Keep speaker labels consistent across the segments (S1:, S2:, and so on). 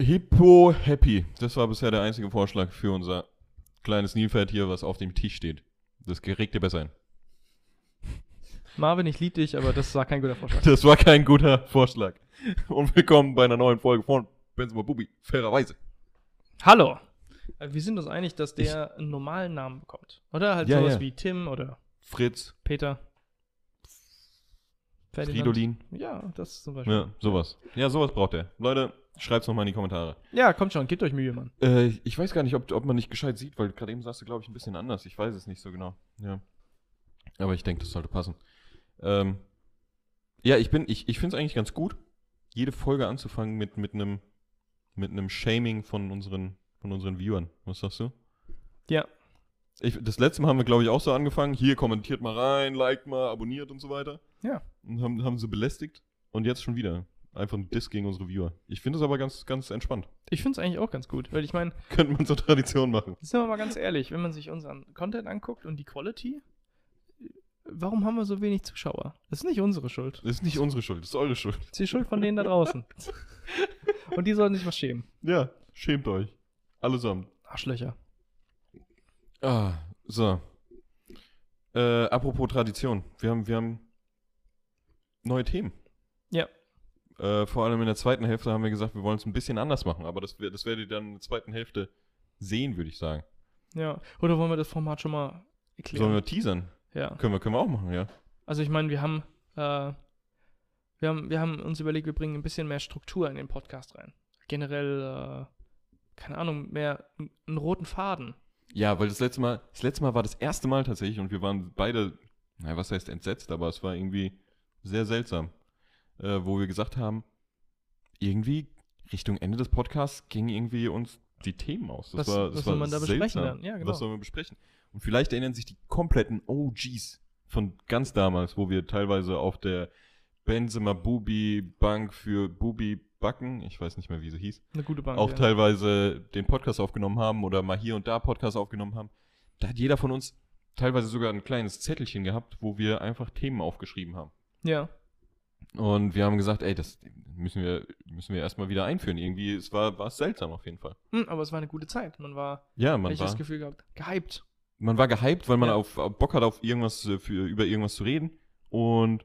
S1: Hippo Happy. Das war bisher der einzige Vorschlag für unser kleines Nilpferd hier, was auf dem Tisch steht. Das geregt dir besser ein.
S2: Marvin, ich liebe dich, aber das war kein guter Vorschlag.
S1: Das war kein guter Vorschlag. Und willkommen bei einer neuen Folge von Benzema Bubi. Fairerweise.
S2: Hallo! Äh, Wir sind uns einig, dass der einen normalen Namen bekommt. Oder halt
S1: Ja,
S2: sowas
S1: ja.
S2: wie Tim oder
S1: Fritz,
S2: Peter. Ferdinand.
S1: Fridolin.
S2: Ja, das zum Beispiel.
S1: Ja, sowas. Ja, sowas braucht er. Leute, schreibt's nochmal in die Kommentare.
S2: Ja, kommt schon, gebt euch Mühe, Mann.
S1: Äh, ich weiß gar nicht, ob, ob man nicht gescheit sieht, weil gerade eben saß du, glaube ich, ein bisschen anders. Ich weiß es nicht so genau. Ja. Aber ich denke, das sollte passen. Ähm, ja, ich bin, ich, ich finde es eigentlich ganz gut, jede Folge anzufangen mit, mit einem mit einem Shaming von unseren, von unseren Viewern. Was sagst du?
S2: Ja.
S1: Ich, das letzte Mal haben wir, glaube ich, auch so angefangen. Hier, kommentiert mal rein, liked mal, abonniert und so weiter.
S2: Ja.
S1: Und haben, haben sie belästigt. Und jetzt schon wieder. Einfach ein Diss gegen unsere Viewer. Ich finde es aber ganz, ganz entspannt.
S2: Ich finde es eigentlich auch ganz gut, weil ich meine,
S1: Könnte man zur Tradition machen.
S2: sind wir mal ganz ehrlich, wenn man sich unseren Content anguckt und die Quality, warum haben wir so wenig Zuschauer? Das ist nicht unsere Schuld.
S1: Das ist nicht unsere Schuld, das ist eure Schuld.
S2: Das ist die Schuld von denen da draußen. Und die sollen sich was schämen.
S1: Ja, schämt euch. Allesamt.
S2: Arschlöcher.
S1: Ah, so. Äh, apropos Tradition. Wir haben, wir haben neue Themen.
S2: Ja.
S1: Äh, vor allem in der zweiten Hälfte haben wir gesagt, wir wollen es ein bisschen anders machen. Aber das, wär- das werdet ihr dann in der zweiten Hälfte sehen, würde ich sagen.
S2: Ja. Oder wollen wir das Format schon mal
S1: Sollen
S2: erklären?
S1: wir teasern?
S2: ja.
S1: Können wir, können wir auch machen, ja.
S2: Also ich meine, wir haben, äh, wir haben, wir haben uns überlegt, wir bringen ein bisschen mehr Struktur in den Podcast rein. Generell, äh, keine Ahnung, mehr n- einen roten Faden.
S1: Ja, weil das letzte Mal, das letzte Mal war das erste Mal tatsächlich und wir waren beide, naja, was heißt entsetzt, aber es war irgendwie sehr seltsam, äh, wo wir gesagt haben, irgendwie Richtung Ende des Podcasts gingen irgendwie uns die Themen aus.
S2: Was- was soll man da besprechen dann? Ja, genau.
S1: Was soll man besprechen? Und vielleicht erinnern sich die kompletten OGs von ganz damals, wo wir teilweise auf der Benzema Bubi Bank für Bubi Backen, ich weiß nicht mehr, wie sie hieß,
S2: Eine gute Bank.
S1: auch
S2: ja.
S1: teilweise den Podcast aufgenommen haben oder mal hier und da Podcast aufgenommen haben. Da hat jeder von uns teilweise sogar ein kleines Zettelchen gehabt, wo wir einfach Themen aufgeschrieben haben.
S2: ja.
S1: Und wir haben gesagt, ey, das müssen wir, müssen wir erstmal wieder einführen. Irgendwie, es war, war es seltsam auf jeden Fall.
S2: Hm, aber es war eine gute Zeit. Man war,
S1: Ja,
S2: hab
S1: man
S2: ich das
S1: war,
S2: Gefühl gehabt, gehypt.
S1: man war gehypt, weil man
S2: Ja.
S1: auf, auf Bock hat, auf irgendwas, äh, für, über irgendwas zu reden. Und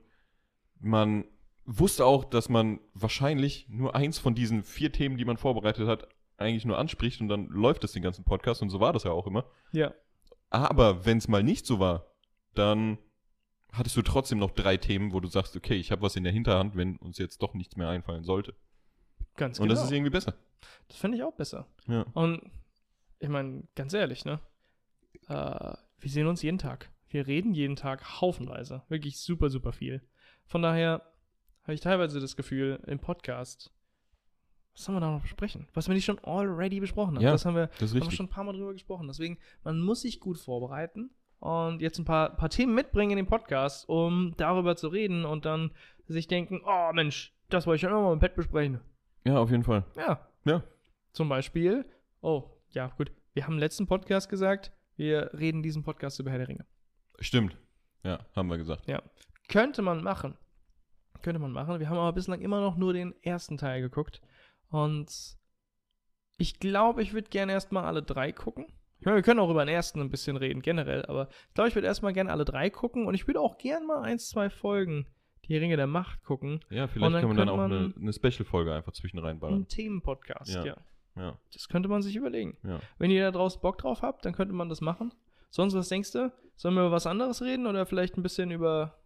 S1: man wusste auch, dass man wahrscheinlich nur eins von diesen vier Themen, die man vorbereitet hat, eigentlich nur anspricht und dann läuft es den ganzen Podcast und so war das ja auch immer.
S2: Ja.
S1: Ah, Aber wenn es mal nicht so war, dann hattest du trotzdem noch drei Themen, wo du sagst, okay, ich habe was in der Hinterhand, wenn uns jetzt doch nichts mehr einfallen sollte.
S2: Ganz
S1: Und
S2: genau.
S1: das ist irgendwie besser.
S2: das finde ich auch besser.
S1: Ja.
S2: Und ich meine, ganz ehrlich, ne? Äh, wir sehen uns jeden Tag. Wir reden jeden Tag haufenweise. Wirklich super, super viel. Von daher habe ich teilweise das Gefühl, im Podcast, was sollen wir da noch besprechen? Was wir nicht schon already besprochen haben.
S1: Ja,
S2: das haben wir,
S1: Das ist
S2: haben wir
S1: richtig.
S2: schon ein paar Mal drüber gesprochen. Deswegen, man muss sich gut vorbereiten und jetzt ein paar, paar Themen mitbringen in den Podcast, um darüber zu reden und dann sich denken, oh Mensch, das wollte ich ja noch mal im Bett besprechen.
S1: Ja, auf jeden Fall.
S2: Ja.
S1: Ja.
S2: Zum Beispiel, oh, ja, gut. Wir haben im letzten Podcast gesagt, wir reden diesen Podcast über Herr der Ringe.
S1: Stimmt. Ja, haben wir gesagt.
S2: Könnte man machen. Könnte man machen. Wir haben aber bislang immer noch nur den ersten Teil geguckt. Und ich glaube, ich würde gerne erstmal alle drei gucken. Ich meine, wir können auch über den ersten ein bisschen reden, generell, aber ich glaube, ich würde erstmal gerne alle drei gucken und ich würde auch gerne mal eins, zwei Folgen die Ringe der Macht gucken.
S1: Ja,
S2: Und
S1: vielleicht
S2: dann
S1: kann man dann auch
S2: könnte
S1: eine,
S2: man-
S1: eine Special-Folge einfach zwischen
S2: Ein
S1: reinballern.
S2: Themenpodcast,
S1: Ja.
S2: ja.
S1: Ja,
S2: Das könnte man sich überlegen.
S1: ja.
S2: Wenn ihr da draußen Bock drauf habt, dann könnte man das machen. Sonst, was denkst du? Sollen wir über was anderes reden oder vielleicht ein bisschen über,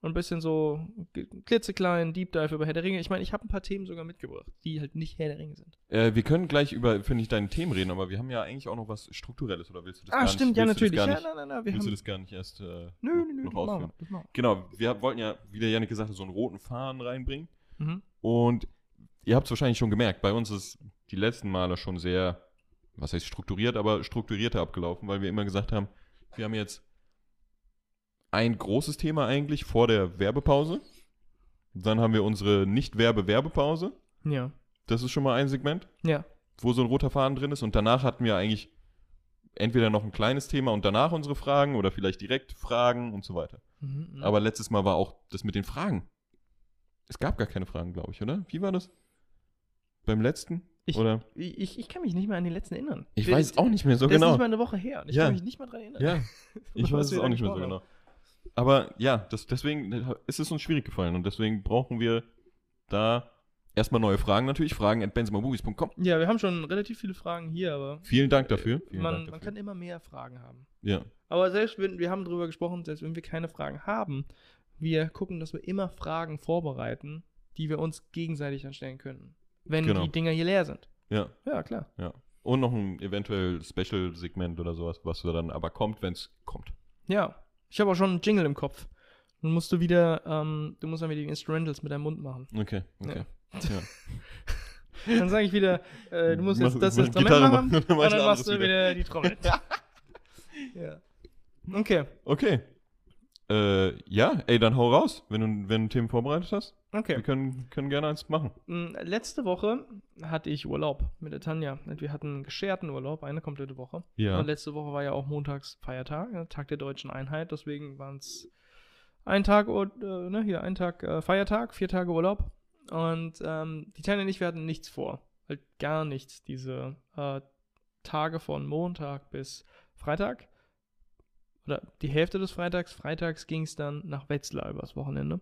S2: ein bisschen so ge- klitzekleinen Deep Dive über Herr der Ringe? Ich meine, ich habe ein paar Themen sogar mitgebracht, die halt nicht Herr der Ringe sind.
S1: Äh, wir können gleich über, finde ich, deine Themen reden, aber wir haben ja eigentlich auch noch was Strukturelles, oder willst du das
S2: ah,
S1: gar
S2: stimmt,
S1: nicht?
S2: ja,
S1: willst du das
S2: natürlich. Ja,
S1: gar
S2: nein,
S1: nicht-
S2: nein, nein, wir
S1: Willst du
S2: haben.
S1: das gar nicht erst äh,
S2: Nö, nö, nö,
S1: noch
S2: das machen wir,
S1: ausführen?
S2: das machen
S1: Genau, wir wollten ja, wie der Janik gesagt hat, so einen roten Faden reinbringen.
S2: wir. Mhm.
S1: Und ihr habt es wahrscheinlich schon gemerkt, bei uns ist die letzten Male schon sehr, was heißt strukturiert, aber strukturierter abgelaufen, weil wir immer gesagt haben, wir haben jetzt ein großes Thema eigentlich vor der Werbepause. Dann haben wir unsere Nicht-Werbe-Werbepause.
S2: Ja,
S1: Das ist schon mal ein Segment,
S2: ja,
S1: wo so ein roter Faden drin ist. Und danach hatten wir eigentlich entweder noch ein kleines Thema und danach unsere Fragen oder vielleicht direkt Fragen und so weiter.
S2: mhm, mhm.
S1: Aber letztes Mal war auch das mit den Fragen. Es gab gar keine Fragen, glaube ich, oder? Wie war das? Beim letzten?
S2: Ich-
S1: Oder?
S2: Ich, ich, ich kann mich nicht mehr an den letzten erinnern.
S1: Ich
S2: Der-
S1: weiß auch nicht mehr so
S2: der ist
S1: genau.
S2: nicht mal eine Woche her. Und ich
S1: Ja.
S2: kann mich nicht mal dran erinnern.
S1: ja, ich
S2: was
S1: weiß es
S2: wir
S1: auch
S2: da
S1: nicht mehr so genau.
S2: gesprochen
S1: Aber ja, das, deswegen ist es uns schwierig gefallen und deswegen brauchen wir da erstmal neue Fragen natürlich. Fragen at benzemamovies.com.
S2: Ja, wir haben schon relativ viele Fragen hier, aber
S1: Vielen Dank dafür. Äh, Vielen
S2: man,
S1: Dank
S2: man
S1: dafür.
S2: kann immer mehr Fragen haben.
S1: ja,
S2: Aber selbst wenn, wir haben darüber gesprochen, selbst wenn wir keine Fragen haben, wir gucken, dass wir immer Fragen vorbereiten, die wir uns gegenseitig dann stellen können. Wenn
S1: Genau.
S2: die Dinger hier leer sind.
S1: ja.
S2: Ja, klar.
S1: Und noch ein eventuell Special-Segment oder sowas, was da dann aber kommt, wenn es kommt.
S2: Ja. Ich habe auch schon einen Jingle im Kopf. Dann musst du wieder, ähm, du musst dann wieder die Instrumentals mit deinem Mund machen.
S1: Okay, okay. Ja.
S2: Dann sage ich wieder, äh, du musst
S1: Mach-
S2: jetzt das
S1: mach
S2: Instrument
S1: Gitarre
S2: machen
S1: und dann
S2: und
S1: mach ich
S2: dann
S1: ein
S2: machst du
S1: anderes
S2: wieder, die Trommel. ja. Okay,
S1: Okay. Äh, ja, ey, dann hau raus, wenn du, wenn du Themen vorbereitet hast.
S2: okay.
S1: Wir können, können gerne eins machen.
S2: Mm, Letzte Woche hatte ich Urlaub mit der Tanja. Und Wir hatten einen gescherten Urlaub, eine komplette Woche.
S1: Ja.
S2: Und letzte Woche war ja auch montags Feiertag, ne, Tag der deutschen Einheit. Deswegen waren es ein Tag, und, äh, ne, hier ein Tag äh, Feiertag, vier Tage Urlaub. Und ähm, die Tanja und ich, wir hatten nichts vor. Halt gar nichts. Diese äh, Tage von Montag bis Freitag. Oder die Hälfte des Freitags. Freitags ging es dann nach Wetzlar übers Wochenende.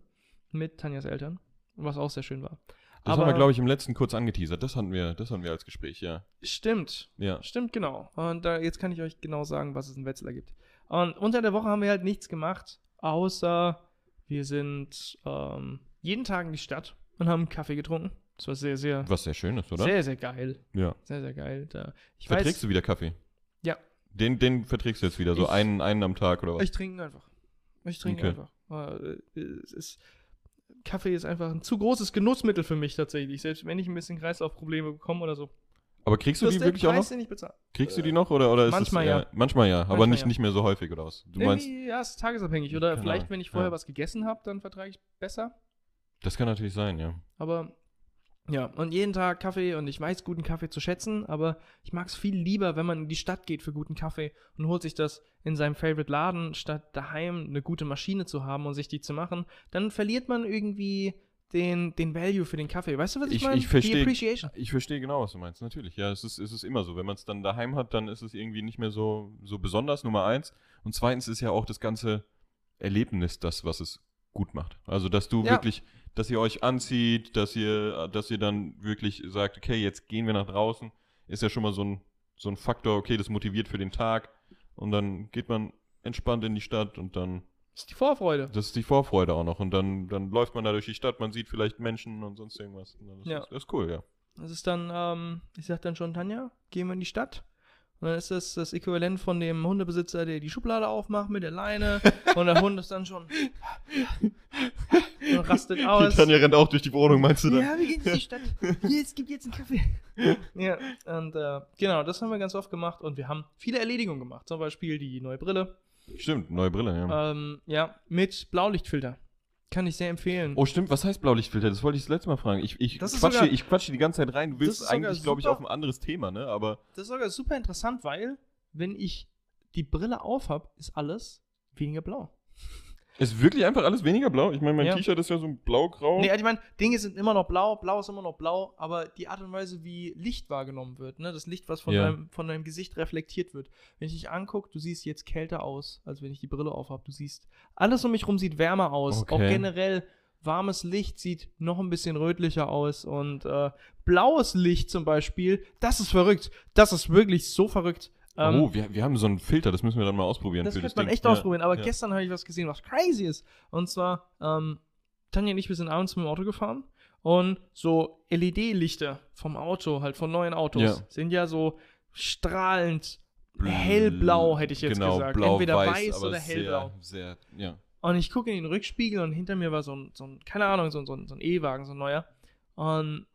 S2: Mit Tanjas Eltern. Was auch sehr schön war.
S1: Das haben wir, glaube ich, im letzten kurz angeteasert. Das hatten wir, das hatten wir als Gespräch, ja.
S2: Stimmt,
S1: Ja.
S2: stimmt, genau. Und da, jetzt kann ich euch genau sagen, was es in Wetzlar gibt. Und unter der Woche haben wir halt nichts gemacht, außer wir sind ähm, jeden Tag in die Stadt und haben Kaffee getrunken. Das war sehr, sehr,
S1: Was sehr schön ist, oder?
S2: sehr, sehr geil.
S1: ja.
S2: Sehr, sehr geil. Da, ich
S1: Verträgst
S2: weiß,
S1: du wieder Kaffee?
S2: Ja.
S1: Den, den verträgst du jetzt wieder, so
S2: Ich-
S1: einen, einen am Tag oder was?
S2: ich trinke ihn einfach. Ich trinke ihn
S1: Okay.
S2: einfach. Äh, Es ist, Kaffee ist einfach ein zu großes Genussmittel für mich tatsächlich, selbst wenn ich ein bisschen Kreislaufprobleme bekomme oder so.
S1: Aber kriegst du die
S2: der
S1: wirklich auch
S2: Preis,
S1: noch?
S2: den ich bezahle.
S1: Kriegst du die noch oder, oder ist
S2: Manchmal
S1: es,
S2: ja.
S1: äh, Manchmal ja, aber
S2: Manchmal
S1: nicht,
S2: ja.
S1: nicht mehr so häufig oder was? Du meinst,
S2: Irgendwie, ja, es ist tagesabhängig. Oder
S1: Keine
S2: vielleicht,
S1: Ahnung,
S2: wenn ich vorher
S1: ja.
S2: was gegessen habe, dann vertrage ich besser.
S1: das kann natürlich sein, ja.
S2: Aber ja, und jeden Tag Kaffee und ich weiß guten Kaffee zu schätzen, aber ich mag es viel lieber, wenn man in die Stadt geht für guten Kaffee und holt sich das in seinem Favorite Laden, statt daheim eine gute Maschine zu haben und sich die zu machen. Dann verliert man irgendwie den, den Value für den Kaffee. Weißt du, was ich,
S1: Ich-
S2: meine?
S1: ich versteh-
S2: Die Appreciation.
S1: Ich verstehe genau, was du meinst, natürlich. Ja, es ist, es ist immer so. Wenn man es dann daheim hat, dann ist es irgendwie nicht mehr so, so besonders, Nummer eins. Und zweitens ist ja auch das ganze Erlebnis das, was es gut macht. Also, dass du
S2: Ja.
S1: wirklich, dass ihr euch anzieht, dass ihr, dass ihr dann wirklich sagt, okay, jetzt gehen wir nach draußen, ist ja schon mal so ein, so ein Faktor, okay, das motiviert für den Tag. Und dann geht man entspannt in die Stadt und dann,
S2: Das ist die Vorfreude.
S1: das ist die Vorfreude auch noch. Und dann, dann läuft man da durch die Stadt, man sieht vielleicht Menschen und sonst irgendwas. Und dann ist
S2: Ja.
S1: das, das ist cool, ja.
S2: Das ist dann, ähm, ich sag dann schon, Tanja, gehen wir in die Stadt. Und dann ist das das Äquivalent von dem Hundebesitzer, der die Schublade aufmacht mit der Leine. und der Hund ist dann schon und rastet aus.
S1: Die Tanja rennt auch durch die Wohnung, meinst du da?
S2: Ja, wir gehen in die Stadt. Hier, es gibt jetzt einen Kaffee. ja, und äh, genau, das haben wir ganz oft gemacht. Und wir haben viele Erledigungen gemacht. Zum Beispiel die neue Brille.
S1: Stimmt, neue Brille, ja.
S2: Ähm, ja, mit Blaulichtfilter. Kann ich sehr empfehlen.
S1: Oh, stimmt, was heißt Blaulichtfilter? Das wollte ich das letzte Mal fragen. Ich, ich,
S2: Ähm. Das ist
S1: quatsche,
S2: sogar-
S1: ich quatsche die ganze Zeit rein. Du
S2: Das
S1: willst
S2: ist sogar
S1: eigentlich, glaube ich,
S2: super.
S1: auf ein anderes Thema, ne? Aber
S2: Das ist sogar super interessant, weil, wenn ich die Brille auf habe, ist alles weniger blau.
S1: ist wirklich einfach alles weniger blau? Ich meine, mein
S2: Ja.
S1: T-Shirt ist ja so ein blau-grau.
S2: Nee, äh, also ich meine, Dinge sind immer noch blau, blau ist immer noch blau, aber die Art und Weise, wie Licht wahrgenommen wird, ne, das Licht, was von,
S1: Ja.
S2: deinem, von deinem Gesicht reflektiert wird. Wenn ich dich angucke, du siehst jetzt kälter aus, als wenn ich die Brille aufhab. Du siehst, alles um mich rum sieht wärmer aus. Auch
S1: Okay.
S2: generell warmes Licht sieht noch ein bisschen rötlicher aus und äh, blaues Licht zum Beispiel, das ist verrückt. Das ist wirklich so verrückt. Ähm,
S1: oh, wir, wir haben so einen Filter, das müssen wir dann mal ausprobieren.
S2: das
S1: für
S2: könnte man
S1: Ding.
S2: echt
S1: Ja,
S2: ausprobieren. Aber
S1: ja.
S2: gestern habe ich was gesehen, was crazy ist. Und zwar, ähm, Tanja und ich, wir sind abends mit dem Auto gefahren und so LED-Lichter vom Auto, halt von neuen Autos,
S1: Ja.
S2: sind ja so strahlend
S1: Bl-
S2: hellblau, hätte ich jetzt
S1: genau,
S2: gesagt.
S1: Blau,
S2: Entweder weiß,
S1: aber
S2: oder hellblau.
S1: Sehr, sehr, ja.
S2: Und ich gucke in den Rückspiegel und hinter mir war so ein, so ein keine Ahnung, so ein, so ein, so ein E-Wagen, so ein neuer. Und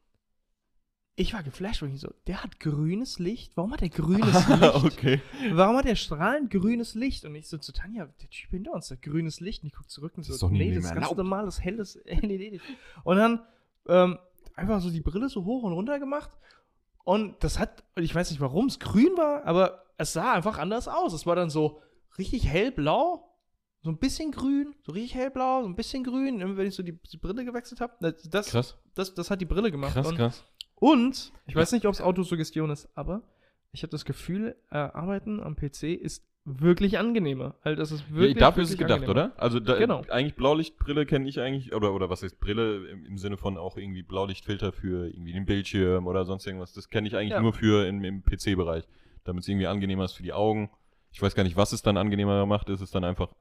S2: ich war geflasht, weil ich so, der hat grünes Licht? Warum hat er grünes Licht?
S1: okay.
S2: Warum hat der strahlend grünes Licht? Und ich so zu Tanja, der Typ hinter uns, der grünes Licht. Und ich guck zurück und
S1: Das
S2: so,
S1: ist doch nie
S2: nee,
S1: mehr
S2: das ist ganz
S1: erlaubt.
S2: normales, helles LED-Licht. Und dann ähm, einfach so die Brille so hoch und runter gemacht. Und das hat, und ich weiß nicht, warum es grün war, aber es sah einfach anders aus. Es war dann so richtig hellblau, so ein bisschen grün, so richtig hellblau, so ein bisschen grün, wenn ich so die, die Brille gewechselt habe. Das, das,
S1: Krass,
S2: das, das hat die Brille gemacht.
S1: krass,
S2: und
S1: krass.
S2: Und, ich weiß nicht, ob es Autosuggestion ist, aber ich habe das Gefühl, äh, Arbeiten am PC ist wirklich angenehmer. Also das ist wirklich,
S1: ja, dafür ist es
S2: wirklich
S1: gedacht,
S2: angenehmer.
S1: oder? Also da,
S2: Genau.
S1: eigentlich Blaulichtbrille kenne ich eigentlich, oder, oder was heißt Brille im, im Sinne von auch irgendwie Blaulichtfilter für irgendwie den Bildschirm oder sonst irgendwas. Das kenne ich eigentlich
S2: Ja.
S1: nur für im, im PC-Bereich, damit es irgendwie angenehmer ist für die Augen. Ich weiß gar nicht, was es dann angenehmer macht. Ist es dann einfach,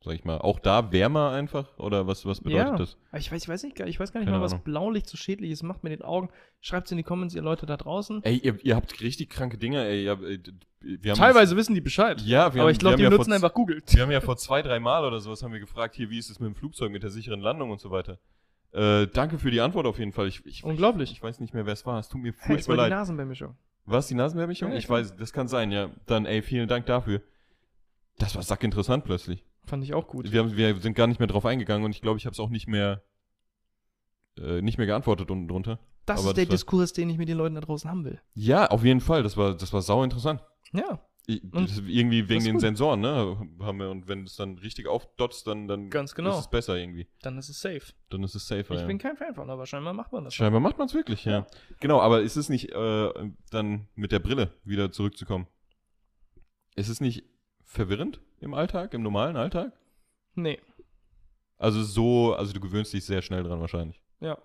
S1: sag ich mal, auch da wärmer einfach? Oder was, was bedeutet
S2: Ja.
S1: das?
S2: Aber Ah, Ich weiß, ich weiß nicht, ich weiß gar nicht
S1: Keine
S2: mal, was
S1: Ahnung.
S2: Blaulicht so schädlich ist. Macht mit den Augen. Schreibt es in die Comments, ihr Leute da draußen.
S1: Ey, ihr, ihr habt richtig kranke Dinger, ey. Ihr, habt- äh, d- wir haben
S2: Teilweise wissen die Bescheid.
S1: ja, wir
S2: aber
S1: haben,
S2: ich glaube,
S1: wir
S2: die
S1: haben ja
S2: benutzen
S1: vor-
S2: einfach Google.
S1: Wir haben ja vor zwei, drei Mal oder sowas haben wir gefragt, hier, wie ist es mit dem Flugzeug, mit der sicheren Landung und so weiter. Äh, danke für die Antwort auf jeden Fall. Ich, ich,
S2: Unglaublich.
S1: ich weiß nicht mehr, wer es war. Es tut mir
S2: Hey, das
S1: furchtbar
S2: war die
S1: leid.
S2: Nasenbeimischung.
S1: War es die Nasenbeermischung?
S2: Ja,
S1: ich
S2: ich
S1: weiß, das kann sein, ja. Dann, ey, vielen Dank dafür. Das war sackinteressant plötzlich.
S2: Fand ich auch gut.
S1: Wir, haben, wir sind gar nicht mehr drauf eingegangen und ich glaube, ich habe es auch nicht mehr, äh, nicht mehr geantwortet unten drunter.
S2: Das
S1: aber
S2: ist der
S1: das war-
S2: Diskurs, den ich mit den Leuten da draußen haben will.
S1: Ja, auf jeden Fall. Das war, das war sau interessant.
S2: Ja,
S1: Ich,
S2: Und-
S1: das, irgendwie
S2: das
S1: wegen
S2: ist
S1: den
S2: gut.
S1: Sensoren, ne? Haben wir, und wenn es dann richtig aufdotzt, dann, dann
S2: Ganz genau.
S1: ist es besser irgendwie.
S2: dann ist es safe.
S1: Dann ist es safer.
S2: Ich
S1: ja.
S2: bin kein Fan von, aber scheinbar macht man das.
S1: Scheinbar macht man es wirklich, ja. Genau, aber ist es nicht äh, dann mit der Brille wieder zurückzukommen? Ist es nicht verwirrend im Alltag, im normalen Alltag?
S2: Nee,
S1: Also so, also du gewöhnst dich sehr schnell dran wahrscheinlich.
S2: ja.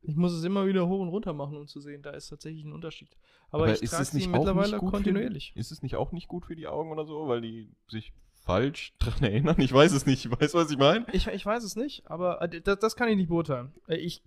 S2: Ich muss es immer wieder hoch und runter machen, um zu sehen, da ist tatsächlich ein Unterschied. Aber, ich trage sie mittlerweile kontinuierlich.
S1: Für, ist es nicht auch nicht gut für die Augen oder so, weil die sich falsch dran erinnern? Ich weiß es nicht. Weißt du, was ich meine?
S2: Ich, ich weiß es nicht, aber äh, das, das kann ich nicht beurteilen. Äh, Ich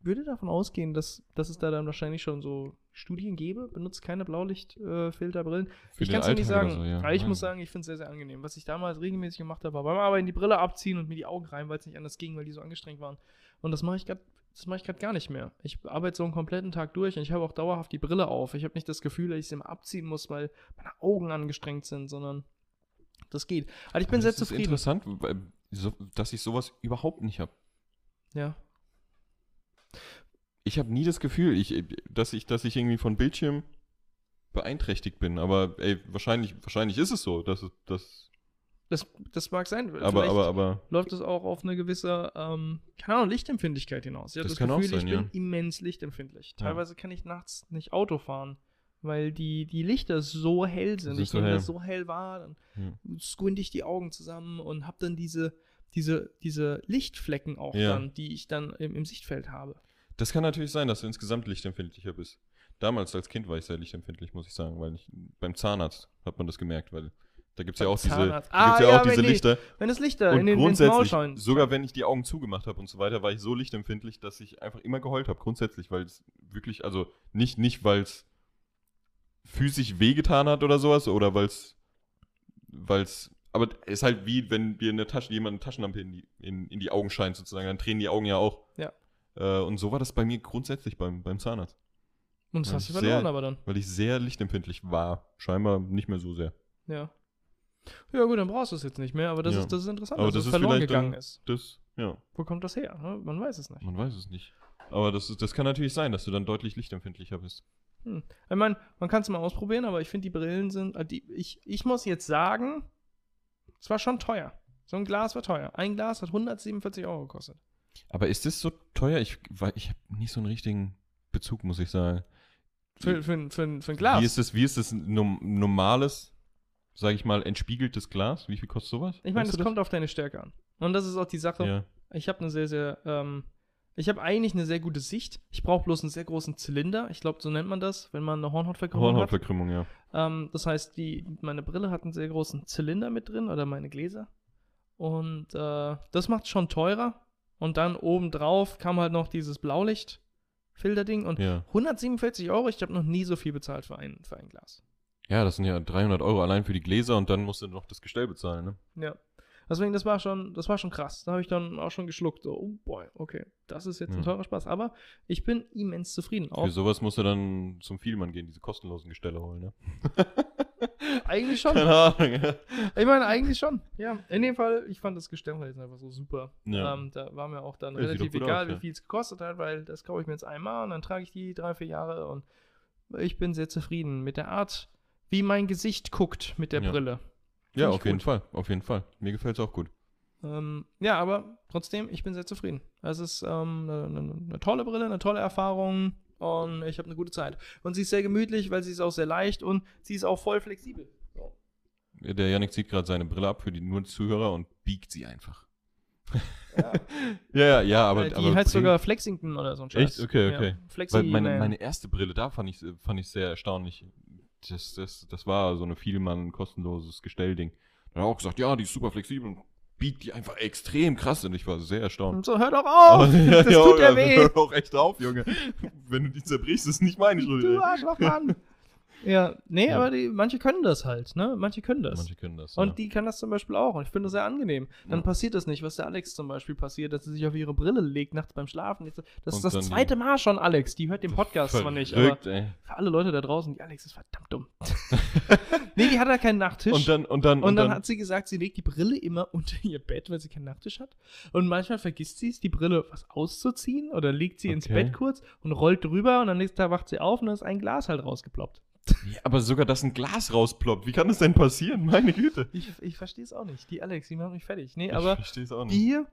S2: würde davon ausgehen, dass, dass es da dann wahrscheinlich schon so Studien gäbe. Benutzt keine Blaulichtfilterbrillen.
S1: Für
S2: ich kann es dir nicht
S1: Alltag
S2: sagen.
S1: oder so, ja.
S2: Aber ich muss
S1: Nein.
S2: sagen, ich finde es sehr, sehr angenehm. Was ich damals regelmäßig gemacht habe, war beim Arbeiten die Brille abziehen und mir die Augen rein, weil es nicht anders ging, weil die so angestrengt waren. Und das mache ich gerade. Das mache ich gerade gar nicht mehr. Ich arbeite so einen kompletten Tag durch und ich habe auch dauerhaft die Brille auf. Ich habe nicht das Gefühl, dass ich sie immer abziehen muss, weil meine Augen angestrengt sind, sondern das geht. Also ich bin
S1: Aber
S2: sehr
S1: das ist
S2: zufrieden.
S1: interessant, weil, so, dass ich sowas überhaupt nicht habe.
S2: Ja.
S1: ich habe nie das Gefühl, ich, äh, dass, ich, dass ich irgendwie von Bildschirm beeinträchtigt bin. Aber ey, wahrscheinlich, wahrscheinlich ist es so. Dass, es- dass,
S2: Das, das mag sein.
S1: aber,
S2: Äh, Vielleicht-
S1: aber, aber
S2: läuft es auch auf eine gewisse, ähm, keine Ahnung, Lichtempfindlichkeit hinaus. Ich habe das,
S1: Das kann auch
S2: Gefühl,
S1: sein,
S2: ich
S1: ja.
S2: bin immens lichtempfindlich.
S1: Ja.
S2: Teilweise kann ich nachts nicht Auto fahren, weil die, die Lichter so hell sind.
S1: sind
S2: Ich
S1: so
S2: nehme
S1: hell.
S2: das so hell wahr, dann
S1: Ja.
S2: squinte ich die Augen zusammen und habe dann diese, diese, diese Lichtflecken auch
S1: Ja.
S2: dann, die ich dann im, im Sichtfeld habe.
S1: das kann natürlich sein, dass du insgesamt lichtempfindlicher bist. Damals als Kind war ich sehr lichtempfindlich, muss ich sagen, weil ich, beim Zahnarzt hat man das gemerkt, weil da gibt es ja
S2: Beim
S1: auch diese, da
S2: Zahnarzt.
S1: gibt's
S2: Ah,
S1: ja
S2: ja,
S1: auch diese
S2: wenn die-
S1: Lichter.
S2: Wenn das Lichter
S1: und
S2: Äh, in den, ins Maul
S1: grundsätzlich,
S2: scheint.
S1: sogar wenn ich die Augen zugemacht habe und so weiter, war ich so lichtempfindlich, dass ich einfach immer geheult habe, grundsätzlich, weil es wirklich, also nicht, nicht weil es physisch wehgetan hat oder sowas, oder weil es, weil es, aber es ist halt wie, wenn dir eine Tasche, jemand eine Taschenlampe in die, in, in die Augen scheint sozusagen, dann tränen die Augen ja auch.
S2: Ja.
S1: Äh, und so war das bei mir grundsätzlich beim, beim Zahnarzt,
S2: Und das
S1: Ja,
S2: hast du
S1: sehr-
S2: verloren aber dann.
S1: weil ich sehr lichtempfindlich war, scheinbar nicht mehr so sehr.
S2: Ja. Ja gut, dann brauchst du es jetzt nicht mehr, aber das,
S1: Ja.
S2: ist, das ist interessant,
S1: Aber
S2: dass
S1: das
S2: es
S1: ist
S2: verloren
S1: vielleicht dann-
S2: gegangen ist.
S1: Das, ja.
S2: Wo kommt das her? ne? Man weiß es nicht.
S1: Man weiß es nicht. Aber das, ist, das kann natürlich sein, dass du dann deutlich lichtempfindlicher bist.
S2: Ich meine, man kann es mal ausprobieren, aber ich finde, die Brillen sind. äh, Die, ich, ich muss jetzt sagen, es war schon teuer. So ein Glas war teuer. Ein Glas hat 147 Euro gekostet.
S1: Aber ist das so teuer? Ich, wei- ich habe nicht so einen richtigen Bezug, muss ich sagen.
S2: Für, für, für, für ein Glas.
S1: Wie ist das, wie ist das ein nom- normales, sage ich mal, entspiegeltes Glas? Wie viel kostet sowas?
S2: ich meine,
S1: Weißt
S2: das,
S1: du
S2: kommt auf deine Stärke an. Und das ist auch die Sache.
S1: Ja.
S2: Ich habe eine sehr, sehr. Ähm, ich habe eigentlich eine sehr gute Sicht. Ich brauche bloß einen sehr großen Zylinder. Ich glaube, so nennt man das, wenn man eine Hornhautverkrümmung hat.
S1: Hornhautverkrümmung, ja.
S2: Ähm, das heißt, die, meine Brille hat einen sehr großen Zylinder mit drin oder meine Gläser. Und äh, das macht schon teurer. Und dann obendrauf kam halt noch dieses Blaulicht-Filterding. Und
S1: ja.
S2: 147 Euro, ich habe noch nie so viel bezahlt für ein, für ein Glas.
S1: Ja, das sind ja 300 Euro allein für die Gläser und dann musst du noch das Gestell bezahlen, ne?
S2: Ja. Deswegen, das war schon, das war schon krass. Da habe ich dann auch schon geschluckt. So, oh boy, okay, das ist jetzt ein
S1: Hm.
S2: teurer Spaß. Aber ich bin immens zufrieden. Auch
S1: Für sowas musst du dann zum Vielmann gehen, diese kostenlosen Gestelle holen, ne?
S2: eigentlich schon.
S1: Ahnung, ja.
S2: Ich meine, eigentlich schon. Ja, in dem Fall, ich fand das Gestell halt einfach so super.
S1: Ja.
S2: Ähm, da war mir auch dann
S1: Ja, sieht
S2: relativ
S1: doch gut
S2: egal,
S1: aus,
S2: wie
S1: ja.
S2: viel es gekostet hat, weil das kaufe ich mir jetzt einmal und dann trage ich die drei, vier Jahre und ich bin sehr zufrieden mit der Art, wie mein Gesicht guckt mit der
S1: Ja.
S2: Brille.
S1: Ja,
S2: ich
S1: auf jeden
S2: gut.
S1: Fall, auf jeden Fall. Mir gefällt es auch gut.
S2: Ähm, ja, ne, aber trotzdem, ich bin sehr zufrieden. Es ist ähm, eine, eine, eine tolle Brille, eine tolle Erfahrung. und ich habe eine gute Zeit. Und sie ist sehr gemütlich, weil sie ist auch sehr leicht und sie ist auch voll flexibel. So.
S1: Der Yannick zieht gerade seine Brille ab für die nur Zuhörer und biegt sie einfach.
S2: Ja.
S1: Ja, ja, ja, aber.
S2: Äh, die
S1: aber
S2: heißt
S1: bring-
S2: sogar Flexington oder so ein
S1: Echt? Okay, okay.
S2: Flexi
S1: Weil meine,
S2: Man.
S1: meine erste Brille, da fand ich, fand ich sehr erstaunlich. Das, das, das war so eine Vielmann kostenloses Gestellding. Da hat er auch gesagt, ja, die ist super flexibel und biegt die einfach extrem krass. Und ich war sehr erstaunt.
S2: Und so, hör doch auf! das tut ja weh!
S1: Hör auch echt auf, Junge. Wenn du die zerbrichst, ist nicht meine Schuld.
S2: Du
S1: ey.
S2: Arschlochmann! ja, nee,
S1: Ja.
S2: aber die, manche können das halt, ne? Manche können das.
S1: Manche können das.
S2: Und
S1: ja.
S2: die kann das zum Beispiel auch. Und ich finde das sehr angenehm. Dann
S1: Ja.
S2: passiert das nicht, was der Alex zum Beispiel passiert, dass sie sich auf ihre Brille legt nachts beim Schlafen. Das das ist
S1: Und
S2: das
S1: dann die-
S2: zweite Mal schon, Alex. Die hört den Podcast zwar nicht, aber
S1: Verrückt, ey.
S2: für alle Leute da draußen, die Alex ist verdammt dumm. nee, die hat ja keinen Nachttisch.
S1: Und dann, und dann,
S2: Und dann, hat sie gesagt, sie legt die Brille immer unter ihr Bett, weil sie keinen Nachttisch hat. Und manchmal vergisst sie es, die Brille was auszuziehen oder legt sie ins
S1: Okay.
S2: Bett kurz und rollt drüber und am nächsten Tag wacht sie auf und dann ist ein Glas halt rausgeploppt.
S1: Ja, aber sogar, dass ein Glas rausploppt. Wie kann das denn passieren? Meine Güte.
S2: Ich, ich verstehe es auch nicht. Die Alex, die macht mich fertig. Nee,
S1: ich
S2: aber
S1: verstehe es auch
S2: die
S1: nicht.
S2: hier,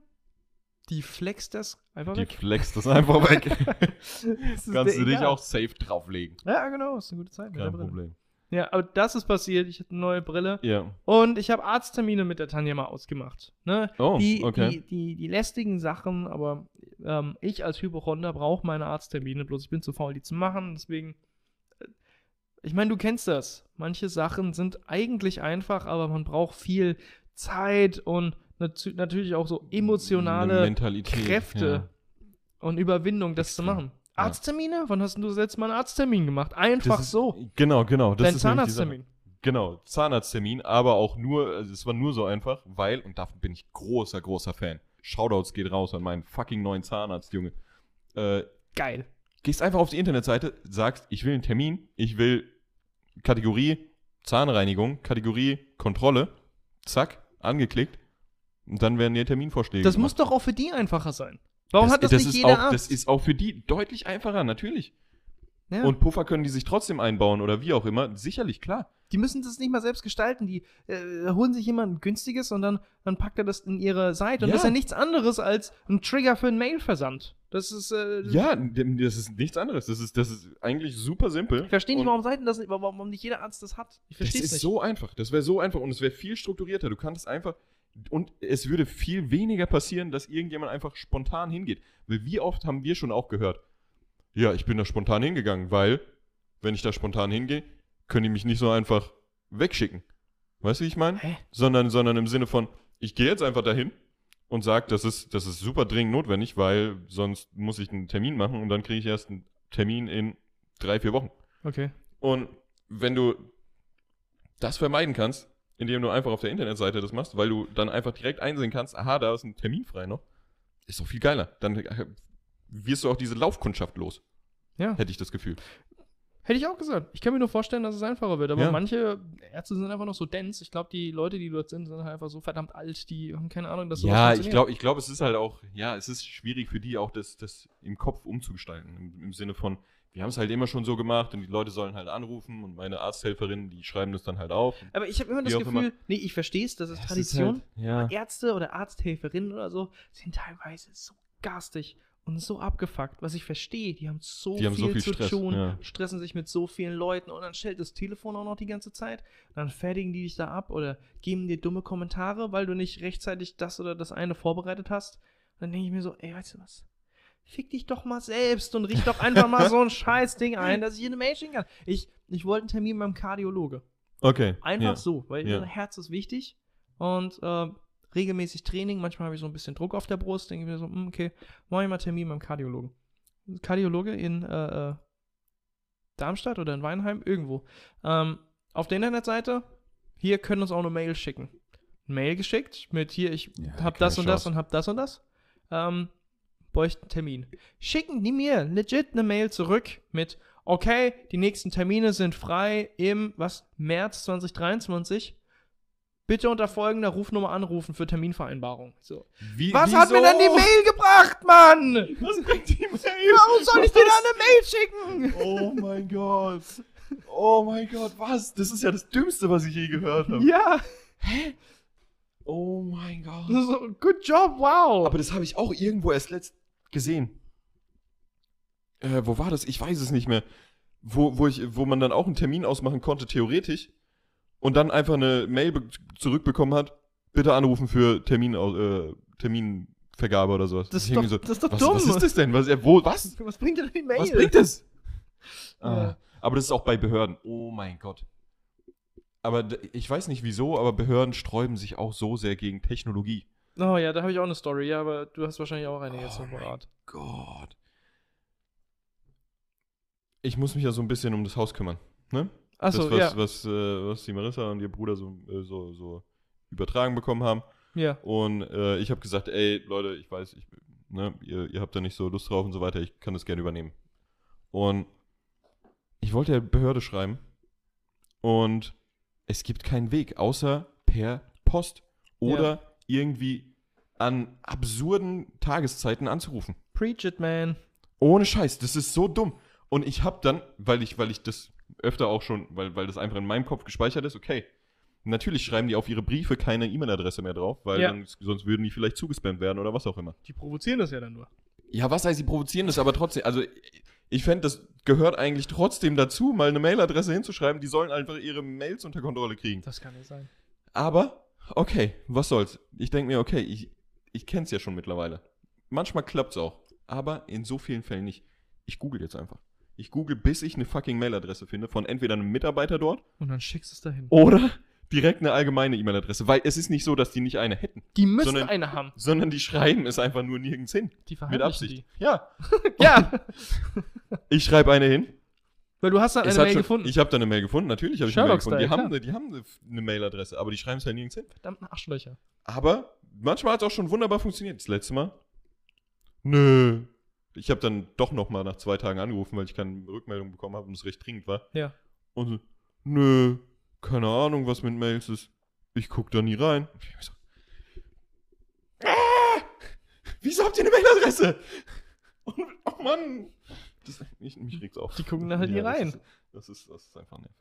S2: die flext das einfach
S1: Die
S2: weg.
S1: flext das einfach weg.
S2: Das ist
S1: Kannst
S2: der
S1: du dich
S2: egal.
S1: auch safe drauflegen.
S2: Ja, genau, ist eine gute Zeit mit der
S1: Kein
S2: Brille.
S1: Problem.
S2: Ja, aber das ist passiert. Ich hatte eine neue Brille.
S1: Ja.
S2: Und ich habe Arzttermine mit der Tanja mal ausgemacht. Ne?
S1: Oh,
S2: die,
S1: okay.
S2: die, die, die lästigen Sachen, aber ähm, ich als Hypochonder brauche meine Arzttermine, bloß ich bin zu faul, die zu machen. Deswegen, äh, ich meine, du kennst das. Manche Sachen sind eigentlich einfach, aber man braucht viel Zeit und natu- natürlich auch so
S1: Eine
S2: emotionale
S1: Mentalität,
S2: Kräfte und Überwindung, das zu
S1: Extrem.
S2: machen.
S1: Ja.
S2: Arzttermine? Wann hast denn du das letzte Mal einen Arzttermin gemacht?
S1: Das
S2: Einfach
S1: ist-
S2: so.
S1: Genau, genau.
S2: Dein
S1: ist nämlich die Sache.
S2: Zahnarzttermin.
S1: Genau, Zahnarzttermin, aber auch nur, also es war nur so einfach, weil, und davon bin ich großer, großer Fan. Shoutouts geht raus an meinen fucking neuen Zahnarzt, Junge. Äh,
S2: Geil.
S1: gehst einfach auf die Internetseite, sagst, ich will einen Termin, ich will Kategorie Zahnreinigung, Kategorie Kontrolle, zack, angeklickt, und dann werden dir Terminvorschläge.
S2: Das
S1: gemacht.
S2: muss doch auch für die einfacher sein. Warum hat das, nicht
S1: ist
S2: jeder
S1: auch,
S2: Arzt?
S1: Das ist auch für die deutlich einfacher, natürlich.
S2: ja.
S1: Und Puffer können die sich trotzdem einbauen oder wie auch immer, sicherlich, klar.
S2: Die müssen das nicht mal selbst gestalten. Die äh, holen sich jemanden günstiges und dann, dann packt er das in ihre Seite. Und
S1: Ja.
S2: das ist ja nichts anderes als ein Trigger für einen Mailversand. Das ist. Äh,
S1: Ja, dem- das ist nichts anderes. Das ist, das ist eigentlich super simpel.
S2: Ich verstehe nicht,
S1: Und
S2: warum Seiten das nicht, warum warum nicht jeder Arzt das hat.
S1: Das
S2: Ich verstehe es
S1: ist
S2: nicht.
S1: so einfach. Das wäre so einfach und es wäre viel strukturierter. Du kannst einfach. Und es würde viel weniger passieren, dass irgendjemand einfach spontan hingeht. Weil wie oft haben wir schon auch gehört, ja, ich bin da spontan hingegangen, weil, wenn ich da spontan hingehe, können die mich nicht so einfach wegschicken. Weißt du, wie ich meine?
S2: Hä?
S1: Sondern, sondern im Sinne von, ich gehe jetzt einfach dahin und sage, das ist, das ist super dringend notwendig, weil sonst muss ich einen Termin machen und dann kriege ich erst einen Termin in drei, vier Wochen.
S2: Okay.
S1: Und wenn du das vermeiden kannst, indem du einfach auf der Internetseite das machst, weil du dann einfach direkt einsehen kannst, aha, da ist ein Termin frei noch, ist doch viel geiler. Dann äh, wirst du auch diese Laufkundschaft los,
S2: Ja.
S1: hätte ich das Gefühl.
S2: Hätte ich auch gesagt. Ich kann mir nur vorstellen, dass es einfacher wird. Aber
S1: Ja.
S2: manche Ärzte sind einfach noch so dense. Ich glaube, die Leute, die dort sind, sind halt einfach so verdammt alt. Die haben keine Ahnung, dass sowas
S1: ja, ich
S2: funktioniert.
S1: glaube, ich glaub, es ist halt auch, ja, es ist schwierig für die auch, das, das im Kopf umzugestalten. Im, Im Sinne von, wir haben es halt immer schon so gemacht und die Leute sollen halt anrufen und meine Arzthelferinnen, die schreiben das dann halt auf.
S2: Aber ich habe immer das
S1: Wie auch
S2: Gefühl,
S1: immer.
S2: nee, ich verstehe es, das ist
S1: Das ist
S2: Tradition.
S1: Halt, ja.
S2: Ärzte oder Arzthelferinnen oder so sind teilweise so garstig und so abgefuckt, was ich verstehe. Die haben so,
S1: Die haben
S2: viel,
S1: so viel
S2: zu
S1: Stress,
S2: tun,
S1: ja.
S2: stressen sich mit so vielen Leuten und dann schellt das Telefon auch noch die ganze Zeit. Dann fertigen die dich da ab oder geben dir dumme Kommentare, weil du nicht rechtzeitig das oder das eine vorbereitet hast. Und dann denke ich mir so, ey, weißt du was? Fick dich doch mal selbst und riech doch einfach mal so ein Scheißding ein, dass ich hier eine Mail schicken kann. Ich, ich wollte einen Termin beim Kardiologe.
S1: Okay.
S2: Einfach
S1: ja.
S2: so, weil
S1: Ja.
S2: mein Herz ist wichtig und ähm, regelmäßig Training. Manchmal habe ich so ein bisschen Druck auf der Brust, denke mir so, hm, okay, mach ich mal Termin beim Kardiologen. Kardiologe in äh, äh, Darmstadt oder in Weinheim, irgendwo. Ähm, auf der Internetseite, hier können uns auch eine Mail schicken. Mail geschickt mit hier, ich
S1: Ja,
S2: hab
S1: keine
S2: das und das
S1: Chance.
S2: und hab das und das. Ähm, bräuchte einen Termin. Schicken die mir legit eine Mail zurück mit, okay, die nächsten Termine sind frei im, was, März 2023. Bitte unter folgender Rufnummer anrufen für Terminvereinbarung. So.
S1: Wie-
S2: Was hat mir
S1: wieso?
S2: denn die Mail gebracht, Mann?
S1: Was bringt die Mail?
S2: Warum soll ich dir
S1: Was?
S2: da eine Mail schicken?
S1: Oh mein Gott. Oh mein Gott, was? Das ist ja das Dümmste, was ich je gehört habe.
S2: Ja,
S1: Oh mein Gott.
S2: so, good job, wow.
S1: Aber das habe ich auch irgendwo erst letzt gesehen. äh, wo war das? Ich weiß es nicht mehr. Wo, wo, ich, wo man dann auch einen Termin ausmachen konnte, theoretisch, und dann einfach eine Mail be- zurückbekommen hat, bitte anrufen für Termin, au- äh, Terminvergabe oder sowas.
S2: Das
S1: Ich
S2: ist doch,
S1: irgendwie so,
S2: das ist doch
S1: was,
S2: dumm.
S1: was ist das denn? Was, äh, wo, was?
S2: Was bringt dir denn die Mail?
S1: Was bringt das?
S2: Ja.
S1: Ah, aber das ist auch bei Behörden. Oh mein Gott. Aber d- ich weiß nicht wieso, aber Behörden sträuben sich auch so sehr gegen Technologie.
S2: Oh ja, da habe ich auch eine Story, ja, aber du hast wahrscheinlich auch eine jetzt
S1: Oh
S2: noch
S1: mein
S2: parat.
S1: Gott. Ich muss mich ja so ein bisschen um das Haus kümmern. Ne?
S2: Achso,
S1: das, was,
S2: ja.
S1: was, äh, was die Marissa und ihr Bruder so, äh, so, so übertragen bekommen haben.
S2: ja.
S1: Und äh, ich habe gesagt, ey, Leute, ich weiß, ich, ne, ihr, ihr habt da nicht so Lust drauf und so weiter, ich kann das gerne übernehmen. Und ich wollte der Behörde schreiben und es gibt keinen Weg, außer per Post oder irgendwie an absurden Tageszeiten anzurufen.
S2: Preach it, man.
S1: Ohne Scheiß, das ist so dumm. Und ich habe dann, weil ich, weil ich das öfter auch schon, weil, weil das einfach in meinem Kopf gespeichert ist, okay. Natürlich schreiben die auf ihre Briefe keine E-Mail-Adresse mehr drauf, weil
S2: Ja.
S1: dann, sonst würden die vielleicht zugespammt werden oder was auch immer.
S2: Die provozieren das ja dann nur.
S1: Ja, was heißt, sie provozieren das aber trotzdem. Also, ich fände, das gehört eigentlich trotzdem dazu, mal eine Mailadresse hinzuschreiben. Die sollen einfach ihre Mails unter Kontrolle kriegen.
S2: Das kann nicht sein.
S1: Aber, okay, was soll's. Ich denke mir, okay, ich, ich kenn's ja schon mittlerweile. Manchmal klappt's auch. Aber in so vielen Fällen nicht. Ich google jetzt einfach. Ich google, bis ich eine fucking Mailadresse finde von entweder einem Mitarbeiter dort
S2: Und dann schickst du es dahin.
S1: oder direkt eine allgemeine E-Mail-Adresse. Weil es ist nicht so, dass die nicht eine hätten,
S2: Die müssen
S1: sondern-
S2: eine haben.
S1: sondern die schreiben es einfach nur nirgends hin.
S2: Die
S1: Mit
S2: verheimlichen
S1: Absicht.
S2: Ah, die.
S1: Ja,
S2: Ja,
S1: ich schreibe eine hin.
S2: weil du hast dann
S1: Es
S2: eine
S1: hat
S2: Mail
S1: halt schon,
S2: gefunden.
S1: Ich habe da eine Mail gefunden, natürlich habe ich eine Mail
S2: Sherlock-Style,
S1: gefunden. Die haben,
S2: klar.
S1: eine, die haben eine, eine Mailadresse, aber die schreiben es ja nirgends hin.
S2: Verdammten Arschlöcher.
S1: Aber manchmal hat es auch schon wunderbar funktioniert. Das letzte Mal. Nö. Ich habe dann doch nochmal nach zwei Tagen angerufen, weil ich keine Rückmeldung bekommen habe und es recht dringend war.
S2: Ja.
S1: Und so, nö, keine Ahnung, was mit Mails ist. Ich guck da nie rein. Und ich so, ah! Wieso habt ihr eine Mailadresse? Und, oh Mann. Das, mich, mich regt's auf.
S2: Die gucken da halt nie
S1: das
S2: rein.
S1: Ist, das, ist, das ist einfach nervig.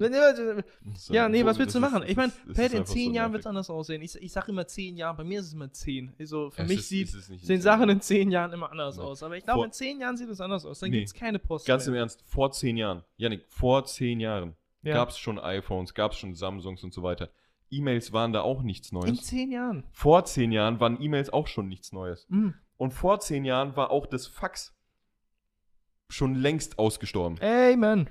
S1: Das ist
S2: Ja,
S1: einfach-
S2: nee, was
S1: das
S2: willst du
S1: ist-
S2: machen? Ich meine,
S1: das ist
S2: Pat, in
S1: einfach so
S2: zehn Jahren
S1: nervig.
S2: wird es anders aussehen. Ich, ich sage immer zehn Jahre, bei mir ist es immer zehn. Also für
S1: Es
S2: mich
S1: ist-
S2: sieht,
S1: es ist nicht in
S2: sehen
S1: zehn
S2: Sachen
S1: Jahren.
S2: in zehn Jahren immer anders
S1: Nein.
S2: aus. Aber ich
S1: Genau.
S2: glaube,
S1: Vor-
S2: in zehn Jahren sieht es anders aus. Dann
S1: Nee.
S2: gibt es keine Post
S1: Ganz im
S2: mehr.
S1: Ernst, vor zehn Jahren, Janik, vor zehn Jahren
S2: Ja.
S1: gab es schon iPhones, gab es schon Samsungs und so weiter. E-Mails waren da auch nichts
S2: In
S1: Neues.
S2: zehn Jahren.
S1: Vor zehn Jahren waren E-Mails auch schon nichts Neues.
S2: Mhm.
S1: Und vor zehn Jahren war auch das Fax schon längst ausgestorben.
S2: Ey, Mann.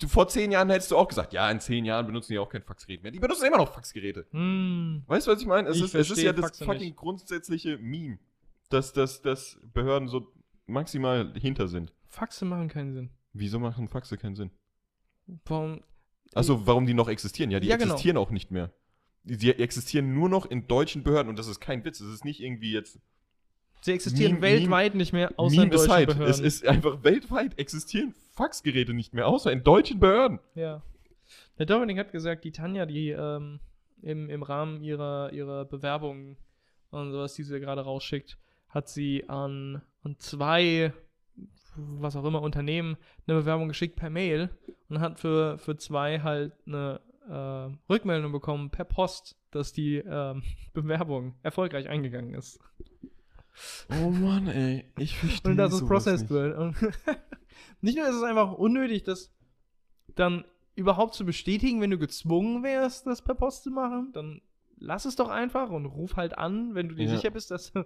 S1: Du, vor zehn Jahren hättest du auch gesagt, ja, in zehn Jahren benutzen die auch kein Faxgerät mehr. Die benutzen immer noch Faxgeräte.
S2: Hm.
S1: Weißt du, was ich meine? Es,
S2: Ich
S1: ist, es ist
S2: verstehe
S1: ja das
S2: Faxe
S1: fucking
S2: nicht.
S1: grundsätzliche Meme, dass, dass, dass Behörden so maximal hinter sind.
S2: Faxe machen keinen Sinn.
S1: Wieso machen Faxe keinen Sinn?
S2: Warum?
S1: Also warum die noch existieren? Ja, die
S2: Ja, genau.
S1: existieren auch nicht mehr. Die, die existieren nur noch in deutschen Behörden und das ist kein Witz. Es ist nicht irgendwie jetzt
S2: Sie existieren
S1: Meme-
S2: weltweit nicht mehr, außer in deutschen
S1: aside.
S2: Behörden.
S1: Es ist einfach weltweit existieren Faxgeräte nicht mehr, außer in deutschen Behörden.
S2: Ja. Der Dominik hat gesagt, die Tanja, die ähm, im, im Rahmen ihrer, ihrer Bewerbung und sowas, die sie gerade rausschickt, hat sie an, an zwei, was auch immer, Unternehmen eine Bewerbung geschickt per Mail und hat für, für zwei halt eine äh, Rückmeldung bekommen per Post, dass die ähm, Bewerbung erfolgreich eingegangen ist.
S1: Oh Mann, ey. Ich verstehe
S2: Und dass es processed wird. Und nicht nur ist es einfach unnötig, das dann überhaupt zu bestätigen, wenn du gezwungen wärst, das per Post zu machen, dann lass es doch einfach und ruf halt an, wenn du dir
S1: Ja.
S2: sicher bist, dass du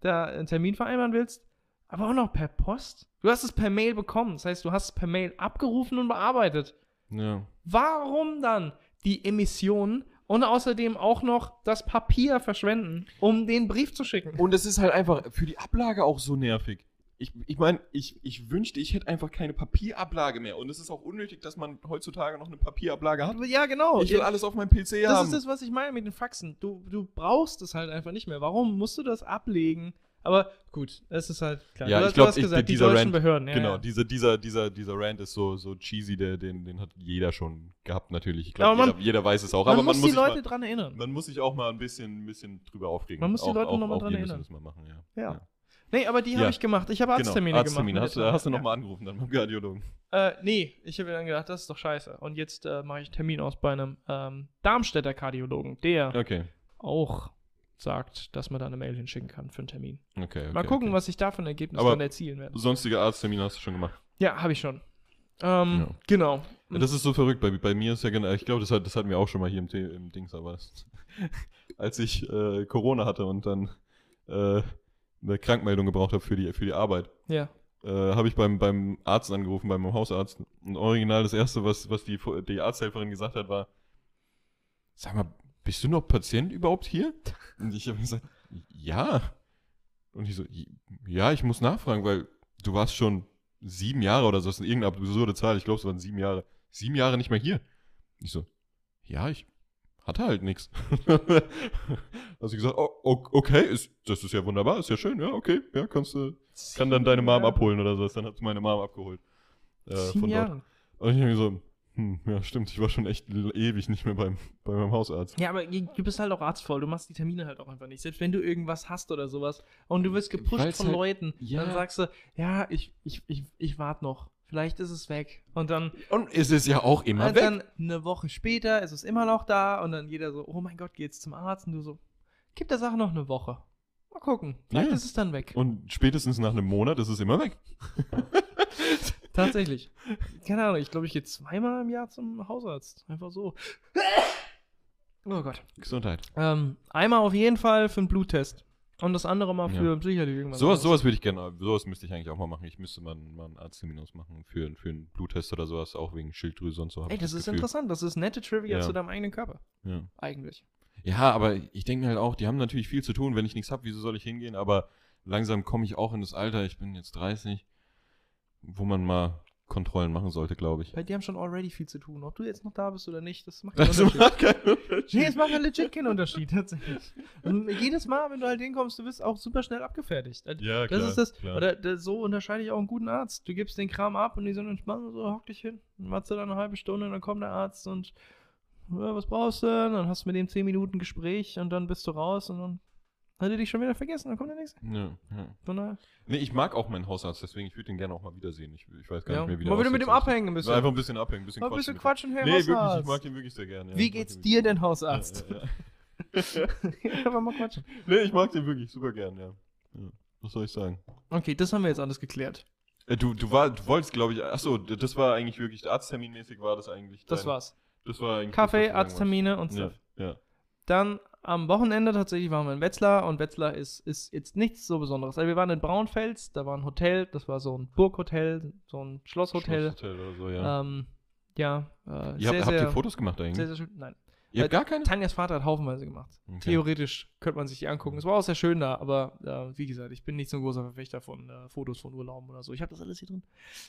S2: da einen Termin vereinbaren willst. Aber auch noch per Post? Du hast es per Mail bekommen. Das heißt, du hast es per Mail abgerufen und bearbeitet.
S1: Ja.
S2: Warum dann die Emissionen und außerdem auch noch das Papier verschwenden, um den Brief zu schicken?
S1: Und es ist halt einfach für die Ablage auch so nervig. Ich, ich meine, ich, ich wünschte, ich hätte einfach keine Papierablage mehr. Und es ist auch unnötig, dass man heutzutage noch eine Papierablage hat.
S2: Ja, genau.
S1: Ich will alles auf meinem PC
S2: Das
S1: haben.
S2: ist das, was ich meine mit den Faxen. Du, du brauchst es halt einfach nicht mehr. Warum musst du das ablegen? Aber gut, es ist halt klar.
S1: Ja,
S2: du,
S1: ich
S2: hast-
S1: glaub,
S2: du hast
S1: ich-
S2: gesagt, die
S1: dieser
S2: deutschen
S1: Rant-
S2: Behörden. Ja,
S1: genau,
S2: ja.
S1: Diese, dieser, dieser, dieser Rant ist so, so cheesy, der, den, den hat jeder schon gehabt, natürlich. Ich
S2: Aber
S1: glaube,
S2: man-
S1: jeder, jeder weiß es auch.
S2: man
S1: aber
S2: muss
S1: man, muss
S2: die
S1: sich
S2: Leute
S1: mal,
S2: dran erinnern.
S1: man muss sich auch mal ein bisschen, ein bisschen drüber aufregen.
S2: Man muss die
S1: auch,
S2: Leute
S1: auch,
S2: noch mal
S1: auch
S2: dran
S1: wir
S2: erinnern.
S1: Müssen das mal machen, ja.
S2: Ja. nee, aber die
S1: Ja. Genau,
S2: habe ich gemacht. Ich habe Arzttermine
S1: Arzttermine.
S2: gemacht.
S1: Hast, du- hast du nochmal angerufen dann beim Kardiologen?
S2: Äh, nee, ich habe mir dann gedacht, das ist doch scheiße. Und jetzt äh, mache ich einen Termin aus bei einem ähm, Darmstädter Kardiologen, der
S1: Okay.
S2: auch sagt, dass man da eine Mail hinschicken kann für einen Termin.
S1: Okay, okay.
S2: Mal gucken,
S1: okay.
S2: was ich da für ein Ergebnis
S1: Aber-
S2: dann erzielen werde.
S1: Sonstige Arzttermine hast du schon gemacht.
S2: Ja, habe ich schon. Ähm,
S1: Ja.
S2: Genau.
S1: Ja, Das ist so verrückt. Bei, bei mir ist ja genau, ich glaube, das, hat, das hatten wir auch schon mal hier im, The- im Dings, aber das, als ich äh, Corona hatte und dann äh, eine Krankmeldung gebraucht habe für die, für die Arbeit,
S2: Ja.
S1: äh, habe ich beim, beim Arzt angerufen, beim Hausarzt. Und original das Erste, was, was die, die Arzthelferin gesagt hat, war: Sag mal, bist du noch Patient überhaupt hier? Und ich habe gesagt: Ja. Und ich so: Ja, ich muss nachfragen, weil du warst schon sieben Jahre oder so, das ist irgendeine absurde Zahl, ich glaube, es waren sieben Jahre. Sieben Jahre nicht mehr hier. Ich so: Ja, ich hatte halt nichts. Also ich gesagt, oh, o- okay, ist, das ist ja wunderbar, ist ja schön, ja, okay, ja, kannst du, kann dann deine Mom abholen oder so. Dann hat sie meine Mom abgeholt. Äh,
S2: Sieben
S1: von dort.
S2: Jahre.
S1: Und ich hab mir so, hm, ja, stimmt, ich war schon echt l- ewig nicht mehr beim, bei meinem Hausarzt.
S2: Ja, aber ihr- du bist halt auch arztvoll. Du machst die Termine halt auch einfach nicht. Selbst wenn du irgendwas hast oder sowas und du wirst gepusht
S1: Weil's
S2: von
S1: halt-
S2: Leuten,
S1: ja.
S2: dann sagst du, ja, ich, ich, ich, ich warte noch. Vielleicht ist es weg. Und dann,
S1: Und es ist ja auch immer
S2: und dann eine Woche später ist es immer noch da und dann jeder so, oh mein Gott, geht's zum Arzt? Und du so, gib der Sache noch eine Woche. Mal gucken. Vielleicht
S1: Ja.
S2: ist es dann weg.
S1: Und spätestens nach einem Monat ist es immer weg.
S2: Tatsächlich. Keine Ahnung, ich glaube, ich gehe zweimal im Jahr zum Hausarzt. Einfach so. Oh Gott.
S1: Gesundheit.
S2: Ähm, einmal auf jeden Fall für einen Bluttest. Und das andere mal
S1: Ja.
S2: für sicherlich irgendwas.
S1: Sowas,
S2: anderes.
S1: sowas würde ich gerne, sowas müsste ich eigentlich auch mal machen. Ich müsste mal, einen- mal einen Arzttermin ausmachen für, für einen Bluttest oder sowas, auch wegen Schilddrüse und so. hab
S2: Ey,
S1: ich
S2: das ist
S1: Gefühl.
S2: interessant. Das ist nette
S1: Ja.
S2: Trivia zu deinem eigenen Körper.
S1: Ja.
S2: Eigentlich.
S1: Ja, aber ich denke halt auch, die haben natürlich viel zu tun. Wenn ich nichts hab, wieso soll ich hingehen? Aber langsam komme ich auch in das Alter, ich bin jetzt 30, wo man mal Kontrollen machen sollte, glaube ich.
S2: Weil die haben schon already viel zu tun. Ob du jetzt noch da bist oder nicht, das macht keinen
S1: Das
S2: Unterschied.
S1: macht keinen
S2: Nee,
S1: Unterschied.
S2: es macht ja legit keinen Unterschied, tatsächlich. Und jedes Mal, wenn du halt hinkommst, du wirst auch super schnell abgefertigt. Also,
S1: Ja,
S2: Das ist das.
S1: klar.
S2: Oder da- so unterscheide ich auch einen guten Arzt. Du gibst den Kram ab und die sind entspannt und so, hock dich hin. Dann wartest du dann eine halbe Stunde und dann kommt der Arzt und ja, was brauchst du denn? Dann hast du mit dem 10 Minuten Gespräch und dann bist du raus und dann hat er dich schon wieder vergessen. Dann kommt der nächste.
S1: Ja, ja.
S2: Von daher,
S1: Nee, ich mag auch meinen Hausarzt, deswegen ich würde ihn gerne auch mal wiedersehen. Ich, ich weiß gar
S2: ja.
S1: nicht mehr, wie der
S2: Mal wieder mit
S1: aussieht.
S2: dem abhängen ein bisschen.
S1: Einfach ein bisschen abhängen, ein bisschen
S2: Mal ein bisschen
S1: mit
S2: quatschen, hey,
S1: ihm. Nee, wirklich, ich
S2: Hausarzt.
S1: mag ihn wirklich sehr gerne. ja.
S2: Wie
S1: Ich mag
S2: geht's
S1: ihn
S2: dir denn,
S1: wirklich.
S2: Hausarzt?
S1: Ja, ja, ja.
S2: Einfach mal quatschen.
S1: Nee, ich mag den wirklich super gern, ja. ja. Was soll ich sagen?
S2: Okay, das haben wir jetzt alles geklärt.
S1: Äh, Du, du, war, du wolltest, glaube ich, achso, d- das war eigentlich wirklich, arztterminmäßig war das eigentlich.
S2: Das
S1: dein-
S2: war's.
S1: Das war eigentlich. das, was
S2: Kaffee,
S1: du sagen
S2: Arzttermine und Stuff.
S1: wolltest. Ja, ja.
S2: Dann am Wochenende tatsächlich waren wir in Wetzlar und Wetzlar ist, ist jetzt nichts so Besonderes. Also wir waren in Braunfels, da war ein Hotel, das war so ein Burghotel, so ein Schlosshotel.
S1: Schlosshotel oder so, ja.
S2: Ja, ähm, ja äh,
S1: ihr habt,
S2: sehr,
S1: habt
S2: sehr,
S1: ihr Fotos gemacht eigentlich?
S2: sehr, sehr schön. Nein.
S1: ihr habt gar keine?
S2: Tanjas Vater hat haufenweise gemacht.
S1: Okay. Mhm.
S2: Theoretisch könnte man sich die angucken. Es war auch sehr schön da, aber äh, wie gesagt, ich bin nicht so ein großer Verfechter von äh, Fotos von Urlauben oder so. Ich habe das alles hier drin.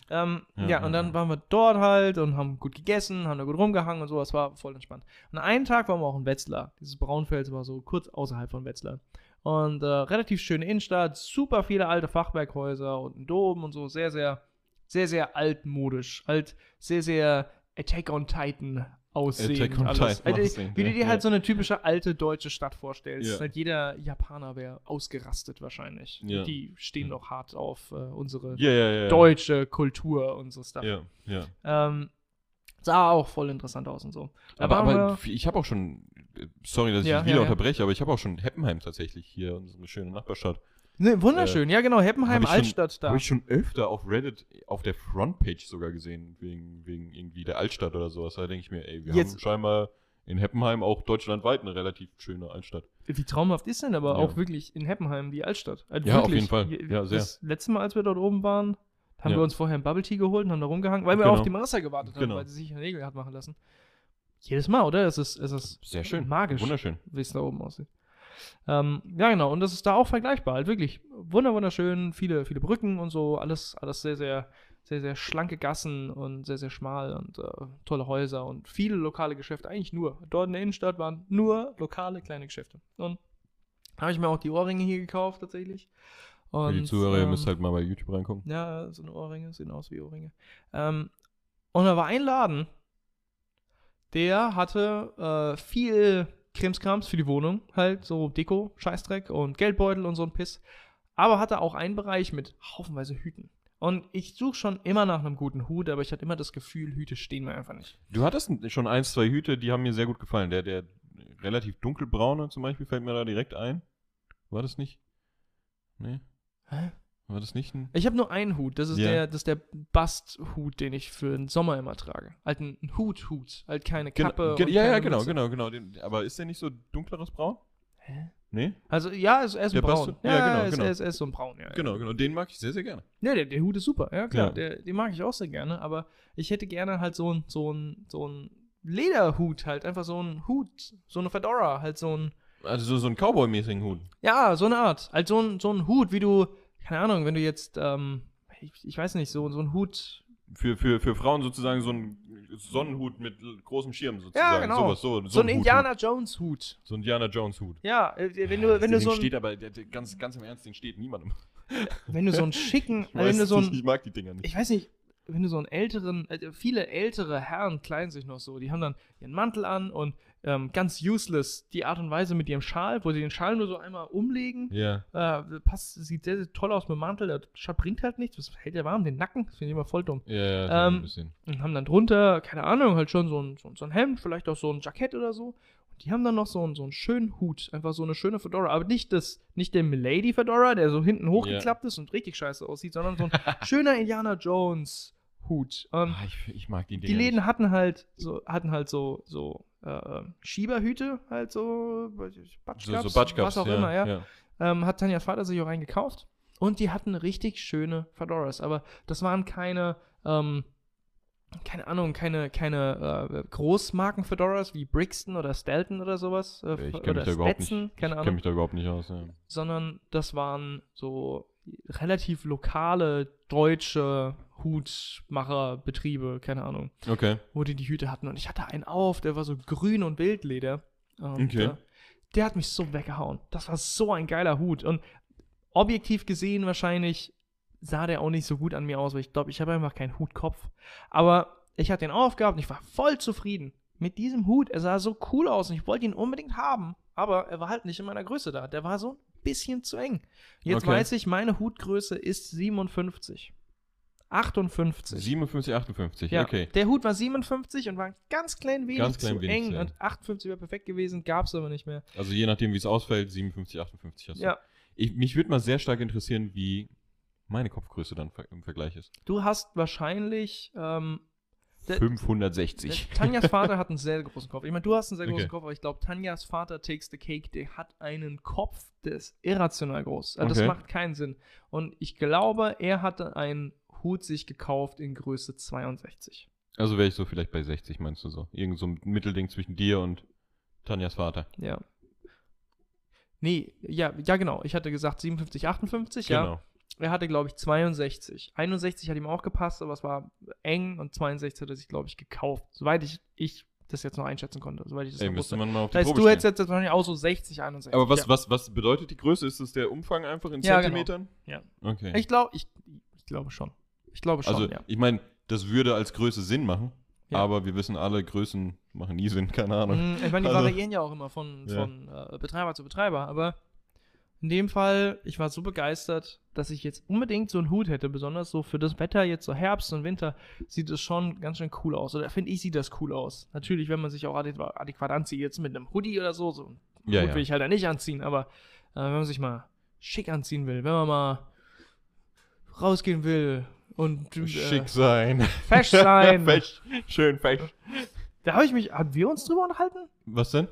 S2: Ähm,
S1: Ja,
S2: ja,
S1: ja,
S2: und dann
S1: ja.
S2: waren wir dort halt und haben gut gegessen, haben da gut rumgehangen und so. Es war voll entspannt. Und einen Tag waren wir auch in Wetzlar. Dieses Braunfels war so kurz außerhalb von Wetzlar. Und äh, relativ schöne Innenstadt, super viele alte Fachwerkhäuser und ein Dom und so. Sehr, sehr, sehr, sehr altmodisch. Alt, sehr, sehr Attack on Titan aussehen.
S1: Attack on
S2: alles.
S1: Titan
S2: Also,
S1: aussehend,
S2: wie du
S1: ja.
S2: dir halt
S1: Ja.
S2: so eine typische alte deutsche Stadt vorstellst.
S1: Ja.
S2: Halt jeder Japaner wäre ausgerastet wahrscheinlich.
S1: Ja.
S2: Die stehen
S1: Ja.
S2: doch hart auf äh, unsere
S1: Ja, ja, ja. ja.
S2: deutsche Kultur und so Stuff.
S1: Ja, ja.
S2: Ähm, sah auch voll interessant aus und so. Da
S1: Aber,
S2: waren
S1: aber
S2: wir-
S1: ich habe auch schon, äh, sorry, dass ich
S2: Ja,
S1: dich wieder
S2: ja, ja.
S1: unterbreche, aber ich habe auch schon Heppenheim tatsächlich hier, unsere schöne Nachbarstadt.
S2: ne, wunderschön, ja genau,
S1: hab
S2: Heppenheim,
S1: ich schon-
S2: Altstadt da.
S1: Habe ich schon öfter auf Reddit äh, auf der Frontpage sogar gesehen, wegen, wegen irgendwie der Altstadt oder sowas. Da denke ich mir, ey, wir
S2: Jetzt-
S1: haben scheinbar in Heppenheim auch deutschlandweit eine relativ schöne Altstadt.
S2: Wie traumhaft ist denn aber
S1: Ja.
S2: auch wirklich in Heppenheim die Altstadt? Also
S1: Ja, auf
S2: wirklich,
S1: jeden Fall.
S2: je-
S1: Ja, sehr.
S2: Das letzte Mal, als wir dort oben waren, haben
S1: Ja.
S2: wir uns vorher einen Bubble Tea geholt und haben da rumgehangen, weil wir
S1: Genau.
S2: auf die Marissa gewartet haben,
S1: Genau.
S2: weil sie sich ihre Nägel hat machen lassen. Jedes Mal, oder? Es ist, es ist
S1: Sehr schön.
S2: magisch.
S1: Wunderschön.
S2: wie es da oben aussieht. Ähm, ja, genau. Und das ist da auch vergleichbar, halt wirklich wunder wunderschön, viele, viele Brücken und so, alles, alles sehr, sehr, sehr, sehr schlanke Gassen und sehr, sehr schmal und äh, tolle Häuser und viele lokale Geschäfte, eigentlich nur. Dort in der Innenstadt waren nur lokale kleine Geschäfte. Und habe ich mir auch die Ohrringe hier gekauft tatsächlich. Und,
S1: Für die Zuhörer, ihr
S2: ähm,
S1: müsst halt mal bei YouTube reingucken.
S2: ja, so eine Ohrringe, sehen aus wie Ohrringe. Ähm, und da war ein Laden, der hatte äh, viel Krimskrams für die Wohnung, halt so Deko, Scheißdreck und Geldbeutel und so ein Piss. Aber hatte auch einen Bereich mit haufenweise Hüten. Und ich suche schon immer nach einem guten Hut, aber ich hatte immer das Gefühl, Hüte stehen mir einfach nicht.
S1: Du hattest schon eins, zwei Hüte, die haben mir sehr gut gefallen. Der, der relativ dunkelbraune zum Beispiel fällt mir da direkt ein. War das nicht? Nee.
S2: Hä? Äh,
S1: War das nicht ein.
S2: Ich habe nur einen Hut. Das ist
S1: Ja.
S2: der, das ist der Basthut, den ich für den Sommer immer trage. Halt ein Hut-Hut. Halt keine Kappe.
S1: Genau, ge-
S2: und
S1: ja, ja,
S2: keine
S1: genau,
S2: Mütze.
S1: genau, genau. Den, aber ist der nicht so dunkleres Braun?
S2: Hä?
S1: Nee?
S2: Also ja, ist, er ist
S1: Der
S2: braun.
S1: Basthut?
S2: Ja,
S1: Ja, genau,
S2: er ist,
S1: genau.
S2: Er ist, er ist so ein braun. Ja, ja.
S1: Genau, genau. Den mag ich sehr, sehr gerne.
S2: Ja, der, der Hut ist super. Ja, klar.
S1: Ja.
S2: Der, den mag ich auch sehr gerne. Aber ich hätte gerne halt so ein, so ein, so ein Lederhut halt. Einfach so ein Hut. So eine Fedora. Halt so ein.
S1: Also so, so einen Cowboy-mäßigen Hut.
S2: Ja, so eine Art. Halt so ein, so ein Hut, wie du. Keine Ahnung, wenn du jetzt. Ähm, ich, ich weiß nicht, so, so ein Hut.
S1: Für, für, für Frauen sozusagen so einen Sonnenhut mit l- großem Schirm sozusagen.
S2: Ja, genau.
S1: Sowas, so,
S2: So ein
S1: Hut,
S2: Indiana Jones Hut.
S1: Hut. So ein Indiana Jones-Hut.
S2: Ja, äh, wenn du, wenn
S1: Der
S2: du
S1: Ding
S2: so einen,
S1: steht aber, der, der, ganz, ganz im Ernst, den steht niemandem.
S2: wenn du so einen schicken,
S1: Ich,
S2: Also wenn
S1: weiß
S2: du so
S1: nicht,
S2: einen,
S1: ich mag die Dinger nicht.
S2: ich weiß nicht, wenn du so einen älteren, äh, viele ältere Herren kleiden sich noch so, die haben dann ihren Mantel an und ähm, ganz useless die Art und Weise mit ihrem Schal, wo sie den Schal nur so einmal umlegen.
S1: Ja.
S2: Äh, passt, sieht sehr, sehr toll aus mit dem Mantel, der Schal bringt halt nichts, was hält ja warm, den Nacken, das finde ich immer voll dumm.
S1: Ja, ja, so
S2: Ähm,
S1: ein bisschen.
S2: Und haben dann drunter, keine Ahnung, halt schon so ein, so, ein- so ein Hemd, vielleicht auch so ein Jackett oder so. Und die haben dann noch so einen, so einen schönen Hut, einfach so eine schöne Fedora. Aber nicht das, nicht der Milady Fedora, der so hinten hochgeklappt ist und richtig scheiße aussieht, sondern so ein schöner Indiana Jones Hut. Und
S1: Ah, ich, ich mag die Dinger
S2: ähm, die
S1: nicht.
S2: Läden hatten halt so, hatten halt so, so äh, Schieberhüte, halt so, weiß ich,
S1: So,
S2: Batschkaps,
S1: so Batschkaps,
S2: was auch immer, ja
S1: ja.
S2: ähm, hat Tanja Vater sich auch einen gekauft. Und die hatten richtig schöne Fedoras, aber das waren keine, ähm, keine Ahnung, keine, keine äh, Großmarken-Fedoras wie Brixton oder Stelton oder sowas. Äh,
S1: Ich kenne
S2: oder
S1: mich da überhaupt
S2: Stetson,
S1: nicht.
S2: keine
S1: ich kenne
S2: Ahnung.
S1: mich da überhaupt nicht aus. Ja.
S2: Sondern das waren so relativ lokale deutsche Hutmacherbetriebe, keine Ahnung
S1: Okay.
S2: wo die die Hüte hatten. Und ich hatte einen auf, der war so grün und Wildleder. Und,
S1: Okay.
S2: Äh, der hat mich so weggehauen. Das war so ein geiler Hut. Und objektiv gesehen wahrscheinlich sah der auch nicht so gut an mir aus, weil ich glaube, ich habe einfach keinen Hutkopf. Aber ich hatte den aufgehabt und ich war voll zufrieden mit diesem Hut. Er sah so cool aus und ich wollte ihn unbedingt haben. Aber er war halt nicht in meiner Größe da. Der war so ein bisschen zu eng. Jetzt
S1: Okay.
S2: weiß ich, meine Hutgröße ist 57. 58.
S1: 57, 58.
S2: Ja,
S1: Okay.
S2: der Hut war 57 und war ein ganz klein wenig
S1: Ganz klein
S2: zu
S1: wenig
S2: eng
S1: zu eng.
S2: und 58 wäre perfekt gewesen, gab es aber nicht mehr.
S1: Also je nachdem, wie es ausfällt, 57, 58 hast du.
S2: Ja,
S1: Ich, mich würde mal sehr stark interessieren, wie meine Kopfgröße dann ver- im Vergleich ist.
S2: du hast wahrscheinlich, ähm, Der-
S1: 560.
S2: Tanjas Vater hat einen sehr großen Kopf. Ich meine, du hast einen sehr großen
S1: Okay.
S2: Kopf, aber ich glaube, Tanjas Vater takes the cake, der hat einen Kopf, der ist irrational groß. Also das
S1: Okay.
S2: macht keinen Sinn. Und ich glaube, er hatte einen Hut sich gekauft in Größe 62.
S1: Also wäre ich so vielleicht bei 60, meinst du so? Irgend so ein Mittelding zwischen dir und Tanjas Vater.
S2: Ja. Nee, ja, ja genau. Ich hatte gesagt 57, 58, ja.
S1: Genau.
S2: Er hatte, glaube ich, 62. 61 hat ihm auch gepasst, aber es war eng und 62 hat er sich, glaube ich, gekauft. Soweit ich, ich das jetzt noch einschätzen konnte. Soweit ich das
S1: Ey,
S2: noch
S1: müsste
S2: wusste.
S1: man mal auf die
S2: Das heißt,
S1: Probe
S2: du hättest
S1: stellen.
S2: jetzt wahrscheinlich auch so 60, 61.
S1: Aber was,
S2: ja.
S1: was, was bedeutet die Größe? Ist das der Umfang einfach in
S2: Ja, genau.
S1: Zentimetern?
S2: Ja.
S1: Okay.
S2: Ich glaube, ich, ich glaube schon. Ich glaube schon,
S1: also
S2: ja.
S1: ich meine, das würde als Größe Sinn machen,
S2: Ja.
S1: aber wir wissen alle, Größen machen nie Sinn, keine Ahnung.
S2: Mm, Ich meine, die
S1: Also-
S2: variieren ja auch immer von,
S1: Ja.
S2: von äh, Betreiber zu Betreiber, aber in dem Fall, ich war so begeistert, dass ich jetzt unbedingt so einen Hut hätte, besonders so für das Wetter, jetzt so Herbst und Winter, sieht es schon ganz schön cool aus. Oder finde ich, sieht das cool aus. Natürlich, wenn man sich auch adäqu- adäquat anzieht, jetzt mit einem Hoodie oder so, so einen
S1: Ja,
S2: Hut
S1: ja.
S2: will ich halt da nicht anziehen, aber äh, wenn man sich mal schick anziehen will, wenn man mal rausgehen will und äh,
S1: Schick sein.
S2: fesch sein.
S1: Fesch. Schön fesch.
S2: Da habe ich mich, haben wir uns drüber unterhalten?
S1: Was denn?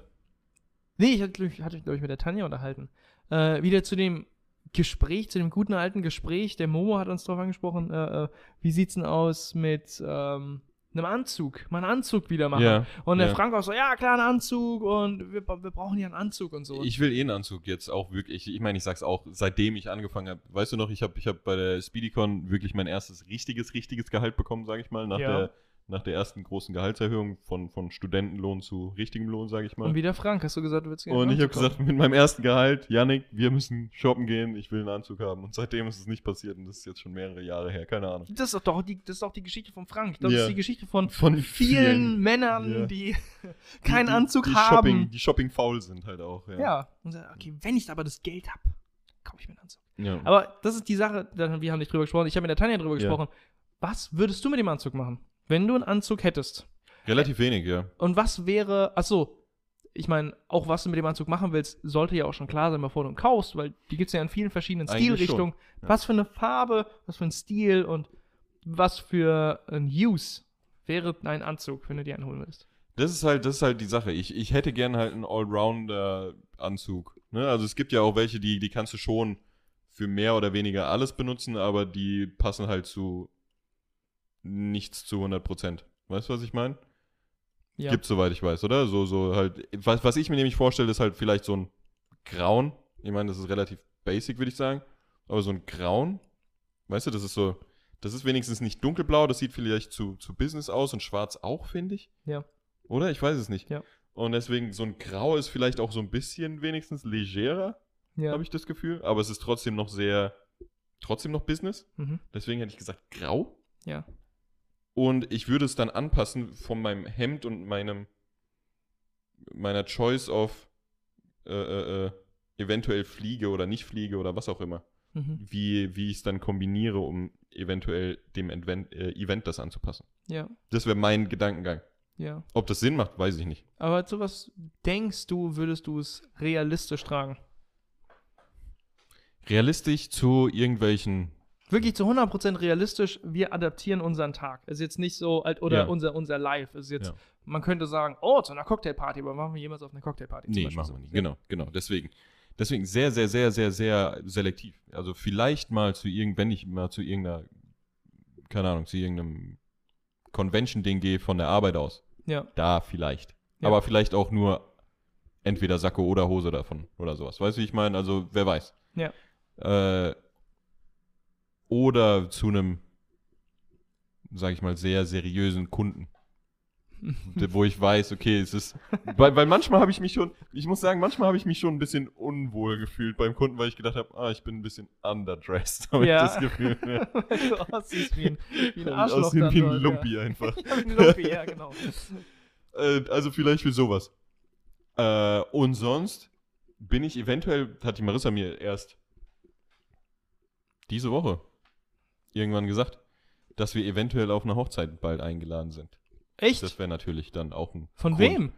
S2: Nee, ich hatte, mich- hatte mich, glaube ich, mit der Tanja unterhalten. Äh, wieder zu dem Gespräch, zu dem guten alten Gespräch. Der Momo hat uns darauf angesprochen, äh, äh, wie sieht's denn aus mit ähm, einem Anzug? Mal einen Anzug wieder machen.
S1: Ja,
S2: und der
S1: ja.
S2: Frank auch so, ja, klar, einen Anzug und wir, wir brauchen ja einen Anzug und so.
S1: Ich will eh einen Anzug jetzt auch wirklich. Ich meine, ich sag's auch, seitdem ich angefangen habe. Weißt du noch, ich habe ich hab bei der Speedycon wirklich mein erstes richtiges, richtiges Gehalt bekommen, sage ich mal, nach,
S2: Ja.
S1: der, nach der ersten großen Gehaltserhöhung von, von Studentenlohn zu richtigem Lohn, sage ich mal.
S2: und wieder Frank, hast du gesagt, du willst gerne
S1: Und
S2: einen
S1: ich habe
S2: Anzug
S1: gesagt, mit meinem ersten Gehalt, Yannick, wir müssen shoppen gehen, ich will einen Anzug haben. Und seitdem ist es nicht passiert und das ist jetzt schon mehrere Jahre her, keine Ahnung.
S2: kaufen. das ist doch die, das ist doch die Geschichte von Frank. Ich glaube,
S1: Ja.
S2: Das ist die Geschichte von
S1: Von
S2: vielen, Männern,
S1: Ja.
S2: die
S1: die-
S2: keinen
S1: die-
S2: Anzug
S1: die
S2: haben.
S1: Shopping, die Shopping faul sind halt auch, ja.
S2: ja. Und sagt, okay, wenn ich aber das Geld habe, kaufe ich mir einen Anzug.
S1: Ja.
S2: Aber das ist die Sache, da- wir haben nicht drüber gesprochen, ich habe mit der Tanja drüber
S1: Ja.
S2: gesprochen. Was würdest du mit dem Anzug machen, wenn du einen Anzug hättest?
S1: Relativ wenig, ja.
S2: Und was wäre, ach so, ich meine, auch was du mit dem Anzug machen willst, sollte ja auch schon klar sein, bevor du ihn kaufst, weil die gibt es ja in vielen verschiedenen
S1: Eigentlich schon,
S2: Stilrichtungen.
S1: ja.
S2: Was für eine Farbe, was für ein Stil und was für ein Use wäre ein Anzug, wenn du dir einen holen willst.
S1: Das ist halt, das ist halt die Sache. Ich, ich hätte gern halt einen Allrounder-Anzug. Ne? Also es gibt ja auch welche, die, die kannst du schon für mehr oder weniger alles benutzen, aber die passen halt zu nichts zu 100%. Weißt du, was ich meine?
S2: Ja.
S1: Gibt soweit ich weiß, oder? So, so halt, was, was ich mir nämlich vorstelle, ist halt vielleicht so ein Grauen. Ich meine, das ist relativ basic, würde ich sagen. Aber so ein Grauen, weißt du, das ist so, das ist wenigstens nicht dunkelblau, das sieht vielleicht zu, zu Business aus und schwarz auch, finde ich.
S2: Ja.
S1: Oder? Ich weiß es nicht.
S2: Ja.
S1: Und deswegen, so ein Grau ist vielleicht auch so ein bisschen wenigstens legerer,
S2: ja.
S1: habe ich das Gefühl. Aber es ist trotzdem noch sehr, trotzdem noch Business.
S2: Mhm.
S1: Deswegen hätte ich gesagt grau.
S2: Ja.
S1: Und ich würde es dann anpassen von meinem Hemd und meinem meiner Choice of äh, äh, äh, eventuell fliege oder nicht fliege oder was auch immer.
S2: Mhm.
S1: Wie, wie ich es dann kombiniere, um eventuell dem Advent, äh, Event das anzupassen.
S2: ja.
S1: Das wäre mein Gedankengang.
S2: Ja.
S1: Ob das Sinn macht, weiß ich nicht.
S2: Aber zu was denkst du, würdest du es realistisch tragen?
S1: Realistisch zu irgendwelchen
S2: Wirklich zu 100% realistisch, wir adaptieren unseren Tag. Es ist jetzt nicht so, alt- oder
S1: Ja.
S2: unser, unser Live ist jetzt,
S1: Ja.
S2: man könnte sagen, oh, zu einer Cocktailparty, aber machen wir jemals auf einer Cocktailparty? zum
S1: Nee,
S2: Beispiel
S1: machen
S2: so. ne?
S1: wir nicht. Genau, genau. Deswegen. Deswegen sehr, sehr, sehr, sehr, sehr selektiv. Also vielleicht mal zu irgend, wenn ich mal zu irgendeiner, keine Ahnung, zu irgendeinem Convention-Ding gehe von der Arbeit aus.
S2: Ja,
S1: Da vielleicht.
S2: Ja.
S1: Aber vielleicht auch nur entweder Sakko oder Hose davon oder sowas. Weißt du, wie ich meine? Also wer weiß.
S2: Ja.
S1: Äh, oder zu einem, sag ich mal, sehr seriösen Kunden wo ich weiß, okay, es ist. Weil, weil manchmal habe ich mich schon, ich muss sagen, manchmal habe ich mich schon ein bisschen unwohl gefühlt beim Kunden, weil ich gedacht habe, ah, ich bin ein bisschen underdressed, habe
S2: Ja.
S1: ich das Gefühl. Ja.
S2: du aussiehst Oh, wie ein, wie ein
S1: Weil ich
S2: Arschloch.
S1: aussehe
S2: dann
S1: wie
S2: dort,
S1: ein Lumpi einfach.
S2: Ja. wie ein Lumpi, ja, genau.
S1: Äh, also vielleicht für sowas. Äh, und sonst bin ich eventuell, hat die Marissa mir erst diese Woche irgendwann gesagt, dass wir eventuell auf eine Hochzeit bald eingeladen sind.
S2: Echt?
S1: Das wäre natürlich dann auch ein.
S2: Von
S1: Grund.
S2: wem?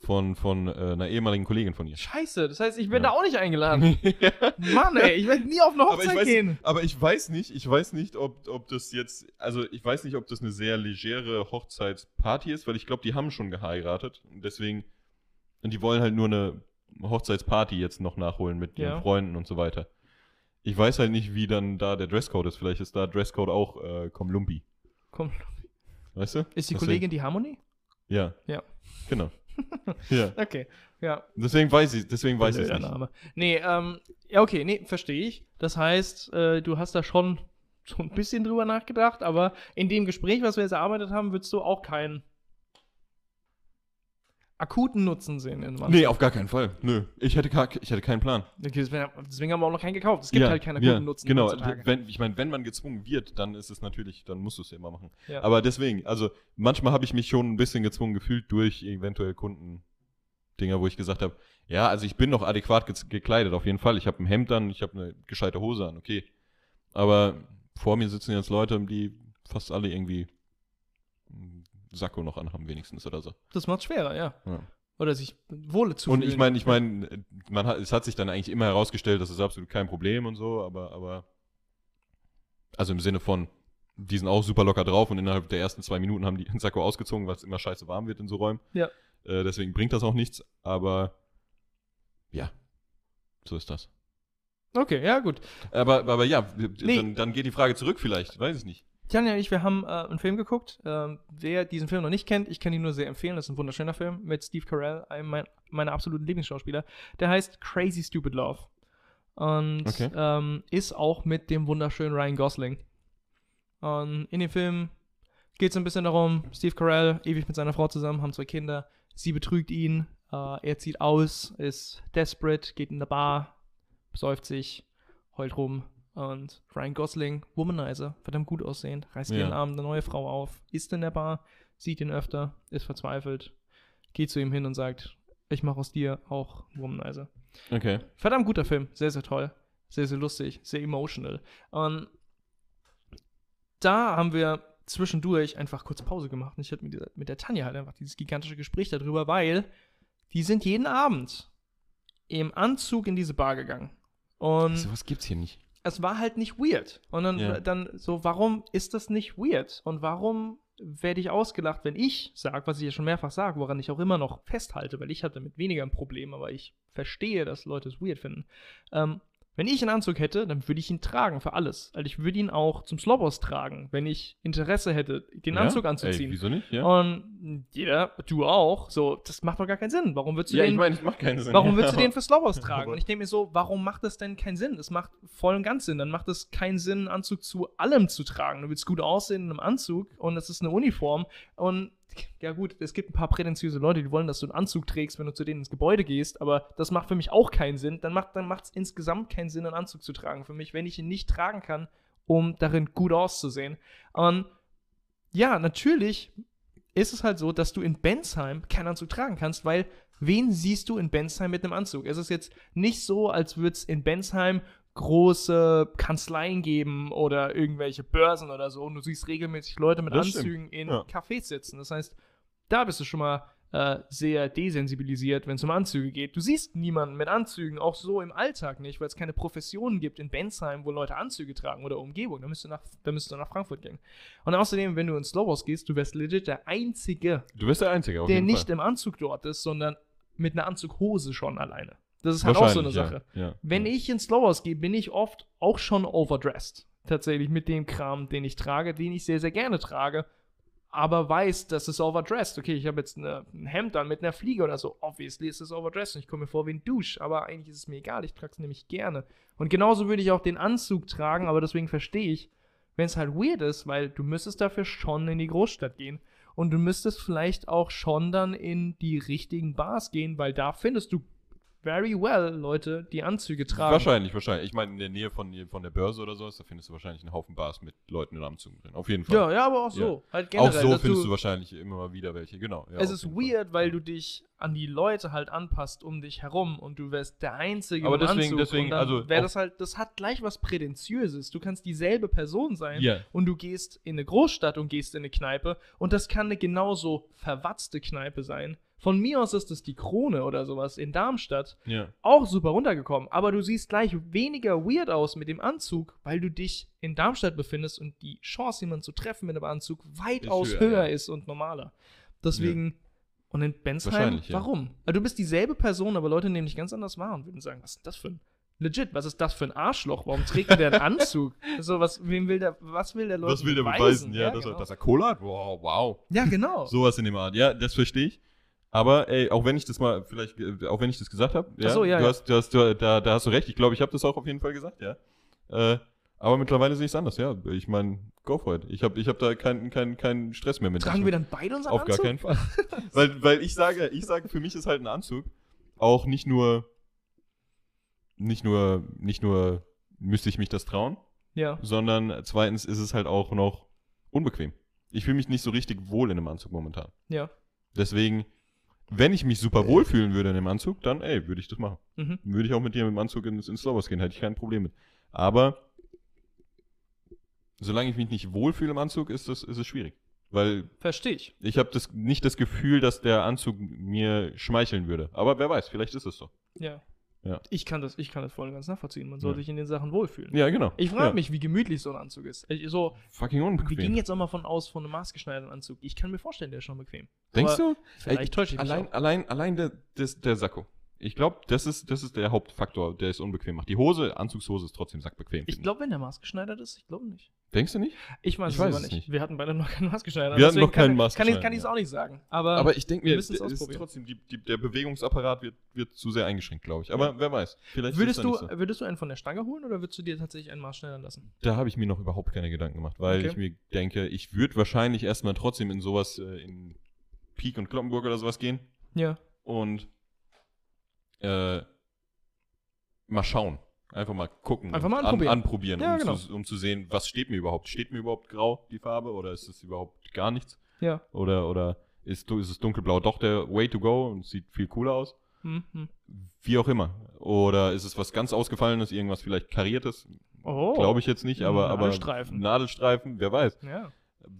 S1: Von, von äh, einer ehemaligen Kollegin von ihr.
S2: Scheiße, das heißt, ich werde
S1: Ja.
S2: da auch nicht eingeladen. Mann, ey, ich werde nie auf eine
S1: aber ich,
S2: Hochzeit
S1: weiß,
S2: gehen.
S1: aber ich weiß nicht, ich weiß nicht, ob, ob das jetzt, also ich weiß nicht, ob das eine sehr legere Hochzeitsparty ist, weil ich glaube, die haben schon geheiratet. Und deswegen, und die wollen halt nur eine Hochzeitsparty jetzt noch nachholen mit ihren
S2: Ja.
S1: Freunden und so weiter. Ich weiß halt nicht, wie dann da der Dresscode ist. Vielleicht ist da Dresscode auch äh, Komlumpi.
S2: Komm,
S1: Weißt du?
S2: ist die
S1: Deswegen-
S2: Kollegin die Harmonie?
S1: Ja.
S2: Ja.
S1: Genau. ja.
S2: Okay, ja.
S1: Deswegen weiß ich, deswegen weiß ich
S2: Blöder
S1: nicht.
S2: Name. Nee, ähm, ja, okay, nee, verstehe ich. Das heißt, äh, du hast da schon so ein bisschen drüber nachgedacht, aber in dem Gespräch, was wir jetzt erarbeitet haben, würdest du auch keinen akuten Nutzen sehen in was.
S1: Nee, auf gar keinen Fall. Nö. Ich hätte, gar, ich hätte keinen Plan.
S2: Okay, deswegen, deswegen haben wir auch noch keinen gekauft. Es gibt
S1: Ja,
S2: halt keinen akuten
S1: ja,
S2: Nutzen
S1: Genau,
S2: heutzutage.
S1: wenn, ich meine, wenn man gezwungen wird, dann ist es natürlich, dann musst du es ja immer machen.
S2: Ja.
S1: Aber deswegen, also manchmal habe ich mich schon ein bisschen gezwungen gefühlt durch eventuell Kundendinger, wo ich gesagt habe, ja, also ich bin noch adäquat ge gekleidet, auf jeden Fall. Ich habe ein Hemd an, ich habe eine gescheite Hose an, okay. Aber vor mir sitzen jetzt Leute, die fast alle irgendwie einen Sakko noch anhaben, wenigstens oder so.
S2: Das macht schwerer, ja.
S1: Ja.
S2: Oder sich wohle zu
S1: Und
S2: fühlen.
S1: ich meine, ich meine, man hat, es hat sich dann eigentlich immer herausgestellt, das ist absolut kein Problem und so, aber, aber also im Sinne von, die sind auch super locker drauf und innerhalb der ersten zwei Minuten haben die den Sakko ausgezogen, weil es immer scheiße warm wird in so Räumen.
S2: Ja.
S1: Äh, deswegen bringt das auch nichts, aber ja, so ist das.
S2: Okay, ja, gut.
S1: Aber, aber ja, w-
S2: Nee.
S1: dann, dann geht die Frage zurück vielleicht, weiß ich nicht.
S2: Tanja und ich, wir haben äh, einen Film geguckt. Ähm, wer diesen Film noch nicht kennt, ich kann ihn nur sehr empfehlen. Das ist ein wunderschöner Film mit Steve Carell, einem mein, meiner absoluten Lieblingsschauspieler. Der heißt Crazy Stupid Love. Und
S1: Okay.
S2: ähm, ist auch mit dem wunderschönen Ryan Gosling. Und in dem Film geht es ein bisschen darum, Steve Carell, ewig mit seiner Frau zusammen, haben zwei Kinder. Sie betrügt ihn, äh, er zieht aus, ist desperate, geht in eine Bar, besäuft sich, heult rum. Und Ryan Gosling, Womanizer, verdammt gut aussehend, reißt
S1: Ja.
S2: jeden Abend eine neue Frau auf, ist in der Bar, sieht ihn öfter, ist verzweifelt, geht zu ihm hin und sagt, ich mache aus dir auch Womanizer.
S1: Okay.
S2: Verdammt guter Film, sehr, sehr toll, sehr, sehr lustig, sehr emotional. Und da haben wir zwischendurch einfach kurz Pause gemacht und ich hatte mit, dieser- mit der Tanja halt einfach dieses gigantische Gespräch darüber, weil die sind jeden Abend im Anzug in diese Bar gegangen. Und
S1: So was gibt's hier nicht.
S2: es war halt nicht weird. Und dann,
S1: Ja.
S2: dann so, warum ist das nicht weird? Und warum werde ich ausgelacht, wenn ich sage, was ich ja schon mehrfach sage, woran ich auch immer noch festhalte, weil ich habe damit weniger ein Problem, aber ich verstehe, dass Leute es weird finden. Ähm, wenn ich einen Anzug hätte, dann würde ich ihn tragen für alles. Also ich würde ihn auch zum Slobos tragen, wenn ich Interesse hätte, den Anzug
S1: ja? Ey,
S2: anzuziehen.
S1: wieso nicht? Ja,
S2: Und jeder, du auch, so, das macht doch gar keinen Sinn. Warum würdest du
S1: ja
S2: den
S1: ich meine, das macht keinen Sinn.
S2: Warum
S1: ja.
S2: willst du den für Star Wars tragen?
S1: Aber-
S2: Und ich denke mir so, warum macht das denn keinen Sinn? Es macht voll und ganz Sinn. Dann macht es keinen Sinn, einen Anzug zu allem zu tragen. Du willst gut aussehen in einem Anzug und das ist eine Uniform. Und ja gut, es gibt ein paar prätentiöse Leute, die wollen, dass du einen Anzug trägst, wenn du zu denen ins Gebäude gehst, aber das macht für mich auch keinen Sinn. Dann macht es insgesamt keinen Sinn, einen Anzug zu tragen für mich, wenn ich ihn nicht tragen kann, um darin gut auszusehen. Und ja, natürlich ist es halt so, dass du in Bensheim keinen Anzug tragen kannst, weil wen siehst du in Bensheim mit einem Anzug? Es ist jetzt nicht so, als würde es in Bensheim große Kanzleien geben oder irgendwelche Börsen oder so und du siehst regelmäßig Leute mit
S1: Das stimmt,
S2: Anzügen in
S1: ja.
S2: Cafés sitzen. Das heißt, da bist du schon mal äh, sehr desensibilisiert, wenn es um Anzüge geht. Du siehst niemanden mit Anzügen, auch so im Alltag nicht, weil es keine Professionen gibt in Bensheim, wo Leute Anzüge tragen oder Umgebung. Da müsstest du nach, da müsstest du nach Frankfurt gehen. Und außerdem, wenn du ins Slowhouse gehst, du wärst legit der Einzige,
S1: Du bist der Einzige, auf
S2: der
S1: jeden
S2: nicht
S1: Fall.
S2: im Anzug dort ist, sondern mit einer Anzughose schon alleine. Das ist halt auch so eine
S1: Wahrscheinlich,
S2: Sache.
S1: Ja. Ja.
S2: Wenn ich ins Slowhouse gehe, bin ich oft auch schon overdressed. Tatsächlich mit dem Kram, den ich trage, den ich sehr, sehr gerne trage, aber weiß, dass es overdressed. Okay, ich habe jetzt eine, ein Hemd an mit einer Fliege oder so. Obviously ist es overdressed und ich komme mir vor wie ein Dusch, aber eigentlich ist es mir egal. Ich trage es nämlich gerne. Und genauso würde ich auch den Anzug tragen, aber deswegen verstehe ich, wenn es halt weird ist, weil du müsstest dafür schon in die Großstadt gehen. Und du müsstest vielleicht auch schon dann in die richtigen Bars gehen, weil da findest du very well Leute, die Anzüge tragen.
S1: Wahrscheinlich, wahrscheinlich. Ich meine, in der Nähe von, von der Börse oder sowas, da findest du wahrscheinlich einen Haufen Bars mit Leuten in Anzügen drin. Auf jeden Fall.
S2: Ja, ja, aber auch so. Halt generell,
S1: auch so
S2: dass
S1: findest du, wahrscheinlich immer mal wieder welche, genau. Ja,
S2: es
S1: auf
S2: ist
S1: jeden
S2: weird,
S1: Fall.
S2: weil du dich an die Leute halt anpasst um dich herum und du wärst der Einzige
S1: Aber
S2: im
S1: deswegen-
S2: Anzug
S1: deswegen,
S2: und dann
S1: also
S2: wäre
S1: auch-
S2: das halt, das hat gleich was Prätentiöses. Du kannst dieselbe Person sein
S1: Ja.
S2: und du gehst in eine Großstadt und gehst in eine Kneipe und das kann eine genauso verwatzte Kneipe sein. Von mir aus ist es die Krone oder sowas in Darmstadt
S1: Ja.
S2: auch super runtergekommen, aber du siehst gleich weniger weird aus mit dem Anzug, weil du dich in Darmstadt befindest und die Chance, jemanden zu treffen mit einem Anzug, weitaus
S1: höher,
S2: höher,
S1: ja.
S2: ist und normaler. Deswegen, und in Bensheim,
S1: Wahrscheinlich, ja.
S2: warum? Also du bist dieselbe Person, aber Leute nehmen dich ganz anders wahr und würden sagen, was ist das für ein, legit, was ist das für ein Arschloch? Warum trägt der einen Anzug? Also was, wem will der, was will der Leute
S1: Was will der beweisen? Ja, dass,
S2: genau.
S1: er, dass er Cola hat? Wow, wow.
S2: ja, genau.
S1: Sowas in dem Art. Ja, das verstehe ich. Aber ey, auch wenn ich das mal vielleicht, äh, auch wenn ich das gesagt habe, ja,
S2: Ach so, ja,
S1: du
S2: ja.
S1: hast, du hast, du, da, da hast du recht. Ich glaube, ich habe das auch auf jeden Fall gesagt, ja. Äh, aber mittlerweile sehe ich es anders, ja. Ich meine, go for it. Ich habe, ich habe da keinen, keinen, keinen Stress mehr mit.
S2: Tragen wir dann beide unseren
S1: Auf
S2: Anzug?
S1: gar keinen Fall. weil, weil ich sage, ich sage, für mich ist halt ein Anzug auch nicht nur, nicht nur, nicht nur müsste ich mich das trauen,
S2: Ja.
S1: sondern zweitens ist es halt auch noch unbequem. Ich fühle mich nicht so richtig wohl in einem Anzug momentan.
S2: Ja.
S1: Deswegen, wenn ich mich super wohl fühlen würde in dem Anzug, dann, ey, würde ich das machen.
S2: Mhm.
S1: Würde ich auch mit dir mit dem Anzug ins, ins Slowers gehen, hätte ich kein Problem mit. Aber solange ich mich nicht wohlfühle im Anzug, ist, das, ist es schwierig. Weil
S2: Verstehe ich.
S1: ich habe das, nicht das Gefühl, dass der Anzug mir schmeicheln würde. Aber wer weiß, vielleicht ist es so.
S2: Ja.
S1: Ja.
S2: Ich kann das, ich kann das voll und ganz nachvollziehen. Man
S1: Ja.
S2: soll sich in den Sachen wohlfühlen.
S1: Ja, genau.
S2: Ich frage
S1: ja.
S2: mich, wie gemütlich so ein Anzug ist. Ich, so,
S1: Fucking
S2: wir gehen
S1: unbequem.
S2: jetzt auch mal von aus von einem maßgeschneiderten Anzug. Ich kann mir vorstellen, der ist schon bequem.
S1: Denkst
S2: aber
S1: du? Ey,
S2: Vielleicht täusche ich mich
S1: Allein,
S2: auch.
S1: allein, allein der, des, der Sakko. Ich glaube, das ist, das ist der Hauptfaktor, der es unbequem macht. Die Hose, Anzugshose ist trotzdem sackbequem.
S2: Ich glaube, wenn der maßgeschneidert ist, ich glaube nicht.
S1: Denkst du nicht?
S2: Ich
S1: Ich
S2: weiß, es
S1: weiß
S2: aber
S1: es
S2: nicht.
S1: nicht.
S2: Wir hatten beide noch keinen maßgeschneider.
S1: Wir hatten noch keinen
S2: Kann ich,
S1: Maßgeschneiderten,
S2: kann ich es
S1: ja.
S2: auch nicht sagen. Aber,
S1: Aber ich denke
S2: wir
S1: mir,
S2: müssen es
S1: der- ist
S2: ausprobieren.
S1: trotzdem die, die, der Bewegungsapparat wird, wird zu sehr eingeschränkt, glaube ich. Aber wer weiß. Vielleicht ist
S2: würdest
S1: es ja
S2: du,
S1: nicht so.
S2: würdest du einen von der Stange holen oder würdest du dir tatsächlich einen maßschneidern lassen?
S1: Da habe ich mir noch überhaupt keine Gedanken gemacht, weil
S2: Okay.
S1: ich mir denke, ich würde wahrscheinlich erstmal trotzdem in sowas, äh, in Peak und Kloppenburg oder sowas gehen
S2: Ja.
S1: und äh, mal schauen. Einfach mal gucken.
S2: Einfach mal
S1: und
S2: anprobieren.
S1: An, anprobieren
S2: Ja,
S1: um,
S2: genau.
S1: zu, um zu sehen, was steht mir überhaupt. Steht mir überhaupt grau die Farbe oder ist es überhaupt gar nichts?
S2: Ja.
S1: Oder, oder ist, du- ist es dunkelblau doch der Way to go und sieht viel cooler aus?
S2: Hm, hm.
S1: Wie auch immer. Oder ist es was ganz Ausgefallenes, irgendwas vielleicht Kariertes?
S2: Oh.
S1: Glaube ich jetzt nicht, aber. aber-
S2: Nadelstreifen.
S1: Nadelstreifen, wer weiß.
S2: Ja.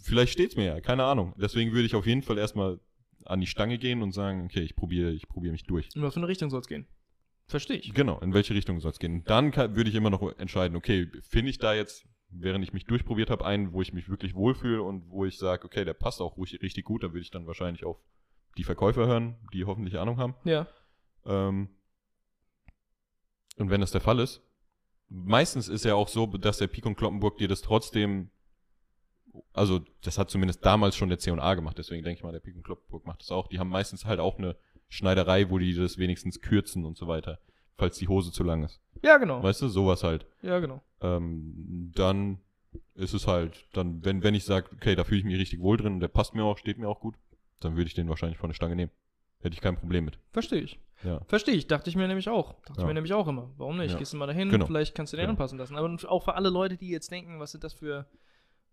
S1: Vielleicht steht es mir ja, keine Ahnung. Deswegen würde ich auf jeden Fall erstmal an die Stange gehen und sagen, okay, ich probiere ich probier mich durch.
S2: In was für eine Richtung soll es gehen? Verstehe ich.
S1: Genau, in welche Richtung soll es gehen? Und Dann kann, würde ich immer noch entscheiden, okay, finde ich da jetzt, während ich mich durchprobiert habe, einen, wo ich mich wirklich wohlfühle und wo ich sage, okay, der passt auch ruhig, richtig gut, da würde ich dann wahrscheinlich auf die Verkäufer hören, die hoffentlich Ahnung haben.
S2: Ja.
S1: Ähm, und wenn das der Fall ist, meistens ist ja auch so, dass der Pik und Kloppenburg dir das trotzdem, also das hat zumindest damals schon der C&A gemacht, deswegen denke ich mal, der Pik und Kloppenburg macht das auch. Die haben meistens halt auch eine Schneiderei, wo die das wenigstens kürzen und so weiter, falls die Hose zu lang ist.
S2: Ja, genau.
S1: Weißt du, sowas halt.
S2: Ja, genau.
S1: Ähm, dann ist es halt, dann, wenn, wenn ich sage, okay, da fühle ich mich richtig wohl drin und der passt mir auch, steht mir auch gut, dann würde ich den wahrscheinlich von der Stange nehmen. Hätte ich kein Problem mit.
S2: Verstehe ich.
S1: Ja.
S2: Verstehe ich. Dachte ich mir nämlich auch. Dachte ich
S1: Ja.
S2: mir nämlich auch immer. Warum nicht?
S1: Ja.
S2: Gehst du mal dahin,
S1: Genau.
S2: vielleicht kannst du den
S1: Genau.
S2: anpassen lassen. Aber auch für alle Leute, die jetzt denken, was sind das für,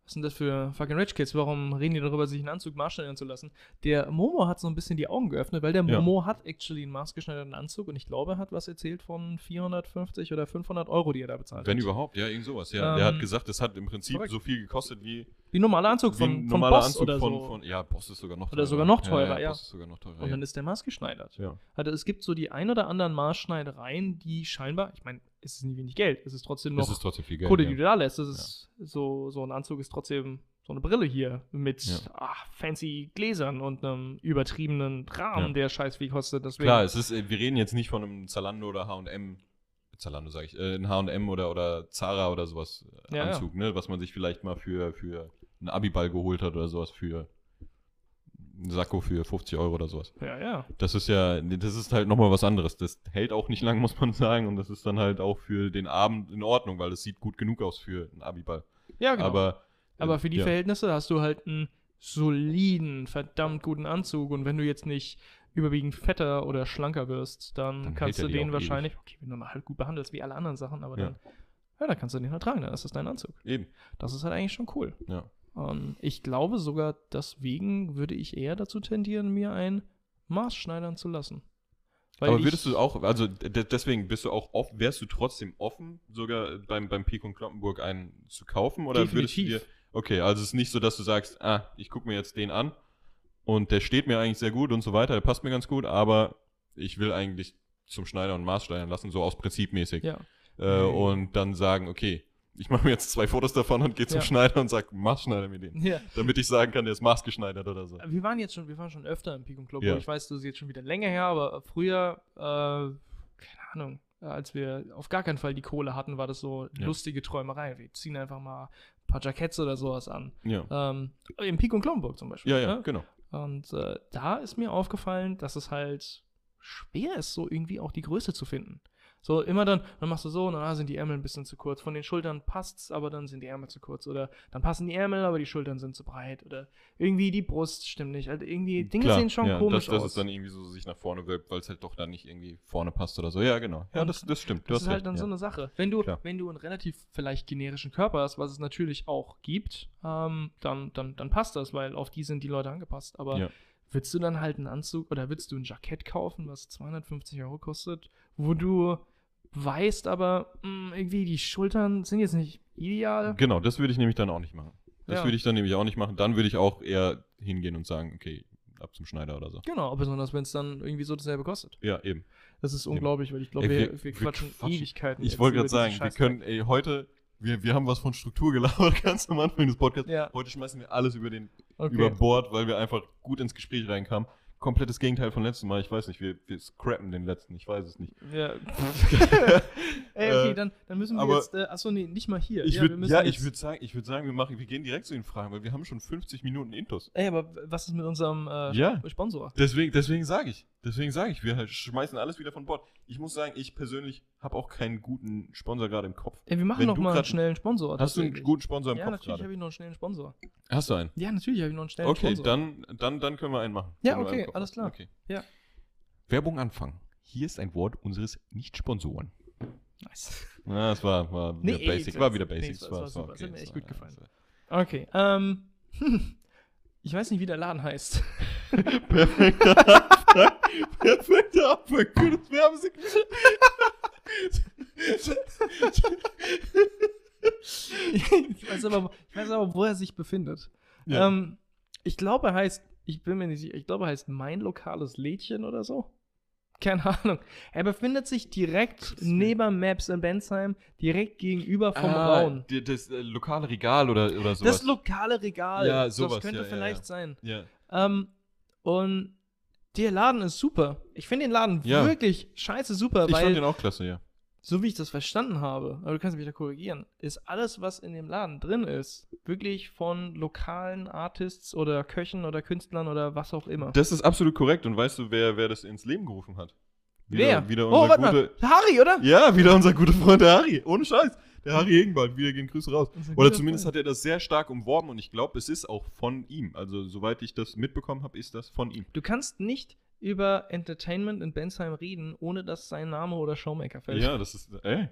S2: was sind das für fucking Rich Kids? Warum reden die darüber, sich einen Anzug maßschneidern zu lassen? Der Momo hat so ein bisschen die Augen geöffnet, weil der
S1: Ja.
S2: Momo hat actually einen maßgeschneiderten Anzug und ich glaube, er hat was erzählt von 450 oder 500 Euro, die er da bezahlt
S1: Wenn
S2: hat.
S1: überhaupt, ja, irgend sowas. Ja, der
S2: halt. Ähm,
S1: hat gesagt, es hat im Prinzip
S2: korrekt.
S1: so viel gekostet wie,
S2: Wie ein normaler Anzug
S1: wie ein
S2: von, von
S1: normaler
S2: Boss
S1: Anzug
S2: oder
S1: von,
S2: so.
S1: von. Ja, Boss ist sogar noch
S2: Oder sogar noch teurer, ja.
S1: Boss ist sogar noch teurer.
S2: und
S1: ja.
S2: dann ist der maßgeschneidert.
S1: ja.
S2: Also es gibt so die ein oder anderen Maßschneidereien, die scheinbar, ich meine, es ist nie wenig Geld, es ist trotzdem noch
S1: Es ist trotzdem viel Geld.
S2: Kohle,
S1: ja.
S2: die du da lässt. Das ist so, so ein Anzug ist trotzdem so eine Brille hier mit
S1: Ja.
S2: ah, fancy Gläsern und einem übertriebenen Rahmen,
S1: Ja.
S2: der scheiß viel kostet. Deswegen,
S1: Klar, es ist, äh, wir reden jetzt nicht von einem Zalando oder H&M, Zalando sage ich, äh, ein H&M oder, oder Zara oder sowas äh,
S2: Ja, ja.
S1: Anzug, ne, was man sich vielleicht mal für, für einen Abiball geholt hat oder sowas, für einen Sakko für 50 Euro oder sowas.
S2: ja, ja.
S1: Das ist ja, das ist halt nochmal was anderes. Das hält auch nicht lang, muss man sagen, und das ist dann halt auch für den Abend in Ordnung, weil es sieht gut genug aus für einen Abiball.
S2: Ja, genau. Aber,
S1: Aber, äh,
S2: für die
S1: ja.
S2: Verhältnisse hast du halt einen soliden, verdammt guten Anzug und wenn du jetzt nicht überwiegend fetter oder schlanker wirst, dann,
S1: Dann
S2: kannst du
S1: hält er dir
S2: den
S1: auch ewig.
S2: wahrscheinlich, okay, wenn du mal halt gut behandelst wie alle anderen Sachen, aber
S1: Ja.
S2: dann, ja, dann kannst du den halt tragen, dann ist das dein Anzug.
S1: Eben,
S2: Das ist halt eigentlich schon cool.
S1: ja.
S2: Ähm, ich glaube sogar, deswegen würde ich eher dazu tendieren, mir einen Maß schneidern zu lassen. Weil
S1: Aber
S2: ich-
S1: würdest du auch, also de- deswegen bist du auch offen, wärst du trotzdem offen, sogar beim, beim Peek und Kloppenburg einen zu kaufen? Oder würdest
S2: Definitiv.
S1: du dir. Okay, also es ist nicht so, dass du sagst, ah, ich gucke mir jetzt den an und der steht mir eigentlich sehr gut und so weiter, der passt mir ganz gut, aber ich will eigentlich zum Schneider und Maß schneidern lassen, so aus Prinzip mäßig.
S2: Ja.
S1: Äh,
S2: Nee.
S1: Und dann sagen, okay, ich mache mir jetzt zwei Fotos davon und gehe zum
S2: Ja.
S1: Schneider und sag, Maß schneider mir den.
S2: ja.
S1: Damit ich sagen kann, der ist maßgeschneidert oder so.
S2: Wir waren jetzt schon, wir waren schon öfter im Peak und Club.
S1: Ja.
S2: Ich weiß, das ist jetzt schon wieder länger her, aber früher, äh, keine Ahnung, als wir auf gar keinen Fall die Kohle hatten, war das so
S1: Ja.
S2: lustige Träumerei. Wir ziehen einfach mal ein paar Jacketts oder sowas an.
S1: Ja,
S2: Ähm, Im Peak und Kloppenburg zum Beispiel.
S1: ja, ja,
S2: ne?
S1: genau.
S2: Und äh, da ist mir aufgefallen, dass es halt schwer ist, so irgendwie auch die Größe zu finden. So immer dann, dann machst du so und dann ah, sind die Ärmel ein bisschen zu kurz. Von den Schultern passt's, aber dann sind die Ärmel zu kurz. Oder dann passen die Ärmel, aber die Schultern sind zu breit. Oder irgendwie die Brust stimmt nicht. Also irgendwie Dinge
S1: Hm, Klar,
S2: sehen schon
S1: ja,
S2: komisch
S1: das, das
S2: aus.
S1: ist dann irgendwie so sich nach vorne wölbt, weil es halt doch dann nicht irgendwie vorne passt oder so. Ja, genau. Ja,
S2: Und
S1: das, das stimmt. Du
S2: das
S1: hast
S2: ist halt
S1: recht,
S2: dann
S1: ja.
S2: so eine Sache. Wenn du,
S1: Klar.
S2: wenn du einen relativ vielleicht generischen Körper hast, was es natürlich auch gibt, ähm, dann, dann, dann passt das, weil auf die sind die Leute angepasst. Aber
S1: Ja.
S2: willst du dann halt einen Anzug oder willst du ein Jackett kaufen, was 250 Euro kostet, wo du weißt, aber mh, irgendwie die Schultern sind jetzt nicht ideal.
S1: Genau, das würde ich nämlich dann auch nicht machen. Das
S2: Ja.
S1: würde ich dann nämlich auch nicht machen. Dann würde ich auch eher hingehen und sagen, okay, ab zum Schneider oder so.
S2: Genau, besonders wenn es dann irgendwie so dasselbe kostet.
S1: Ja, eben.
S2: Das ist unglaublich, weil ich glaube,
S1: Ey,
S2: wir,
S1: wir-
S2: wir,
S1: wir
S2: quatschen
S1: quatschen-
S2: Ewigkeiten.
S1: Ich
S2: jetzt
S1: wollte
S2: über
S1: gerade sagen,
S2: diesen
S1: wir
S2: Scheiß-
S1: können, ey, heute, wir, wir haben was von Struktur gelabert, ganz am Anfang des Podcasts.
S2: Ja.
S1: Heute schmeißen wir alles über, den,
S2: okay.
S1: über Bord, weil wir einfach gut ins Gespräch reinkamen. Komplettes Gegenteil von letztem Mal. Ich weiß nicht, wir, wir scrappen den letzten. Ich weiß es nicht.
S2: Ja. Ey, okay,
S1: Äh,
S2: dann, dann müssen wir
S1: aber-
S2: jetzt. Äh, achso, nee, nicht mal hier.
S1: Ich
S2: ja, wir
S1: würd,
S2: müssen
S1: ja,
S2: jetzt,
S1: ich würde sagen, ich würde sagen, wir machen, wir gehen direkt zu den Fragen, weil wir haben schon 50 Minuten Intus.
S2: Ey, aber was ist mit unserem äh,
S1: Ja.
S2: Sponsor?
S1: Deswegen, deswegen sage ich, deswegen sage ich, wir halt schmeißen alles wieder von Bord. Ich muss sagen, ich persönlich habe auch keinen guten Sponsor gerade im Kopf.
S2: Ey, wir machen
S1: Wenn
S2: noch
S1: du
S2: mal einen
S1: grad-
S2: schnellen Sponsor.
S1: Hast du einen
S2: Oh, tatsächlich.
S1: guten Sponsor im
S2: Ja,
S1: Kopf
S2: natürlich
S1: gerade?
S2: habe ich noch einen schnellen Sponsor.
S1: Hast du einen?
S2: Ja, natürlich habe ich noch einen schnellen
S1: Okay,
S2: Sponsor.
S1: dann, dann, dann können wir einen machen.
S2: Ja,
S1: Wenn du
S2: okay,
S1: einen im Kopf
S2: alles
S1: hast.
S2: klar.
S1: Okay.
S2: Ja.
S1: Werbung anfangen. Hier ist ein Wort unseres Nicht-Sponsoren.
S2: Nice.
S1: Na, es war, war wieder
S2: Nee,
S1: basic.
S2: das-
S1: War wieder
S2: nee,
S1: basic.
S2: es war- es war super. Es hat mir
S1: es
S2: echt
S1: war-
S2: gut
S1: ja,
S2: gefallen.
S1: es war-
S2: Okay, ähm. Ich weiß nicht, wie der Laden heißt.
S1: Perfekter Abfang. Perfekter Abfang. Gutes Werbesignal.
S2: ich, weiß aber, ich weiß aber, wo er sich befindet.
S1: Ja.
S2: Ähm, ich glaube, er heißt ich bin mir nicht sicher, ich glaube, er heißt Mein lokales Lädchen oder so. Keine Ahnung. Er befindet sich direkt
S1: Gottes Willen.
S2: neben Maps in Bensheim, direkt gegenüber vom
S1: Ah,
S2: Braun.
S1: d- Das äh, lokale Regal oder, oder sowas.
S2: Das lokale Regal.
S1: Ja,
S2: Das
S1: sowas,
S2: könnte
S1: ja, ja,
S2: vielleicht
S1: ja.
S2: sein.
S1: ja.
S2: Ähm, und der Laden ist super. Ich finde den Laden
S1: Ja.
S2: wirklich scheiße super,
S1: Ich
S2: weil,
S1: fand den auch klasse, ja.
S2: so wie ich das verstanden habe, aber du kannst mich da korrigieren, ist alles, was in dem Laden drin ist, wirklich von lokalen Artists oder Köchen oder Künstlern oder was auch immer.
S1: Das ist absolut korrekt. Und weißt du, wer, wer das ins Leben gerufen hat? Wieder,
S2: Wer?
S1: Wieder unser
S2: oh, warte
S1: gute,
S2: mal. Harry, oder?
S1: Ja, wieder unser guter Freund der Harry. Ohne Scheiß. Der Harry Regenwald. Wieder gehen Grüße raus.
S2: Unser
S1: Oder
S2: guter
S1: zumindest
S2: Freund.
S1: hat er das sehr stark umworben und ich glaube, es ist auch von ihm. Also, soweit ich das mitbekommen habe, ist das von ihm.
S2: Du kannst nicht über Entertainment in Bensheim reden, ohne dass sein Name oder Showmaker fällt.
S1: Ja, das ist, ey.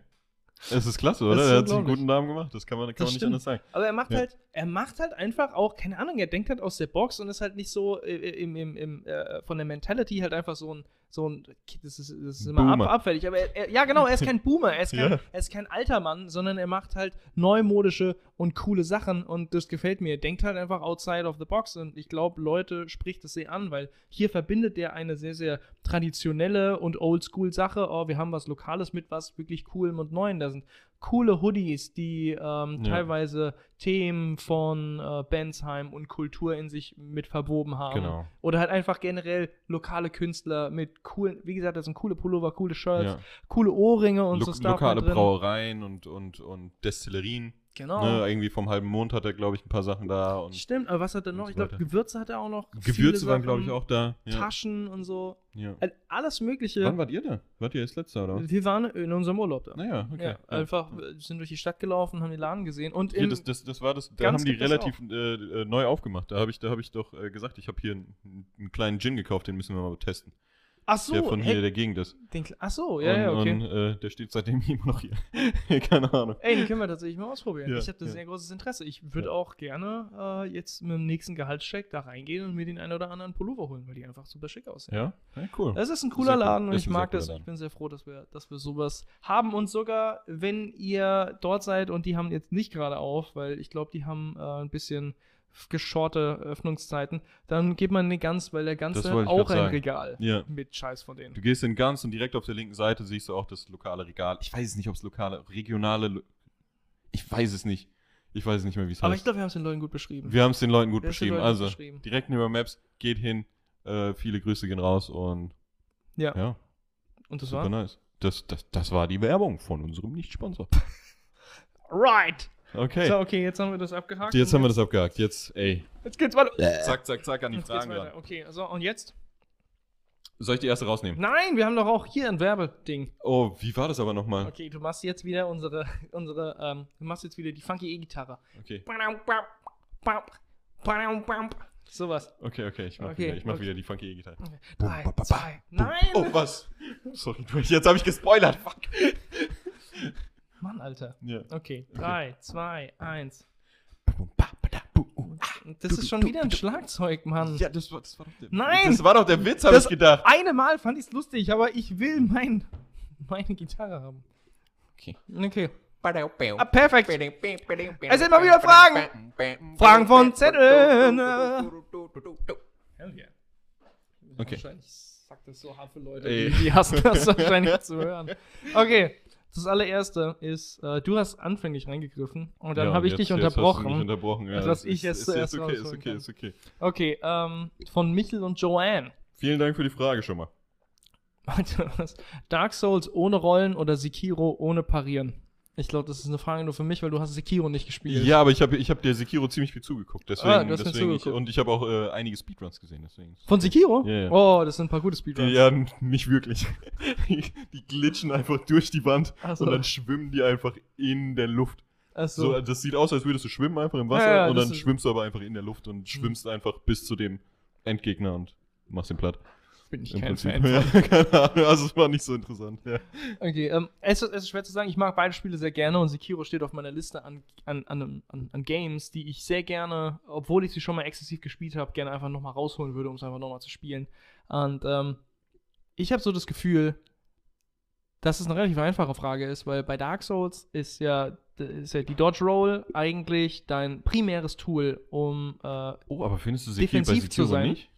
S1: Das ist klasse, oder?
S2: Das ist
S1: er hat sich einen
S2: unglaublich.
S1: guten Namen gemacht. Das kann man, kann
S2: Das
S1: man nicht
S2: stimmt.
S1: anders sagen.
S2: Aber er macht
S1: Ja.
S2: halt, er macht halt einfach auch, keine Ahnung, er denkt halt aus der Box und ist halt nicht so äh, im, im, im, äh, von der Mentality halt einfach so ein, so ein, das ist, das ist immer ab,
S1: Boomer.
S2: abfällig. Aber er, er, ja, genau, er ist kein Boomer, er ist kein,
S1: Ja.
S2: er ist kein alter Mann, sondern er macht halt neumodische und coole Sachen und das gefällt mir. Er denkt halt einfach outside of the box und ich glaube, Leute spricht es sehr an, weil hier verbindet er eine sehr, sehr traditionelle und oldschool Sache. Oh, wir haben was Lokales mit was wirklich Coolem und Neuen. Da sind coole Hoodies, die ähm,
S1: Ja.
S2: teilweise Themen von äh, Bensheim und Kultur in sich mit verwoben haben.
S1: Genau.
S2: Oder halt einfach generell lokale Künstler mit coolen, wie gesagt, das sind coole Pullover, coole Shirts,
S1: Ja.
S2: coole Ohrringe und so
S1: Lo
S2: Stuff
S1: lokale
S2: mit drin.
S1: Brauereien und, und, und Destillerien.
S2: Genau.
S1: Ne, irgendwie vom halben Mond hat er, glaube ich, ein paar Sachen da. Und
S2: Stimmt, aber was hat er
S1: und
S2: noch?
S1: so
S2: Ich glaube,
S1: weiter.
S2: Gewürze hat er auch noch.
S1: Gewürze
S2: viele
S1: waren, glaube ich,
S2: Sachen,
S1: auch da. Ja.
S2: Taschen und so.
S1: Ja.
S2: Äh, Alles Mögliche.
S1: Wann wart ihr da? Wart ihr jetzt letzter, oder? was?
S2: wir waren in unserem Urlaub da.
S1: Naja, Ne? okay.
S2: Ja, Einfach äh, sind durch die Stadt gelaufen, haben den Laden gesehen und
S1: Hier,
S2: im,
S1: das, das, das war das, da
S2: Ganz
S1: haben die
S2: gibt es
S1: relativ äh, äh, neu aufgemacht. Da habe ich, da hab ich doch äh, gesagt, ich habe hier einen, einen kleinen Gin gekauft, den müssen wir mal testen.
S2: ach so,
S1: der von
S2: hey,
S1: hier der Gegend ist.
S2: den, Kle- ach so, ja,
S1: und
S2: ja, okay.
S1: und äh, der steht seitdem immer noch hier. Keine Ahnung.
S2: Ey, den können wir tatsächlich mal ausprobieren.
S1: Ja,
S2: ich habe da
S1: ja.
S2: sehr großes Interesse. Ich würde
S1: Ja.
S2: auch gerne äh, jetzt mit dem nächsten Gehaltscheck da reingehen und mir den einen oder anderen Pullover holen, weil die einfach super schick aussehen.
S1: Ja, ja cool.
S2: Das ist ein
S1: Sehr
S2: cooler
S1: cool.
S2: Laden und
S1: Das ist
S2: ich
S1: ein sehr
S2: mag
S1: cooler
S2: das. Ich
S1: Laden.
S2: bin sehr froh, dass wir, dass wir sowas haben. Und sogar, wenn ihr dort seid und die haben jetzt nicht gerade auf, weil ich glaube, die haben äh, ein bisschen f- geschorte Öffnungszeiten, dann geht man in den Gans, weil der Ganze
S1: wollte
S2: hat
S1: ich
S2: auch
S1: grad
S2: ein
S1: sagen.
S2: Regal
S1: Ja.
S2: mit Scheiß von denen.
S1: Du gehst in ganz und direkt auf der linken Seite siehst du auch das lokale Regal. Ich weiß es nicht, ob es lokale, regionale. Lo- Ich weiß es nicht. Ich weiß es nicht mehr, wie es
S2: Aber
S1: heißt.
S2: ich glaube, wir haben es den Leuten gut beschrieben.
S1: Wir haben es den Leuten gut
S2: Wir haben's den
S1: beschrieben.
S2: Leuten gut
S1: also,
S2: beschrieben.
S1: direkt über Maps, geht hin. Äh, viele Grüße gehen raus und
S2: Ja.
S1: ja
S2: und das
S1: super ne?
S2: war?
S1: nice. Das, das, das war die Werbung von unserem Nicht-Sponsor.
S2: Right!
S1: Okay.
S2: So, okay, jetzt haben wir das abgehakt.
S1: jetzt
S2: und
S1: haben wir das abgehakt. Jetzt, ey.
S2: jetzt, jetzt geht's weiter.
S1: Zack, zack, zack an die
S2: Jetzt geht's
S1: Fragen
S2: weiter.
S1: ran.
S2: Okay, also und jetzt?
S1: Soll ich die erste rausnehmen?
S2: Nein, wir haben doch auch hier ein Werbeding.
S1: Oh, wie war das aber nochmal?
S2: Okay, du machst jetzt wieder unsere, unsere, ähm, du machst jetzt wieder die funky E-Gitarre.
S1: Okay.
S2: Sowas.
S1: Okay, okay. Ich mach,
S2: Okay,
S1: wieder, ich mach
S2: okay.
S1: wieder die funky E-Gitarre.
S2: Drei,
S1: ba, ba, ba.
S2: zwei, nein!
S1: Oh, was? Sorry, du- jetzt habe ich gespoilert. Fuck.
S2: Mann, Alter.
S1: Ja.
S2: Okay, drei, zwei, eins. Das
S1: Du,
S2: ist schon
S1: du,
S2: wieder ein Schlagzeug, Mann.
S1: Ja, das war, das war doch der
S2: Nein!
S1: Das war doch der Witz, habe
S2: Das-
S1: ich gedacht.
S2: Eine Mal fand ich's lustig, aber ich will mein, meine Gitarre haben.
S1: Okay.
S2: Okay. Ah,
S3: Ah,
S2: perfekt.
S3: perfekt.
S2: Es
S3: Es
S2: sind
S3: sind
S2: mal
S3: mal
S2: wieder
S3: wieder
S2: Fragen.
S3: Fragen.
S2: Fragen
S3: Fragen
S2: von
S3: von
S2: Zetteln.
S3: Zetteln.
S2: Hell yeah.
S1: Okay.
S2: Wahrscheinlich sagt das so hart für Leute,
S1: Ey.
S2: die, die hassen das wahrscheinlich zu hören. Okay, das allererste ist, äh, du hast anfänglich reingegriffen und dann
S1: Ja,
S2: habe ich
S1: jetzt-
S2: dich
S1: jetzt hast du Mich
S2: unterbrochen.
S1: unterbrochen. Ja,
S2: Dass
S1: das
S2: ich
S1: ist-
S2: es
S1: ist,
S2: zuerst
S1: ist okay, ist
S2: rausholen
S1: okay,
S2: kann.
S1: ist okay.
S2: Okay, ähm, von Michel und Joanne.
S1: Vielen Dank für die Frage schon mal.
S2: Warte, was? Dark Souls ohne Rollen oder Sekiro ohne Parieren? Ich glaube, das ist eine Frage nur für mich, weil du hast Sekiro nicht gespielt.
S1: Ja, aber ich habe ich hab der Sekiro ziemlich viel zugeguckt. Deswegen,
S2: Ah, du hast mir
S1: deswegen ich,
S2: zugeguckt.
S1: und ich habe auch äh, einige Speedruns gesehen. Deswegen.
S2: Von Sekiro?
S1: Ja, ja.
S2: Oh, das sind ein paar gute Speedruns.
S1: Die, ja, n- nicht wirklich. die glitschen einfach durch die Wand
S2: Ach so.
S1: und dann schwimmen die einfach in der Luft.
S2: Ach so.
S1: So. das sieht aus, als würdest du schwimmen einfach im Wasser
S2: Ja, ja,
S1: und
S2: das
S1: dann
S2: ist- Hm.
S1: schwimmst du aber einfach in der Luft und schwimmst einfach bis zu dem Endgegner und machst ihn platt.
S2: bin ich
S1: Im
S2: kein
S1: Prinzip.
S2: Fan.
S1: Ja, keine Ahnung. Also es war nicht so interessant. Ja.
S2: Okay, ähm, es, ist, es ist schwer zu sagen, ich mag beide Spiele sehr gerne und Sekiro steht auf meiner Liste an, an, an, an, an Games, die ich sehr gerne, obwohl ich sie schon mal exzessiv gespielt habe, gerne einfach nochmal rausholen würde, um es einfach nochmal zu spielen. Und ähm, ich habe so das Gefühl, dass es eine relativ einfache Frage ist, weil bei Dark Souls ist ja, ist ja die Dodge Roll eigentlich dein primäres Tool, um. Äh,
S1: Oh, aber findest du Sekiro bei
S2: Defensiv zu
S1: Sekiro
S2: sein.
S1: nicht?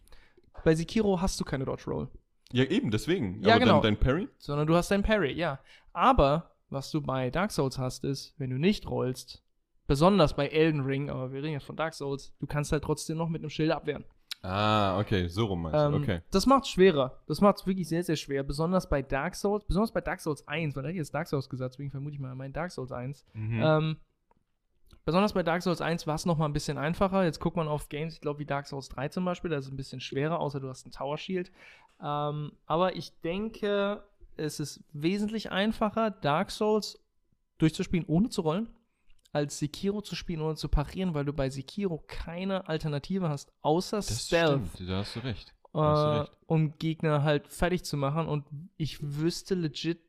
S2: bei Sekiro hast du keine Dodge Roll.
S1: Ja, eben, deswegen.
S2: Ja,
S1: aber
S2: genau.
S1: dann dein Parry?
S2: sondern du hast dein Parry, ja. Aber was du bei Dark Souls hast, ist, wenn du nicht rollst, besonders bei Elden Ring, aber wir reden jetzt von Dark Souls, du kannst halt trotzdem noch mit einem Schild abwehren.
S1: Ah, okay, so rum meinst
S2: Ähm,
S1: du. Okay.
S2: Das macht schwerer. Das macht es wirklich sehr, sehr schwer. Besonders bei Dark Souls, besonders bei Dark Souls 1, weil da hätte ich jetzt Dark Souls gesagt, deswegen vermute ich mal, er meint Dark Souls 1.
S1: Mhm.
S2: Ähm, besonders bei Dark Souls 1 war es nochmal ein bisschen einfacher. Jetzt guckt man auf Games, ich glaube wie Dark Souls 3 zum Beispiel, da ist es ein bisschen schwerer, außer du hast einen Tower Shield. Ähm, aber ich denke, es ist wesentlich einfacher, Dark Souls durchzuspielen, ohne zu rollen, als Sekiro zu spielen, ohne zu parieren, weil du bei Sekiro keine Alternative hast, außer
S1: das
S2: Stealth
S1: stimmt, da hast du recht. Hast du
S2: äh,
S1: recht.
S2: um Gegner halt fertig zu machen. Und ich wüsste legit,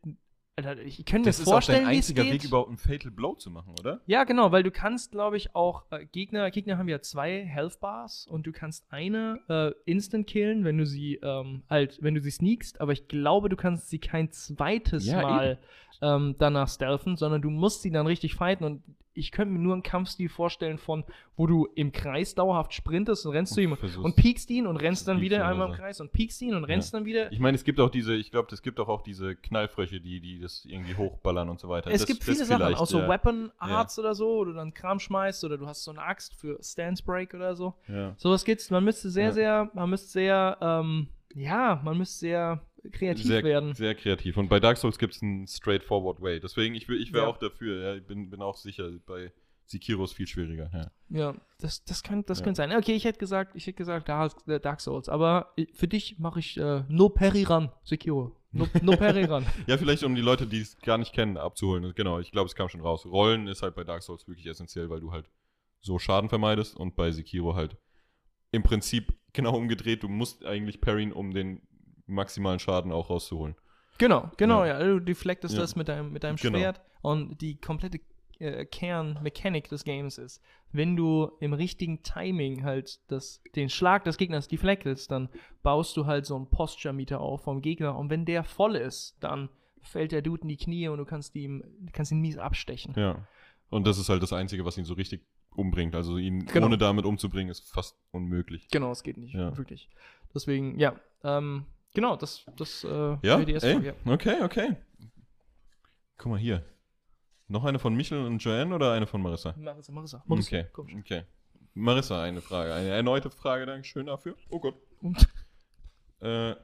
S2: Alter, ich könnte mir
S1: Das ist auch dein
S2: vorstellen, wie es
S1: einziger
S2: geht.
S1: Weg, überhaupt einen Fatal Blow zu machen, oder?
S2: ja, genau, weil du kannst, glaube ich, auch äh, Gegner, Gegner haben ja zwei Health Bars und du kannst eine äh, instant killen, wenn du sie ähm, halt, wenn du sie sneakst, aber ich glaube, du kannst sie kein zweites
S1: Ja,
S2: Mal ähm, danach stealthen, sondern du musst sie dann richtig fighten und ich könnte mir nur einen Kampfstil vorstellen von, wo du im Kreis dauerhaft sprintest und rennst zu ihm
S1: Versuchst-
S2: und piekst ihn und rennst dann
S1: Piekst
S2: wieder
S1: ihn
S2: einmal
S1: oder
S2: im
S1: so.
S2: Kreis und piekst ihn und rennst dann wieder.
S1: Ich meine, es gibt auch diese, ich glaube, es gibt auch, auch diese Knallfrösche, die, die das irgendwie hochballern und so weiter.
S2: Es
S1: das,
S2: gibt
S1: das
S2: viele Sachen,
S1: vielleicht,
S2: auch so
S1: ja.
S2: Weapon Arts oder so, wo du dann Kram schmeißt oder du hast so eine Axt für Stance Break oder so.
S1: Ja.
S2: Sowas gibt's. Man müsste sehr,
S1: Ja.
S2: sehr, man müsste sehr, ähm, ja, man müsste sehr kreativ
S1: Sehr,
S2: werden.
S1: sehr kreativ. Und bei Dark Souls gibt es einen straightforward way. Deswegen, ich, wär- ich wäre
S2: Ja.
S1: auch dafür. Ja, ich bin, bin auch sicher, bei Sekiro ist viel schwieriger. Ja.
S2: Ja, das, das könnte das
S1: Ja.
S2: könnte sein. Okay, ich hätte gesagt, ich hätte gesagt Dark, äh, Dark Souls, aber ich- für dich mache ich äh, No Perry Run, Sekiro. No, no Perry Run.
S1: Ja, vielleicht um die Leute, die es gar nicht kennen, abzuholen. Und Genau, ich glaube, es kam schon raus. Rollen ist halt bei Dark Souls wirklich essentiell, weil du halt so Schaden vermeidest und bei Sekiro halt im Prinzip genau umgedreht. Du musst eigentlich parryen, um den maximalen Schaden auch rauszuholen.
S2: Genau, genau,
S1: Ja.
S2: ja. Du deflectest
S1: Ja.
S2: das mit deinem, mit deinem
S1: Genau.
S2: Schwert und die komplette äh, Kernmechanik des Games ist, wenn du im richtigen Timing halt das, den Schlag des Gegners deflectest, dann baust du halt so einen Posture-Meter auf vom Gegner und wenn der voll ist, dann fällt der Dude in die Knie und du kannst ihm, kannst ihn mies abstechen.
S1: Ja. Und das ist halt das Einzige, was ihn so richtig umbringt. Also ihn
S2: Genau.
S1: ohne damit umzubringen, ist fast unmöglich.
S2: Genau, es geht nicht,
S1: Ja.
S2: wirklich. Deswegen, ja, ähm, genau, das, das äh,
S1: Ja,
S2: wäre die erste Frage,
S1: Ey,
S2: ja.
S1: okay, okay. Guck mal hier. Noch eine von Michel und Joanne oder eine von Marissa?
S2: Marissa, Marissa, Marissa,
S1: okay.
S2: komm schon.
S1: okay. Marissa, eine Frage. Eine erneute Frage, Dankeschön dafür. Oh Gott. Äh,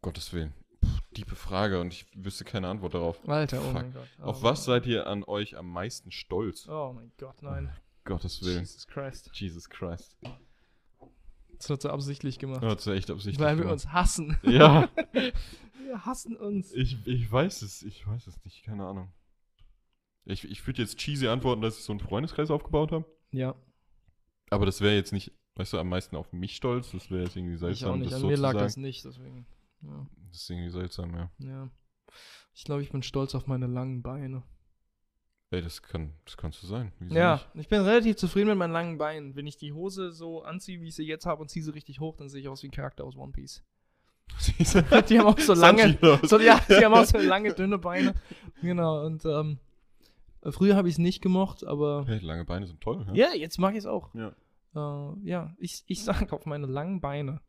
S1: Gottes Willen. Puh, diepe Frage und ich wüsste keine Antwort darauf.
S2: Alter, oh
S1: Fuck.
S2: mein Gott.
S1: Auf
S2: Oh
S1: was
S2: mein-
S1: seid ihr an euch am meisten stolz?
S2: Oh mein Gott, nein.
S1: Gottes Willen.
S2: Jesus Christ.
S1: Jesus Christ.
S2: Das hat sie absichtlich gemacht.
S1: Das ist echt absichtlich.
S2: weil wir
S1: gemacht.
S2: uns hassen.
S1: Ja,
S2: Wir hassen uns.
S1: ich, ich weiß es. Ich weiß es nicht. Keine Ahnung. Ich, ich würde jetzt cheesy antworten, dass ich so einen Freundeskreis aufgebaut habe.
S2: Ja,
S1: Aber das wäre jetzt nicht, weißt du, am meisten auf mich stolz. Das wäre jetzt irgendwie
S2: ich auch
S1: seltsam.
S2: nicht.
S1: das
S2: An
S1: so
S2: mir
S1: zu
S2: lag
S1: sagen.
S2: das nicht, deswegen. Ja,
S1: Das ist irgendwie seltsam, ja.
S2: ja. Ich glaube, ich bin stolz auf meine langen Beine.
S1: Ey, das kann, das kannst du sein. Wieso
S2: Ja,
S1: nicht?
S2: ich bin relativ zufrieden mit meinen langen Beinen. Wenn ich die Hose so anziehe, wie ich sie jetzt habe, und ziehe sie richtig hoch, dann sehe ich aus wie ein Charakter aus One Piece. Die haben auch so lange,
S1: Sanji-Laus.
S2: So, ja, die haben auch so lange, dünne Beine. Genau, und ähm, früher habe ich es nicht gemocht, aber
S1: Hey, lange Beine sind toll, ja?
S2: ja, jetzt mag ich es auch.
S1: Ja.
S2: Äh, ja, ich, ich sage auf meine langen Beine.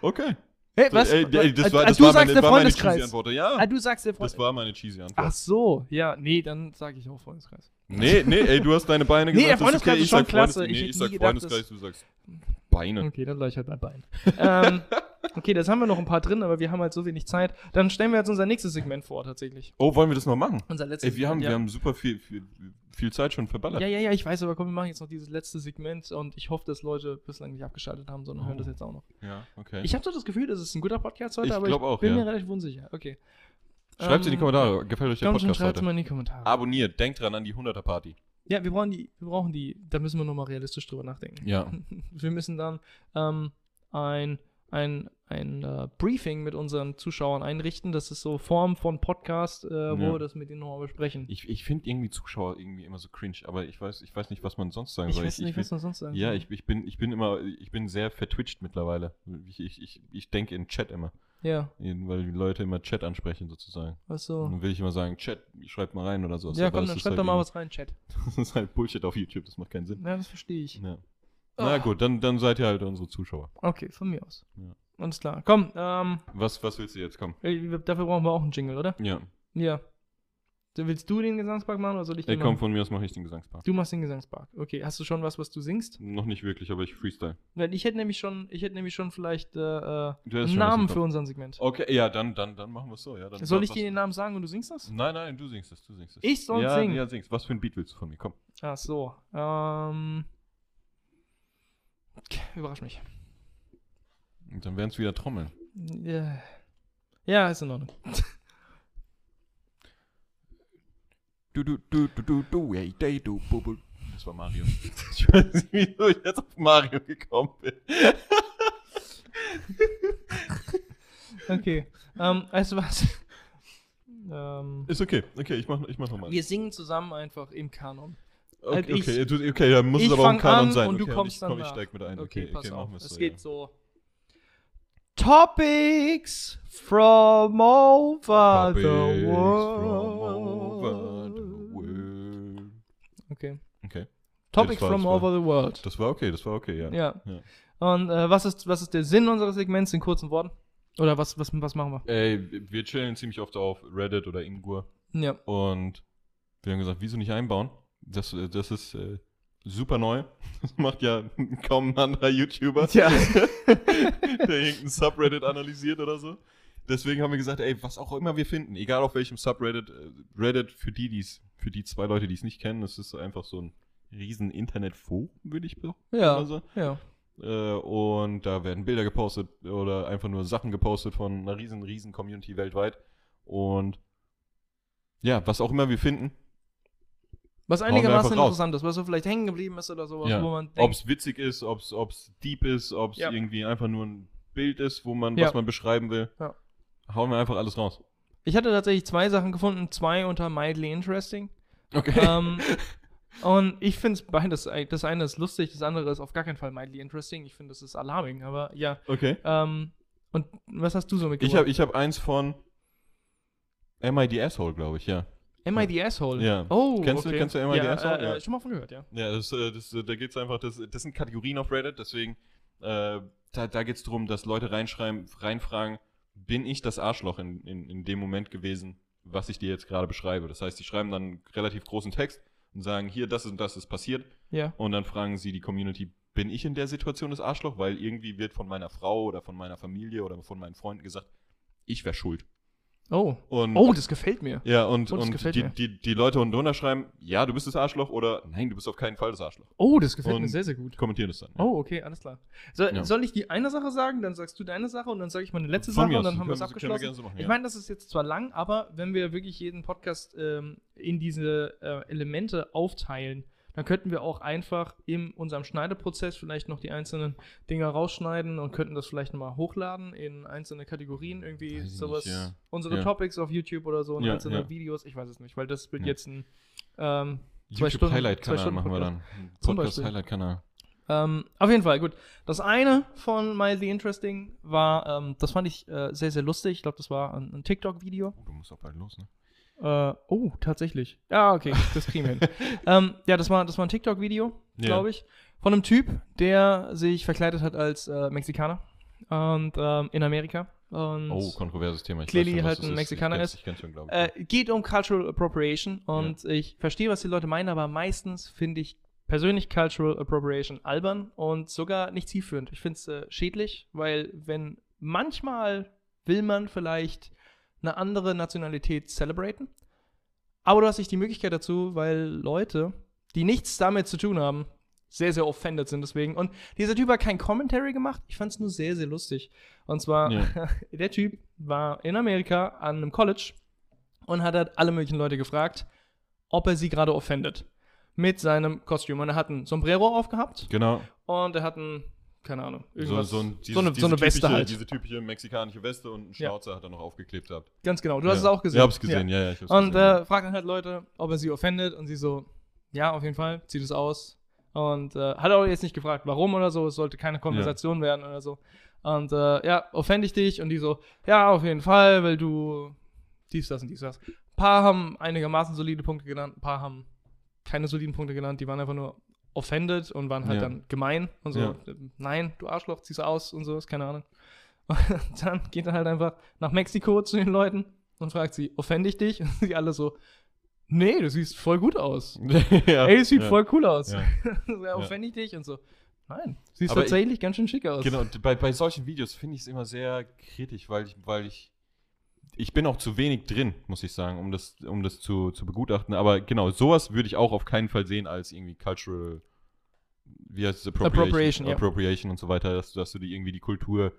S1: Okay.
S2: Hey, was?
S1: Ey, ey, das war,
S2: Ah,
S1: das
S2: du
S1: war
S2: sagst
S1: meine,
S2: der
S1: war meine cheesy
S2: Freundeskreis.
S1: Antwort. Ja,
S2: Ah, du sagst der
S1: das
S2: Freundeskreis.
S1: war meine cheesy Antwort.
S2: Ach so, ja, nee, dann sage ich auch Freundeskreis.
S1: Nee, nee, ey, du hast deine Beine
S2: Nee,
S1: gesagt.
S2: der
S1: das ist
S2: Freundeskreis ist
S1: ich sag
S2: schon klasse.
S1: Freundes-
S2: Ich
S1: Nee,
S2: hätte
S1: ich
S2: nie
S1: sag
S2: gedacht,
S1: Freundeskreis, du sagst Beine.
S2: Okay, dann gleich halt mein Bein. ähm, okay, das haben wir noch ein paar drin, aber wir haben halt so wenig Zeit. Dann stellen wir jetzt unser nächstes Segment vor, tatsächlich.
S1: Oh, wollen wir das noch machen?
S2: Unser letztes
S1: Ey, wir haben,
S2: Segment,
S1: wir haben super viel, viel, viel Zeit schon verballert.
S2: ja. ja, ja, ja, ich weiß, aber komm, wir machen jetzt noch dieses letzte Segment und ich hoffe, dass Leute bislang nicht abgeschaltet haben, sondern
S1: Oh.
S2: hören das jetzt auch noch.
S1: Ja, okay.
S2: Ich habe so das Gefühl, das ist ein guter Podcast heute,
S1: Ich
S2: aber ich
S1: glaub auch,
S2: bin
S1: ja.
S2: mir relativ unsicher. Okay.
S1: Schreibt in die
S2: Ähm,
S1: Kommentare, gefällt euch der
S2: Kommt schon,
S1: Podcast
S2: schreibt
S1: heute?
S2: mal in die Kommentare.
S1: Abonniert, denkt dran an die 100er Party.
S2: Ja, wir brauchen die, wir brauchen die, da müssen wir nochmal realistisch drüber nachdenken.
S1: Ja.
S2: Wir müssen dann ähm, ein, ein, ein äh, Briefing mit unseren Zuschauern einrichten. Das ist so Form von Podcast, äh, wo
S1: Ja.
S2: wir das mit denen nochmal besprechen.
S1: Ich, ich finde irgendwie Zuschauer irgendwie immer so cringe, aber ich weiß, ich weiß nicht, was man sonst sagen
S2: Ich
S1: soll.
S2: weiß nicht, was man sonst sagen
S1: Ja,
S2: soll.
S1: ich, ich, bin, ich bin immer, ich bin sehr vertwitcht mittlerweile. Ich, ich, ich, ich denke in Chat immer.
S2: Ja,
S1: Weil die Leute immer Chat ansprechen, sozusagen.
S2: ach
S1: Und
S2: so.
S1: dann will ich immer sagen, Chat, schreibt mal rein oder sowas.
S2: Ja,
S1: aber
S2: komm,
S1: das
S2: dann
S1: ist
S2: schreib
S1: halt
S2: doch mal
S1: irgendwie-
S2: was rein, Chat.
S1: Das ist halt Bullshit auf YouTube, das macht keinen Sinn.
S2: Ja, das verstehe ich.
S1: Ja.
S2: Ah.
S1: Na gut, dann, dann seid ihr halt unsere Zuschauer.
S2: Okay, von mir aus.
S1: Ja.
S2: Alles klar. Komm, ähm,
S1: Was, was willst du jetzt? Komm.
S2: äh, dafür brauchen wir auch einen Jingle, oder?
S1: Ja.
S2: Ja. So, Willst du den Gesangspark machen oder soll ich den
S1: Ey, Äh, komm,
S2: machen?
S1: von mir aus mache ich den Gesangspaar.
S2: Du machst den Gesangspark. Okay, hast du schon was, was du singst?
S1: Noch nicht wirklich, aber ich freestyle.
S2: Weil ich hätte nämlich schon, ich hätte nämlich schon vielleicht äh, äh,
S1: Du hast
S2: einen
S1: schon was im
S2: Namen
S1: Kopf.
S2: für unseren Segment.
S1: Okay, ja, dann, dann, dann machen wir es so, ja. Dann
S2: Soll
S1: mach
S2: ich dir den
S1: was- Mhm.
S2: Namen sagen und du singst das?
S1: Nein, nein, du singst es, du singst es.
S2: Ich soll
S1: ja,
S2: singen.
S1: Ja, singst. Was für ein Beat willst du von mir? Komm.
S2: Ach so. Ähm, überrasch mich.
S1: Und dann wären es wieder Trommeln.
S2: Ja. ja, ist in Ordnung.
S1: Du, du, du, du, du, du, hey, day, du, bubble. Das war Mario. ich weiß nicht, wieso ich jetzt auf Mario gekommen bin.
S2: Okay. ähm, weißt du was? ähm,
S1: Ist okay, okay, ich mach, ich mach nochmal.
S2: wir singen zusammen einfach im Kanon.
S1: Okay,
S2: also ich-
S1: okay, du, okay, dann muss
S2: ich
S1: es aber auch
S2: fang
S1: ein Kanon
S2: an
S1: sein.
S2: und du
S1: okay,
S2: kommst
S1: ich,
S2: dann
S1: komm, ich
S2: nach.
S1: steig mit ein.
S2: Okay,
S1: Okay, okay,
S2: pass auf.
S1: wir
S2: Es
S1: so,
S2: geht
S1: ja.
S2: so. Topics from over
S1: Topics
S2: the
S1: from over
S2: world.
S1: the world.
S2: Okay.
S1: Okay,
S2: Topics
S1: war-
S2: from
S1: das war-
S2: over the world.
S1: das war okay, das war okay, ja.
S2: Ja.
S1: Ja.
S2: Und äh, was, ist, was ist der Sinn unseres Segments in kurzen Worten? Oder was, was, was machen wir?
S1: Ey, wir chillen ziemlich oft auf Reddit oder Imgur
S2: Ja.
S1: und wir haben gesagt, wieso nicht einbauen? Das, äh, das ist äh, super neu. Das macht ja kaum ein anderer YouTuber,
S2: Tja.
S1: der irgendein Subreddit analysiert oder so. Deswegen haben wir gesagt, ey, was auch immer wir finden, egal auf welchem Subreddit, äh, Reddit für die, die's, für die zwei Leute, die es nicht kennen, es ist einfach so ein riesen Internetforum, würde ich behaupten.
S2: Ja.
S1: oder so.
S2: ja.
S1: Äh, und da werden Bilder gepostet oder einfach nur Sachen gepostet von einer riesen, riesen Community weltweit. Und ja, was auch immer wir finden,
S2: Was
S1: Hauen wir
S2: einigermaßen
S1: einfach raus.
S2: interessant ist, was so vielleicht hängen geblieben ist oder sowas,
S1: Ja.
S2: wo man
S1: ob
S2: denkt,
S1: es witzig ist, ob es deep ist, ob es
S2: Ja.
S1: irgendwie einfach nur ein Bild ist, wo man,
S2: Ja.
S1: was man beschreiben will,
S2: Ja.
S1: hauen wir einfach alles raus.
S2: Ich hatte tatsächlich zwei Sachen gefunden, zwei unter mildly interesting.
S1: Okay.
S2: ähm, und ich finde es beides, äh, das eine ist lustig, das andere ist auf gar keinen Fall mildly interesting. Ich finde, das ist alarming, aber ja.
S1: Okay.
S2: Ähm, und was hast du so
S1: Ich
S2: mitgebracht?
S1: habe ich hab eins von Am I the Asshole, glaube ich, ja.
S2: Am I the Asshole?
S1: Ja.
S2: Oh,
S1: Kennst du-
S2: okay.
S1: kennst du Am I the
S2: ja,
S1: Asshole?
S2: Äh,
S1: Ja.
S2: äh, Schon mal von gehört, ja.
S1: Ja, das, äh, das, äh, da geht's einfach, das, das sind Kategorien auf Reddit, deswegen, äh, da, da geht's drum, dass Leute reinschreiben, reinfragen, bin ich das Arschloch in, in, in dem Moment gewesen, was ich dir jetzt gerade beschreibe. Das heißt, die schreiben dann einen relativ großen Text und sagen, hier, das und das ist passiert.
S2: Ja.
S1: Und dann fragen sie die Community, bin ich in der Situation das Arschloch? Weil irgendwie wird von meiner Frau oder von meiner Familie oder von meinen Freunden gesagt, ich wäre schuld.
S2: Oh.
S1: Und
S2: Oh, das gefällt mir.
S1: ja, und,
S2: Oh, das
S1: und
S2: gefällt mir.
S1: die, die, die Leute unten drunter schreiben, ja, du bist das Arschloch oder nein, du bist auf keinen Fall das Arschloch.
S2: Oh, das gefällt mir
S1: Und-
S2: sehr, sehr gut.
S1: Kommentieren das dann. ja.
S2: Oh, okay, alles klar. So,
S1: Ja.
S2: Soll ich die eine Sache sagen, dann sagst du deine Sache und dann sage ich meine letzte Sache
S1: mir
S2: und
S1: aus,
S2: dann haben wir es
S1: können- können
S2: abgeschlossen?
S1: gerne so machen,
S2: Ich
S1: ja.
S2: meine, das ist jetzt zwar lang, aber wenn wir wirklich jeden Podcast ähm, in diese äh, Elemente aufteilen, dann könnten wir auch einfach in unserem Schneideprozess vielleicht noch die einzelnen Dinger rausschneiden und könnten das vielleicht nochmal hochladen in einzelne Kategorien, irgendwie
S1: Weiß ich
S2: sowas.
S1: nicht, ja.
S2: Unsere
S1: Ja.
S2: Topics auf YouTube oder so, und
S1: Ja,
S2: einzelne
S1: ja.
S2: Videos, ich weiß es nicht, weil das wird
S1: Ja.
S2: jetzt ein. Ähm, Zwei
S1: YouTube
S2: Stunden-
S1: Highlight
S2: zwei
S1: Kanal
S2: Stunden
S1: machen wir dann.
S2: Zum
S1: Podcast
S2: Beispiel.
S1: Highlight Kanal.
S2: ähm, auf jeden Fall, gut. Das eine von Mildly Interesting war, ähm, das fand ich äh, sehr, sehr lustig. Ich glaube, das war ein, ein TikTok-Video.
S1: Oh, du musst auch bald los, ne?
S2: Äh, oh, tatsächlich. Ja, okay, das kriegen wir hin. ähm, ja, das war, das war ein TikTok-Video,
S1: Ja.
S2: glaube ich, von einem Typ, der sich verkleidet hat als äh, Mexikaner und ähm, in Amerika. Und
S1: Oh, kontroverses Thema. Ich
S2: Clearly
S1: weiß schon, was
S2: halt
S1: das
S2: ein
S1: ist.
S2: Mexikaner
S1: ich kenn's-
S2: ist.
S1: Ich kenn's schon, glaube ich.
S2: äh, geht um Cultural Appropriation und ich verstehe, was die Leute meinen, aber meistens finde ich persönlich Cultural Appropriation albern und sogar nicht zielführend. Ich finde es äh, schädlich, weil wenn manchmal will man vielleicht eine andere Nationalität celebraten, aber du hast nicht die Möglichkeit dazu, weil Leute, die nichts damit zu tun haben, sehr, sehr offended sind deswegen. Und dieser Typ hat kein Commentary gemacht. Ich fand es nur sehr, sehr lustig. Und zwar,
S1: Ja.
S2: der Typ war in Amerika an einem College und hat halt alle möglichen Leute gefragt, ob er sie gerade offendet. Mit seinem Kostüm. Und er hat ein Sombrero aufgehabt
S1: genau.
S2: und er hat ein, keine Ahnung, irgendwas. So,
S1: ein-
S2: eine,
S1: dieses-
S2: so eine
S1: diese
S2: Weste
S1: typische,
S2: halt.
S1: Diese typische mexikanische Weste und einen
S2: Ja.
S1: Schnauzer hat er noch aufgeklebt gehabt.
S2: Ganz genau. Du hast es auch gesehen.
S1: Ich hab's gesehen, ja, ja. ich hab's
S2: Und
S1: gesehen,
S2: äh, fragt dann halt Leute, ob er sie offendet und sie so, ja, auf jeden Fall, zieht es aus. Und äh, hat auch jetzt nicht gefragt, warum oder so. Es sollte keine Konversation werden oder so. Und äh, ja, offend ich dich? Und die so, ja, auf jeden Fall, weil du dies, das und dies, das. Ein paar haben einigermaßen solide Punkte genannt, ein paar haben keine soliden Punkte genannt. Die waren einfach nur offended und waren halt
S1: Ja.
S2: dann gemein und so.
S1: Ja.
S2: Nein, du Arschloch, zieh's aus und sowas, keine Ahnung. Und dann geht er halt einfach nach Mexiko zu den Leuten und fragt sie, offend ich dich? Und sie alle so, nee, du siehst voll gut aus.
S1: ja.
S2: Ey, das sieht
S1: ja.
S2: äh, voll cool aus.
S1: Ja.
S2: so, ja, offend ich dich? Und so, nein, siehst
S1: Aber ich-
S2: tatsächlich ganz schön schick aus.
S1: Genau, und bei, bei solchen Videos finde ich es immer sehr kritisch, weil ich, weil ich, ich bin auch zu wenig drin, muss ich sagen, um das, um das zu, zu begutachten. Aber genau, sowas würde ich auch auf keinen Fall sehen als irgendwie cultural, wie heißt es, Appropriation,
S2: Appropriation, ja.
S1: Appropriation und so weiter, dass, du- dass du die irgendwie die Kultur,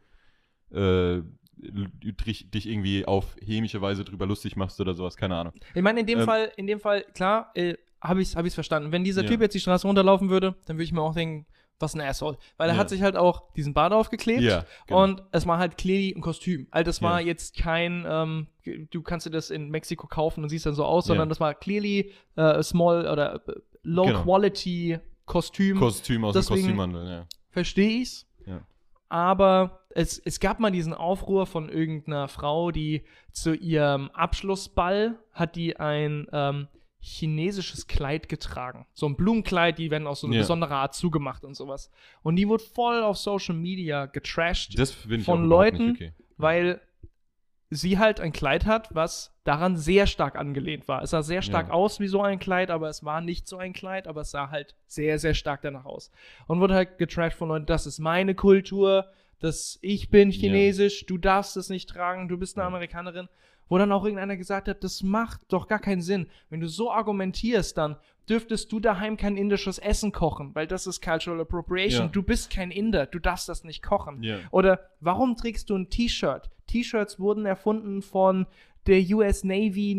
S1: äh, dich, dich irgendwie auf hämische Weise drüber lustig machst oder sowas, keine Ahnung.
S2: Ich meine, in dem
S1: Ähm,
S2: Fall, in dem Fall, klar, äh, habe ich es hab ich's verstanden. Wenn dieser
S1: Ja.
S2: Typ jetzt die Straße runterlaufen würde, dann würde ich mir auch denken, was ein Asshole. Weil er
S1: Ja.
S2: hat sich halt auch diesen Bart aufgeklebt
S1: Ja, genau.
S2: und es war halt clearly ein Kostüm. Also das war
S1: Ja.
S2: jetzt kein, ähm, du kannst dir das in Mexiko kaufen und siehst dann so aus,
S1: Ja.
S2: sondern das war clearly äh, small oder äh, low
S1: Genau.
S2: quality Kostüm.
S1: Kostüm aus
S2: deswegen-
S1: dem Kostümhandel, ja.
S2: Verstehe ich's.
S1: Ja.
S2: Aber es, es gab mal diesen Aufruhr von irgendeiner Frau, die zu ihrem Abschlussball hat die ein ähm, chinesisches Kleid getragen. So ein Blumenkleid, die werden aus so einer
S1: Ja.
S2: besonderen Art zugemacht und sowas. Und die wurde voll auf Social Media getrashed,
S1: Das finde ich
S2: Von
S1: auch überhaupt
S2: Leuten-
S1: nicht okay.
S2: weil sie halt ein Kleid hat, was daran sehr stark angelehnt war. Es sah sehr stark
S1: Ja.
S2: aus wie so ein Kleid, aber es war nicht so ein Kleid, aber es sah halt sehr, sehr stark danach aus. Und wurde halt getrashed von Leuten, das ist meine Kultur, das ich bin
S1: Ja.
S2: chinesisch, du darfst es nicht tragen, du bist eine
S1: Ja.
S2: Amerikanerin. Wo dann auch irgendeiner gesagt hat, das macht doch gar keinen Sinn. Wenn du so argumentierst, dann dürftest du daheim kein indisches Essen kochen, weil das ist Cultural Appropriation.
S1: Ja.
S2: Du bist kein Inder, du darfst das nicht kochen.
S1: Ja.
S2: Oder warum trägst du ein T-Shirt? T-Shirts wurden erfunden von der US Navy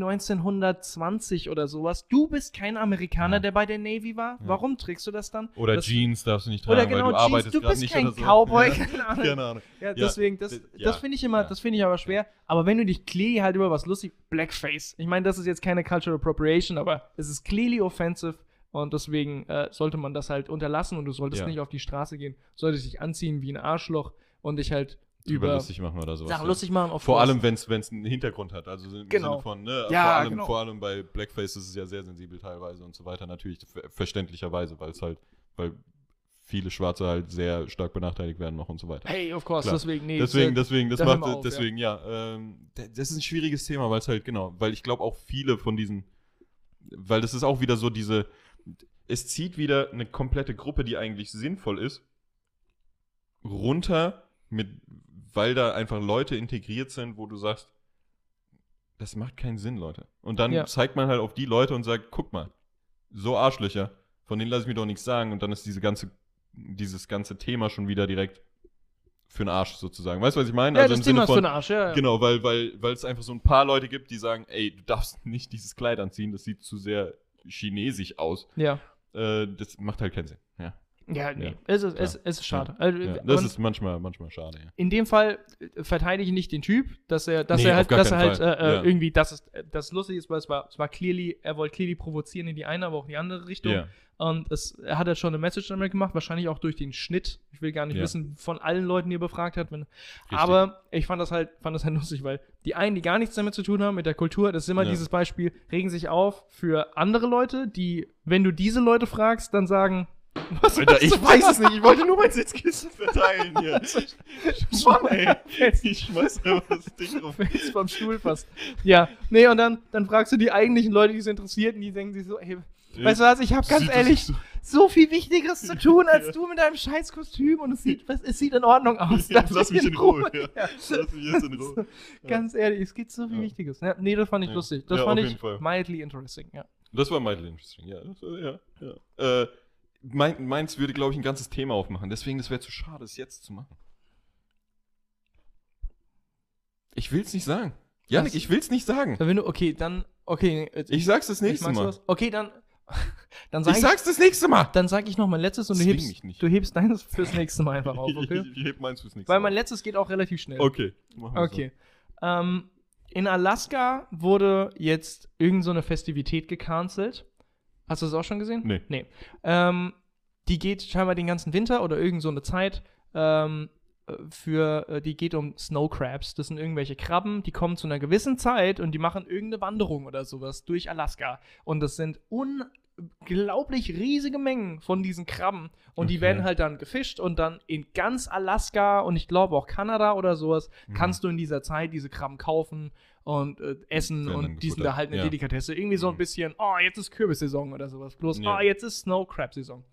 S2: 1920 oder sowas. Du bist kein Amerikaner,
S1: Ja.
S2: der bei der Navy war. Warum trägst du das dann?
S1: Oder
S2: das,
S1: Jeans darfst du nicht tragen,
S2: Oder genau,
S1: weil du
S2: Jeans.
S1: arbeitest
S2: Du
S1: gerade
S2: bist
S1: nicht
S2: kein
S1: oder so.
S2: Cowboy.
S1: Ja.
S2: Keine Ahnung.
S1: Keine Ahnung.
S2: Ja, deswegen, das,
S1: d- ja,
S2: das finde ich immer,
S1: ja.
S2: das finde ich aber schwer. Aber wenn du dich clearly halt über was lustig, Blackface. Ich meine, das ist jetzt keine Cultural Appropriation, aber es ist clearly offensive und deswegen äh, sollte man das halt unterlassen und du solltest
S1: Ja.
S2: nicht auf die Straße gehen, solltest dich anziehen wie ein Arschloch und dich halt
S1: Drüber
S2: über
S1: lustig machen oder sowas.
S2: Sachen
S1: ja.
S2: lustig machen. auf
S1: Vor
S2: Kurs.
S1: allem, wenn es einen Hintergrund hat. Also im
S2: Genau.
S1: Sinne von, ne,
S2: Ja,
S1: vor, allem,
S2: genau.
S1: vor allem bei Blackface ist es ja sehr sensibel teilweise und so weiter. Natürlich ver verständlicherweise, weil es halt, weil viele Schwarze halt sehr stark benachteiligt werden noch und so weiter.
S2: Hey, of course,
S1: Klar.
S2: deswegen, nee.
S1: Deswegen,
S2: das,
S1: deswegen, das
S2: da hören
S1: macht,
S2: wir auf,
S1: deswegen, ja, ähm, d- das ist ein schwieriges Thema, weil es halt, genau, weil ich glaube auch viele von diesen, weil das ist auch wieder so diese, es zieht wieder eine komplette Gruppe, die eigentlich sinnvoll ist, runter mit, weil da einfach Leute integriert sind, wo du sagst, das macht keinen Sinn, Leute. Und dann
S2: Ja.
S1: zeigt man halt auf die Leute und sagt, guck mal, so Arschlöcher, von denen lasse ich mir doch nichts sagen und dann ist diese ganze, dieses ganze Thema schon wieder direkt für den Arsch sozusagen. Weißt du, was ich meine?
S2: ja,
S1: Also
S2: das
S1: im Sinne
S2: Thema ist
S1: von-
S2: für den Arsch, ja. ja.
S1: Genau, weil weil weil es einfach so ein paar Leute gibt, die sagen, ey, du darfst nicht dieses Kleid anziehen, das sieht zu sehr chinesisch aus.
S2: Ja,
S1: Äh, das macht halt keinen Sinn. Ja,
S2: ja nee.
S1: Ja.
S2: Es, ist, es, es ist schade. Also,
S1: ja. das
S2: und
S1: ist manchmal manchmal schade. Ja.
S2: in dem Fall äh, verteidige ich nicht den Typ, dass er, dass
S1: Nee,
S2: er
S1: auf
S2: halt,
S1: gar
S2: dass er
S1: keinen
S2: halt äh,
S1: Fall.
S2: äh,
S1: Ja.
S2: irgendwie, dass es, äh, dass es lustig ist, weil es war, es war clearly, er wollte clearly provozieren in die eine, aber auch in die andere Richtung.
S1: Ja.
S2: Und es, er hat ja schon eine Message damit gemacht, wahrscheinlich auch durch den Schnitt. Ich will gar nicht
S1: Ja.
S2: wissen, von allen Leuten, die er befragt hat. Wenn,
S1: Richtig.
S2: aber ich fand das halt, fand das halt lustig, weil die einen, die gar nichts damit zu tun haben, mit der Kultur, das ist immer
S1: Ja.
S2: dieses Beispiel, regen sich auf für andere Leute, die, wenn du diese Leute fragst, dann sagen, was
S1: Alter,
S2: hast
S1: ich
S2: du-
S1: weiß es nicht. Ich wollte nur mein Sitzkissen verteilen hier. Mann, ey. Ich schmeiß einfach das Ding rum.
S2: fällst vom Stuhl fast. Ja, nee, und dann, dann fragst du die eigentlichen Leute, die es interessiert, und die denken sich so, ey, weißt du was, ich habe ganz
S1: Sieht das
S2: ehrlich
S1: so-
S2: so viel Wichtigeres zu tun, als du mit deinem scheiß Kostüm und es sieht, was, es sieht in Ordnung aus.
S1: Ja, lass mich in Ruhe.
S2: Ja.
S1: Ja. Lass mich jetzt in Ruhe. Ja.
S2: Ganz ehrlich, es gibt so viel
S1: Ja.
S2: Wichtiges. Ja, nee, das fand ich
S1: Ja.
S2: lustig. Das
S1: Ja,
S2: fand
S1: auf
S2: ich
S1: jeden Fall.
S2: mildly interesting, ja.
S1: Das war mildly interesting, ja. Das war, ja, ja. Äh, mein, meins würde, glaube ich, ein ganzes Thema aufmachen. Deswegen, das wäre zu schade, es jetzt zu machen. Ich will es nicht sagen. Janik,
S2: Was?
S1: ich will es nicht sagen.
S2: Wenn du, okay, dann, okay, jetzt-
S1: Ich sag's das nächste
S2: mag's
S1: Mal.
S2: sowas. Okay, dann, dann sag
S1: Ich
S2: ich,
S1: sag's das nächste Mal.
S2: dann sag ich noch mein letztes und du
S1: Zwing
S2: hebst,
S1: mich nicht.
S2: du hebst deines fürs nächste Mal einfach auf, okay?
S1: Ich, ich heb meins fürs nächste
S2: Weil mein
S1: Mal.
S2: letztes geht auch relativ schnell.
S1: Okay. machen wir
S2: Okay. Ähm, in Alaska wurde jetzt irgend so eine Festivität gecancelt. Hast du das auch schon gesehen?
S1: Nee.
S2: Nee. Ähm, die geht scheinbar den ganzen Winter oder irgend so eine Zeit ähm, äh, für, äh, die geht um Snow Crabs. Das sind irgendwelche Krabben, die kommen zu einer gewissen Zeit und die machen irgendeine Wanderung oder sowas durch Alaska. Und das sind unglaublich riesige Mengen von diesen Krabben. Und die
S1: Okay.
S2: werden halt dann gefischt und dann in ganz Alaska und ich glaube auch Kanada oder sowas
S1: Mhm.
S2: kannst du in dieser Zeit diese Krabben kaufen und äh, essen
S1: Werden
S2: und
S1: dann
S2: die sind
S1: gefuttert,
S2: da halt eine
S1: ja.
S2: Delikatesse. Irgendwie so ein
S1: Mhm.
S2: bisschen, oh, jetzt ist Kürbissaison oder sowas. Bloß,
S1: Ja.
S2: oh, jetzt ist Snow Crab Saison.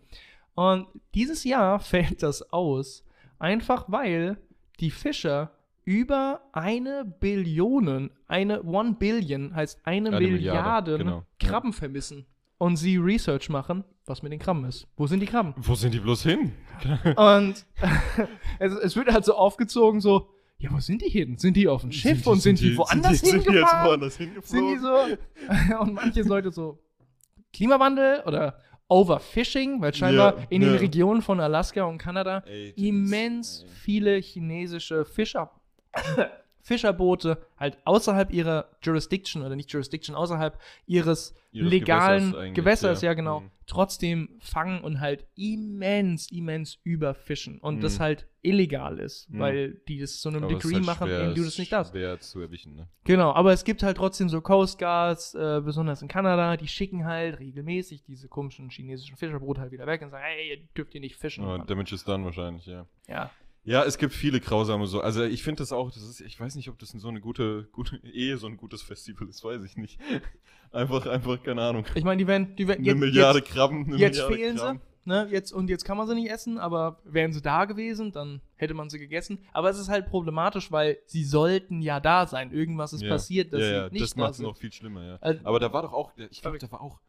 S2: Und dieses Jahr fällt das aus, einfach weil die Fischer über eine Billion, eine One Billion heißt eine,
S1: Eine Milliarde,
S2: Milliarden
S1: genau.
S2: Krabben vermissen. Und sie Research machen, was mit den Krabben ist. Wo sind die Krabben?
S1: Wo sind die bloß hin?
S2: Und es, es wird halt so aufgezogen, so, ja, wo sind die hin? Sind die auf dem Schiff und sind die, woanders
S1: sind die jetzt
S2: hingefahren?
S1: woanders
S2: Sind die
S1: hingeflogen?
S2: so? und manche Leute so, Klimawandel oder Overfishing, weil scheinbar
S1: Ja,
S2: in den
S1: ja.
S2: Region von Alaska und Kanada
S1: Ey, das-
S2: immens viele chinesische Fischer, Fischerboote halt außerhalb ihrer Jurisdiction oder nicht Jurisdiction, außerhalb ihres,
S1: Ihres
S2: legalen
S1: Gewässers eigentlich,
S2: Gewässers,
S1: ja.
S2: ja genau,
S1: Mhm.
S2: trotzdem fangen und halt immens, immens überfischen und das
S1: Mhm.
S2: halt illegal ist,
S1: Mhm.
S2: weil die das zu einem
S1: Aber es ist
S2: Degree
S1: halt
S2: machen,
S1: schwer,
S2: in dem du
S1: es
S2: das nicht
S1: ist
S2: darfst.
S1: Schwer zu erwischen, ne?
S2: Genau, aber es gibt halt trotzdem so Coast Guards, äh, besonders in Kanada, die schicken halt regelmäßig diese komischen chinesischen Fischerboote halt wieder weg und sagen, hey, ihr dürft hier nicht fischen.
S1: Aber
S2: Mann."
S1: Damage is done wahrscheinlich, ja.
S2: ja.
S1: Ja, es gibt viele grausame so. Also ich finde das auch, das ist, ich weiß nicht, ob das so eine gute, gute Ehe, so ein gutes Festival ist, weiß ich nicht. Einfach, einfach, keine Ahnung.
S2: Ich meine, die werden, die werden
S1: Eine Milliarde Krabben, eine
S2: Jetzt
S1: Milliarde
S2: fehlen sie.
S1: Krabben.
S2: Ne, jetzt, und jetzt kann man sie nicht essen, aber wären sie da gewesen, dann hätte man sie gegessen. Aber es ist halt problematisch, weil sie sollten ja da sein. Irgendwas ist
S1: Ja.
S2: passiert, dass
S1: ja, ja,
S2: sie nicht
S1: das
S2: da
S1: macht es
S2: sind.
S1: noch viel schlimmer, ja.
S2: Also-
S1: Aber da war doch auch, ich glaube,
S2: Verrückt.
S1: da war auch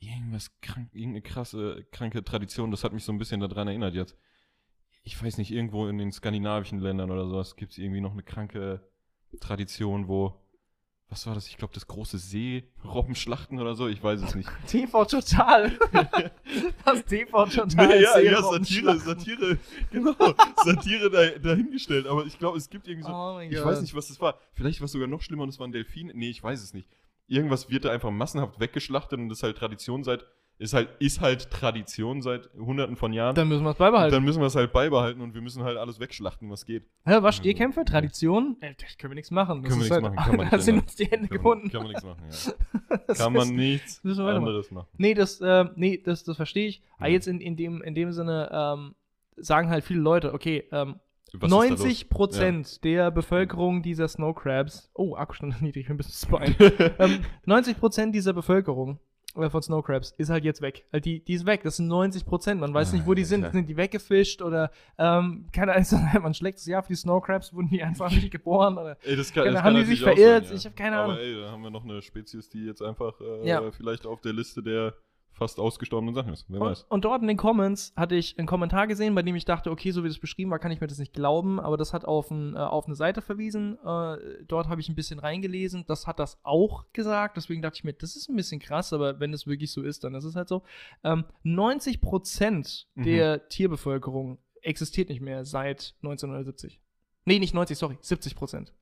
S1: irgendwas krank, irgendeine krasse, kranke Tradition. Das hat mich so ein bisschen daran erinnert jetzt. Ich weiß nicht, irgendwo in den skandinavischen Ländern oder sowas gibt es irgendwie noch eine kranke Tradition, wo, was war das? Ich glaube, das große Seerobben schlachten oder so. Ich weiß es nicht.
S2: TV Total. das TV Total.
S1: Nee, ja, ja,
S2: Serum-
S1: Satire, Satire, genau, Satire da, dahingestellt. Aber ich glaube, es gibt irgendwie so,
S2: Oh mein
S1: ich
S2: Gott.
S1: weiß nicht, was das war. Vielleicht war es sogar noch schlimmer und es waren Delfine. Nee, ich weiß es nicht. Irgendwas wird da einfach massenhaft weggeschlachtet und das ist halt Tradition seit, ist halt, ist halt Tradition seit hunderten von Jahren.
S2: Dann müssen wir es
S1: Und
S2: beibehalten.
S1: dann müssen wir es halt beibehalten und wir müssen halt alles wegschlachten, was geht.
S2: Hä, was
S1: Ja,
S2: ihr
S1: so.
S2: Kämpfe? Tradition? Äh, da können wir nichts machen. Das
S1: Können wir
S2: ist
S1: nichts machen, kann man
S2: da
S1: nicht
S2: sind
S1: ändern.
S2: uns die
S1: Kann
S2: Hände
S1: man,
S2: gebunden.
S1: kann man nichts machen, ja.
S2: Das
S1: Kann
S2: ist-
S1: man nichts
S2: müssen wir weitermachen.
S1: anderes machen.
S2: Nee, das, äh, nee, das, das verstehe ich. Aber
S1: Ja.
S2: jetzt in, in, dem, in dem Sinne ähm, sagen halt viele Leute, okay, ähm,
S1: Was ist da los?
S2: 90 Prozent der Bevölkerung dieser Snow Crabs, oh, Akkustand niedrig, ich bin ein bisschen Spine. ähm, 90 Prozent dieser Bevölkerung äh, von Snow Crabs ist halt jetzt weg. Halt die, die ist weg. Das sind 90 Prozent. Man weiß nicht, wo die sind.
S1: Alter.
S2: Sind die weggefischt oder ähm, keine Ahnung, ist das einfach ein schlechtes Jahr für die Snow Crabs? Wurden die einfach nicht geboren? Oder?
S1: Ey, das kann,
S2: Keine
S1: das
S2: Ahnung,
S1: kann
S2: haben die sich
S1: natürlich auch
S2: verirrt?
S1: sein, ja.
S2: Ich hab keine Ahnung.
S1: Aber ey, da haben wir noch eine Spezies, die jetzt einfach äh,
S2: Ja.
S1: vielleicht auf der Liste der fast ausgestorbenen Sachen ist. Wer
S2: Und,
S1: weiß.
S2: und dort in den Comments hatte ich einen Kommentar gesehen, bei dem ich dachte, okay, so wie das beschrieben war, kann ich mir das nicht glauben, aber das hat auf, ein, äh, auf eine Seite verwiesen. Äh, dort habe ich ein bisschen reingelesen, das hat das auch gesagt, deswegen dachte ich mir, das ist ein bisschen krass, aber wenn das wirklich so ist, dann ist es halt so. Ähm, 90 Prozent
S1: Mhm.
S2: der Tierbevölkerung existiert nicht mehr seit 1970. Nee, nicht 90, sorry, 70 Prozent.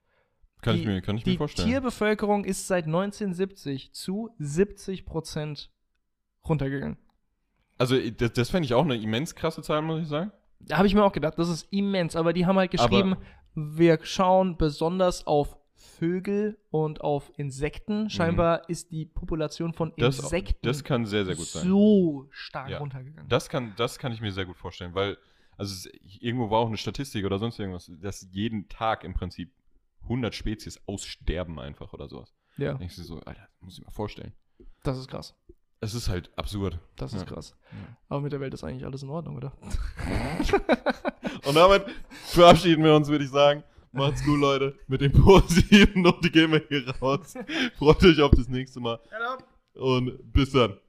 S1: Kann
S2: die-
S1: ich mir, kann ich
S2: Die
S1: mir vorstellen.
S2: Tierbevölkerung ist seit 1970 zu 70 Prozent runtergegangen.
S1: Also, äh, das, das fände ich auch eine immens krasse Zahl, muss ich sagen.
S2: Da habe ich mir auch gedacht, das ist immens, aber die haben halt geschrieben,
S1: Aber-
S2: wir schauen besonders auf Vögel und auf Insekten. Scheinbar ist die Population von
S1: Mhm. Das,
S2: Insekten
S1: das kann sehr, sehr gut sein.
S2: so stark
S1: Ja.
S2: runtergegangen.
S1: Das kann, das kann ich mir sehr gut vorstellen, weil, also, es, irgendwo war auch eine Statistik oder sonst irgendwas, dass jeden Tag im Prinzip 100 Spezies aussterben einfach oder sowas.
S2: ja,
S1: Da denkst du so, Alter, muss ich mir vorstellen.
S2: das ist krass.
S1: Es ist halt absurd.
S2: Das
S1: Ja.
S2: ist krass.
S1: Ja.
S2: Aber mit der Welt ist eigentlich alles in Ordnung, oder?
S1: Und damit verabschieden wir uns, würde ich sagen. Macht's gut, Leute. Mit dem Positiven und die gehen wir hier raus. Freut euch auf das nächste Mal. Und bis dann.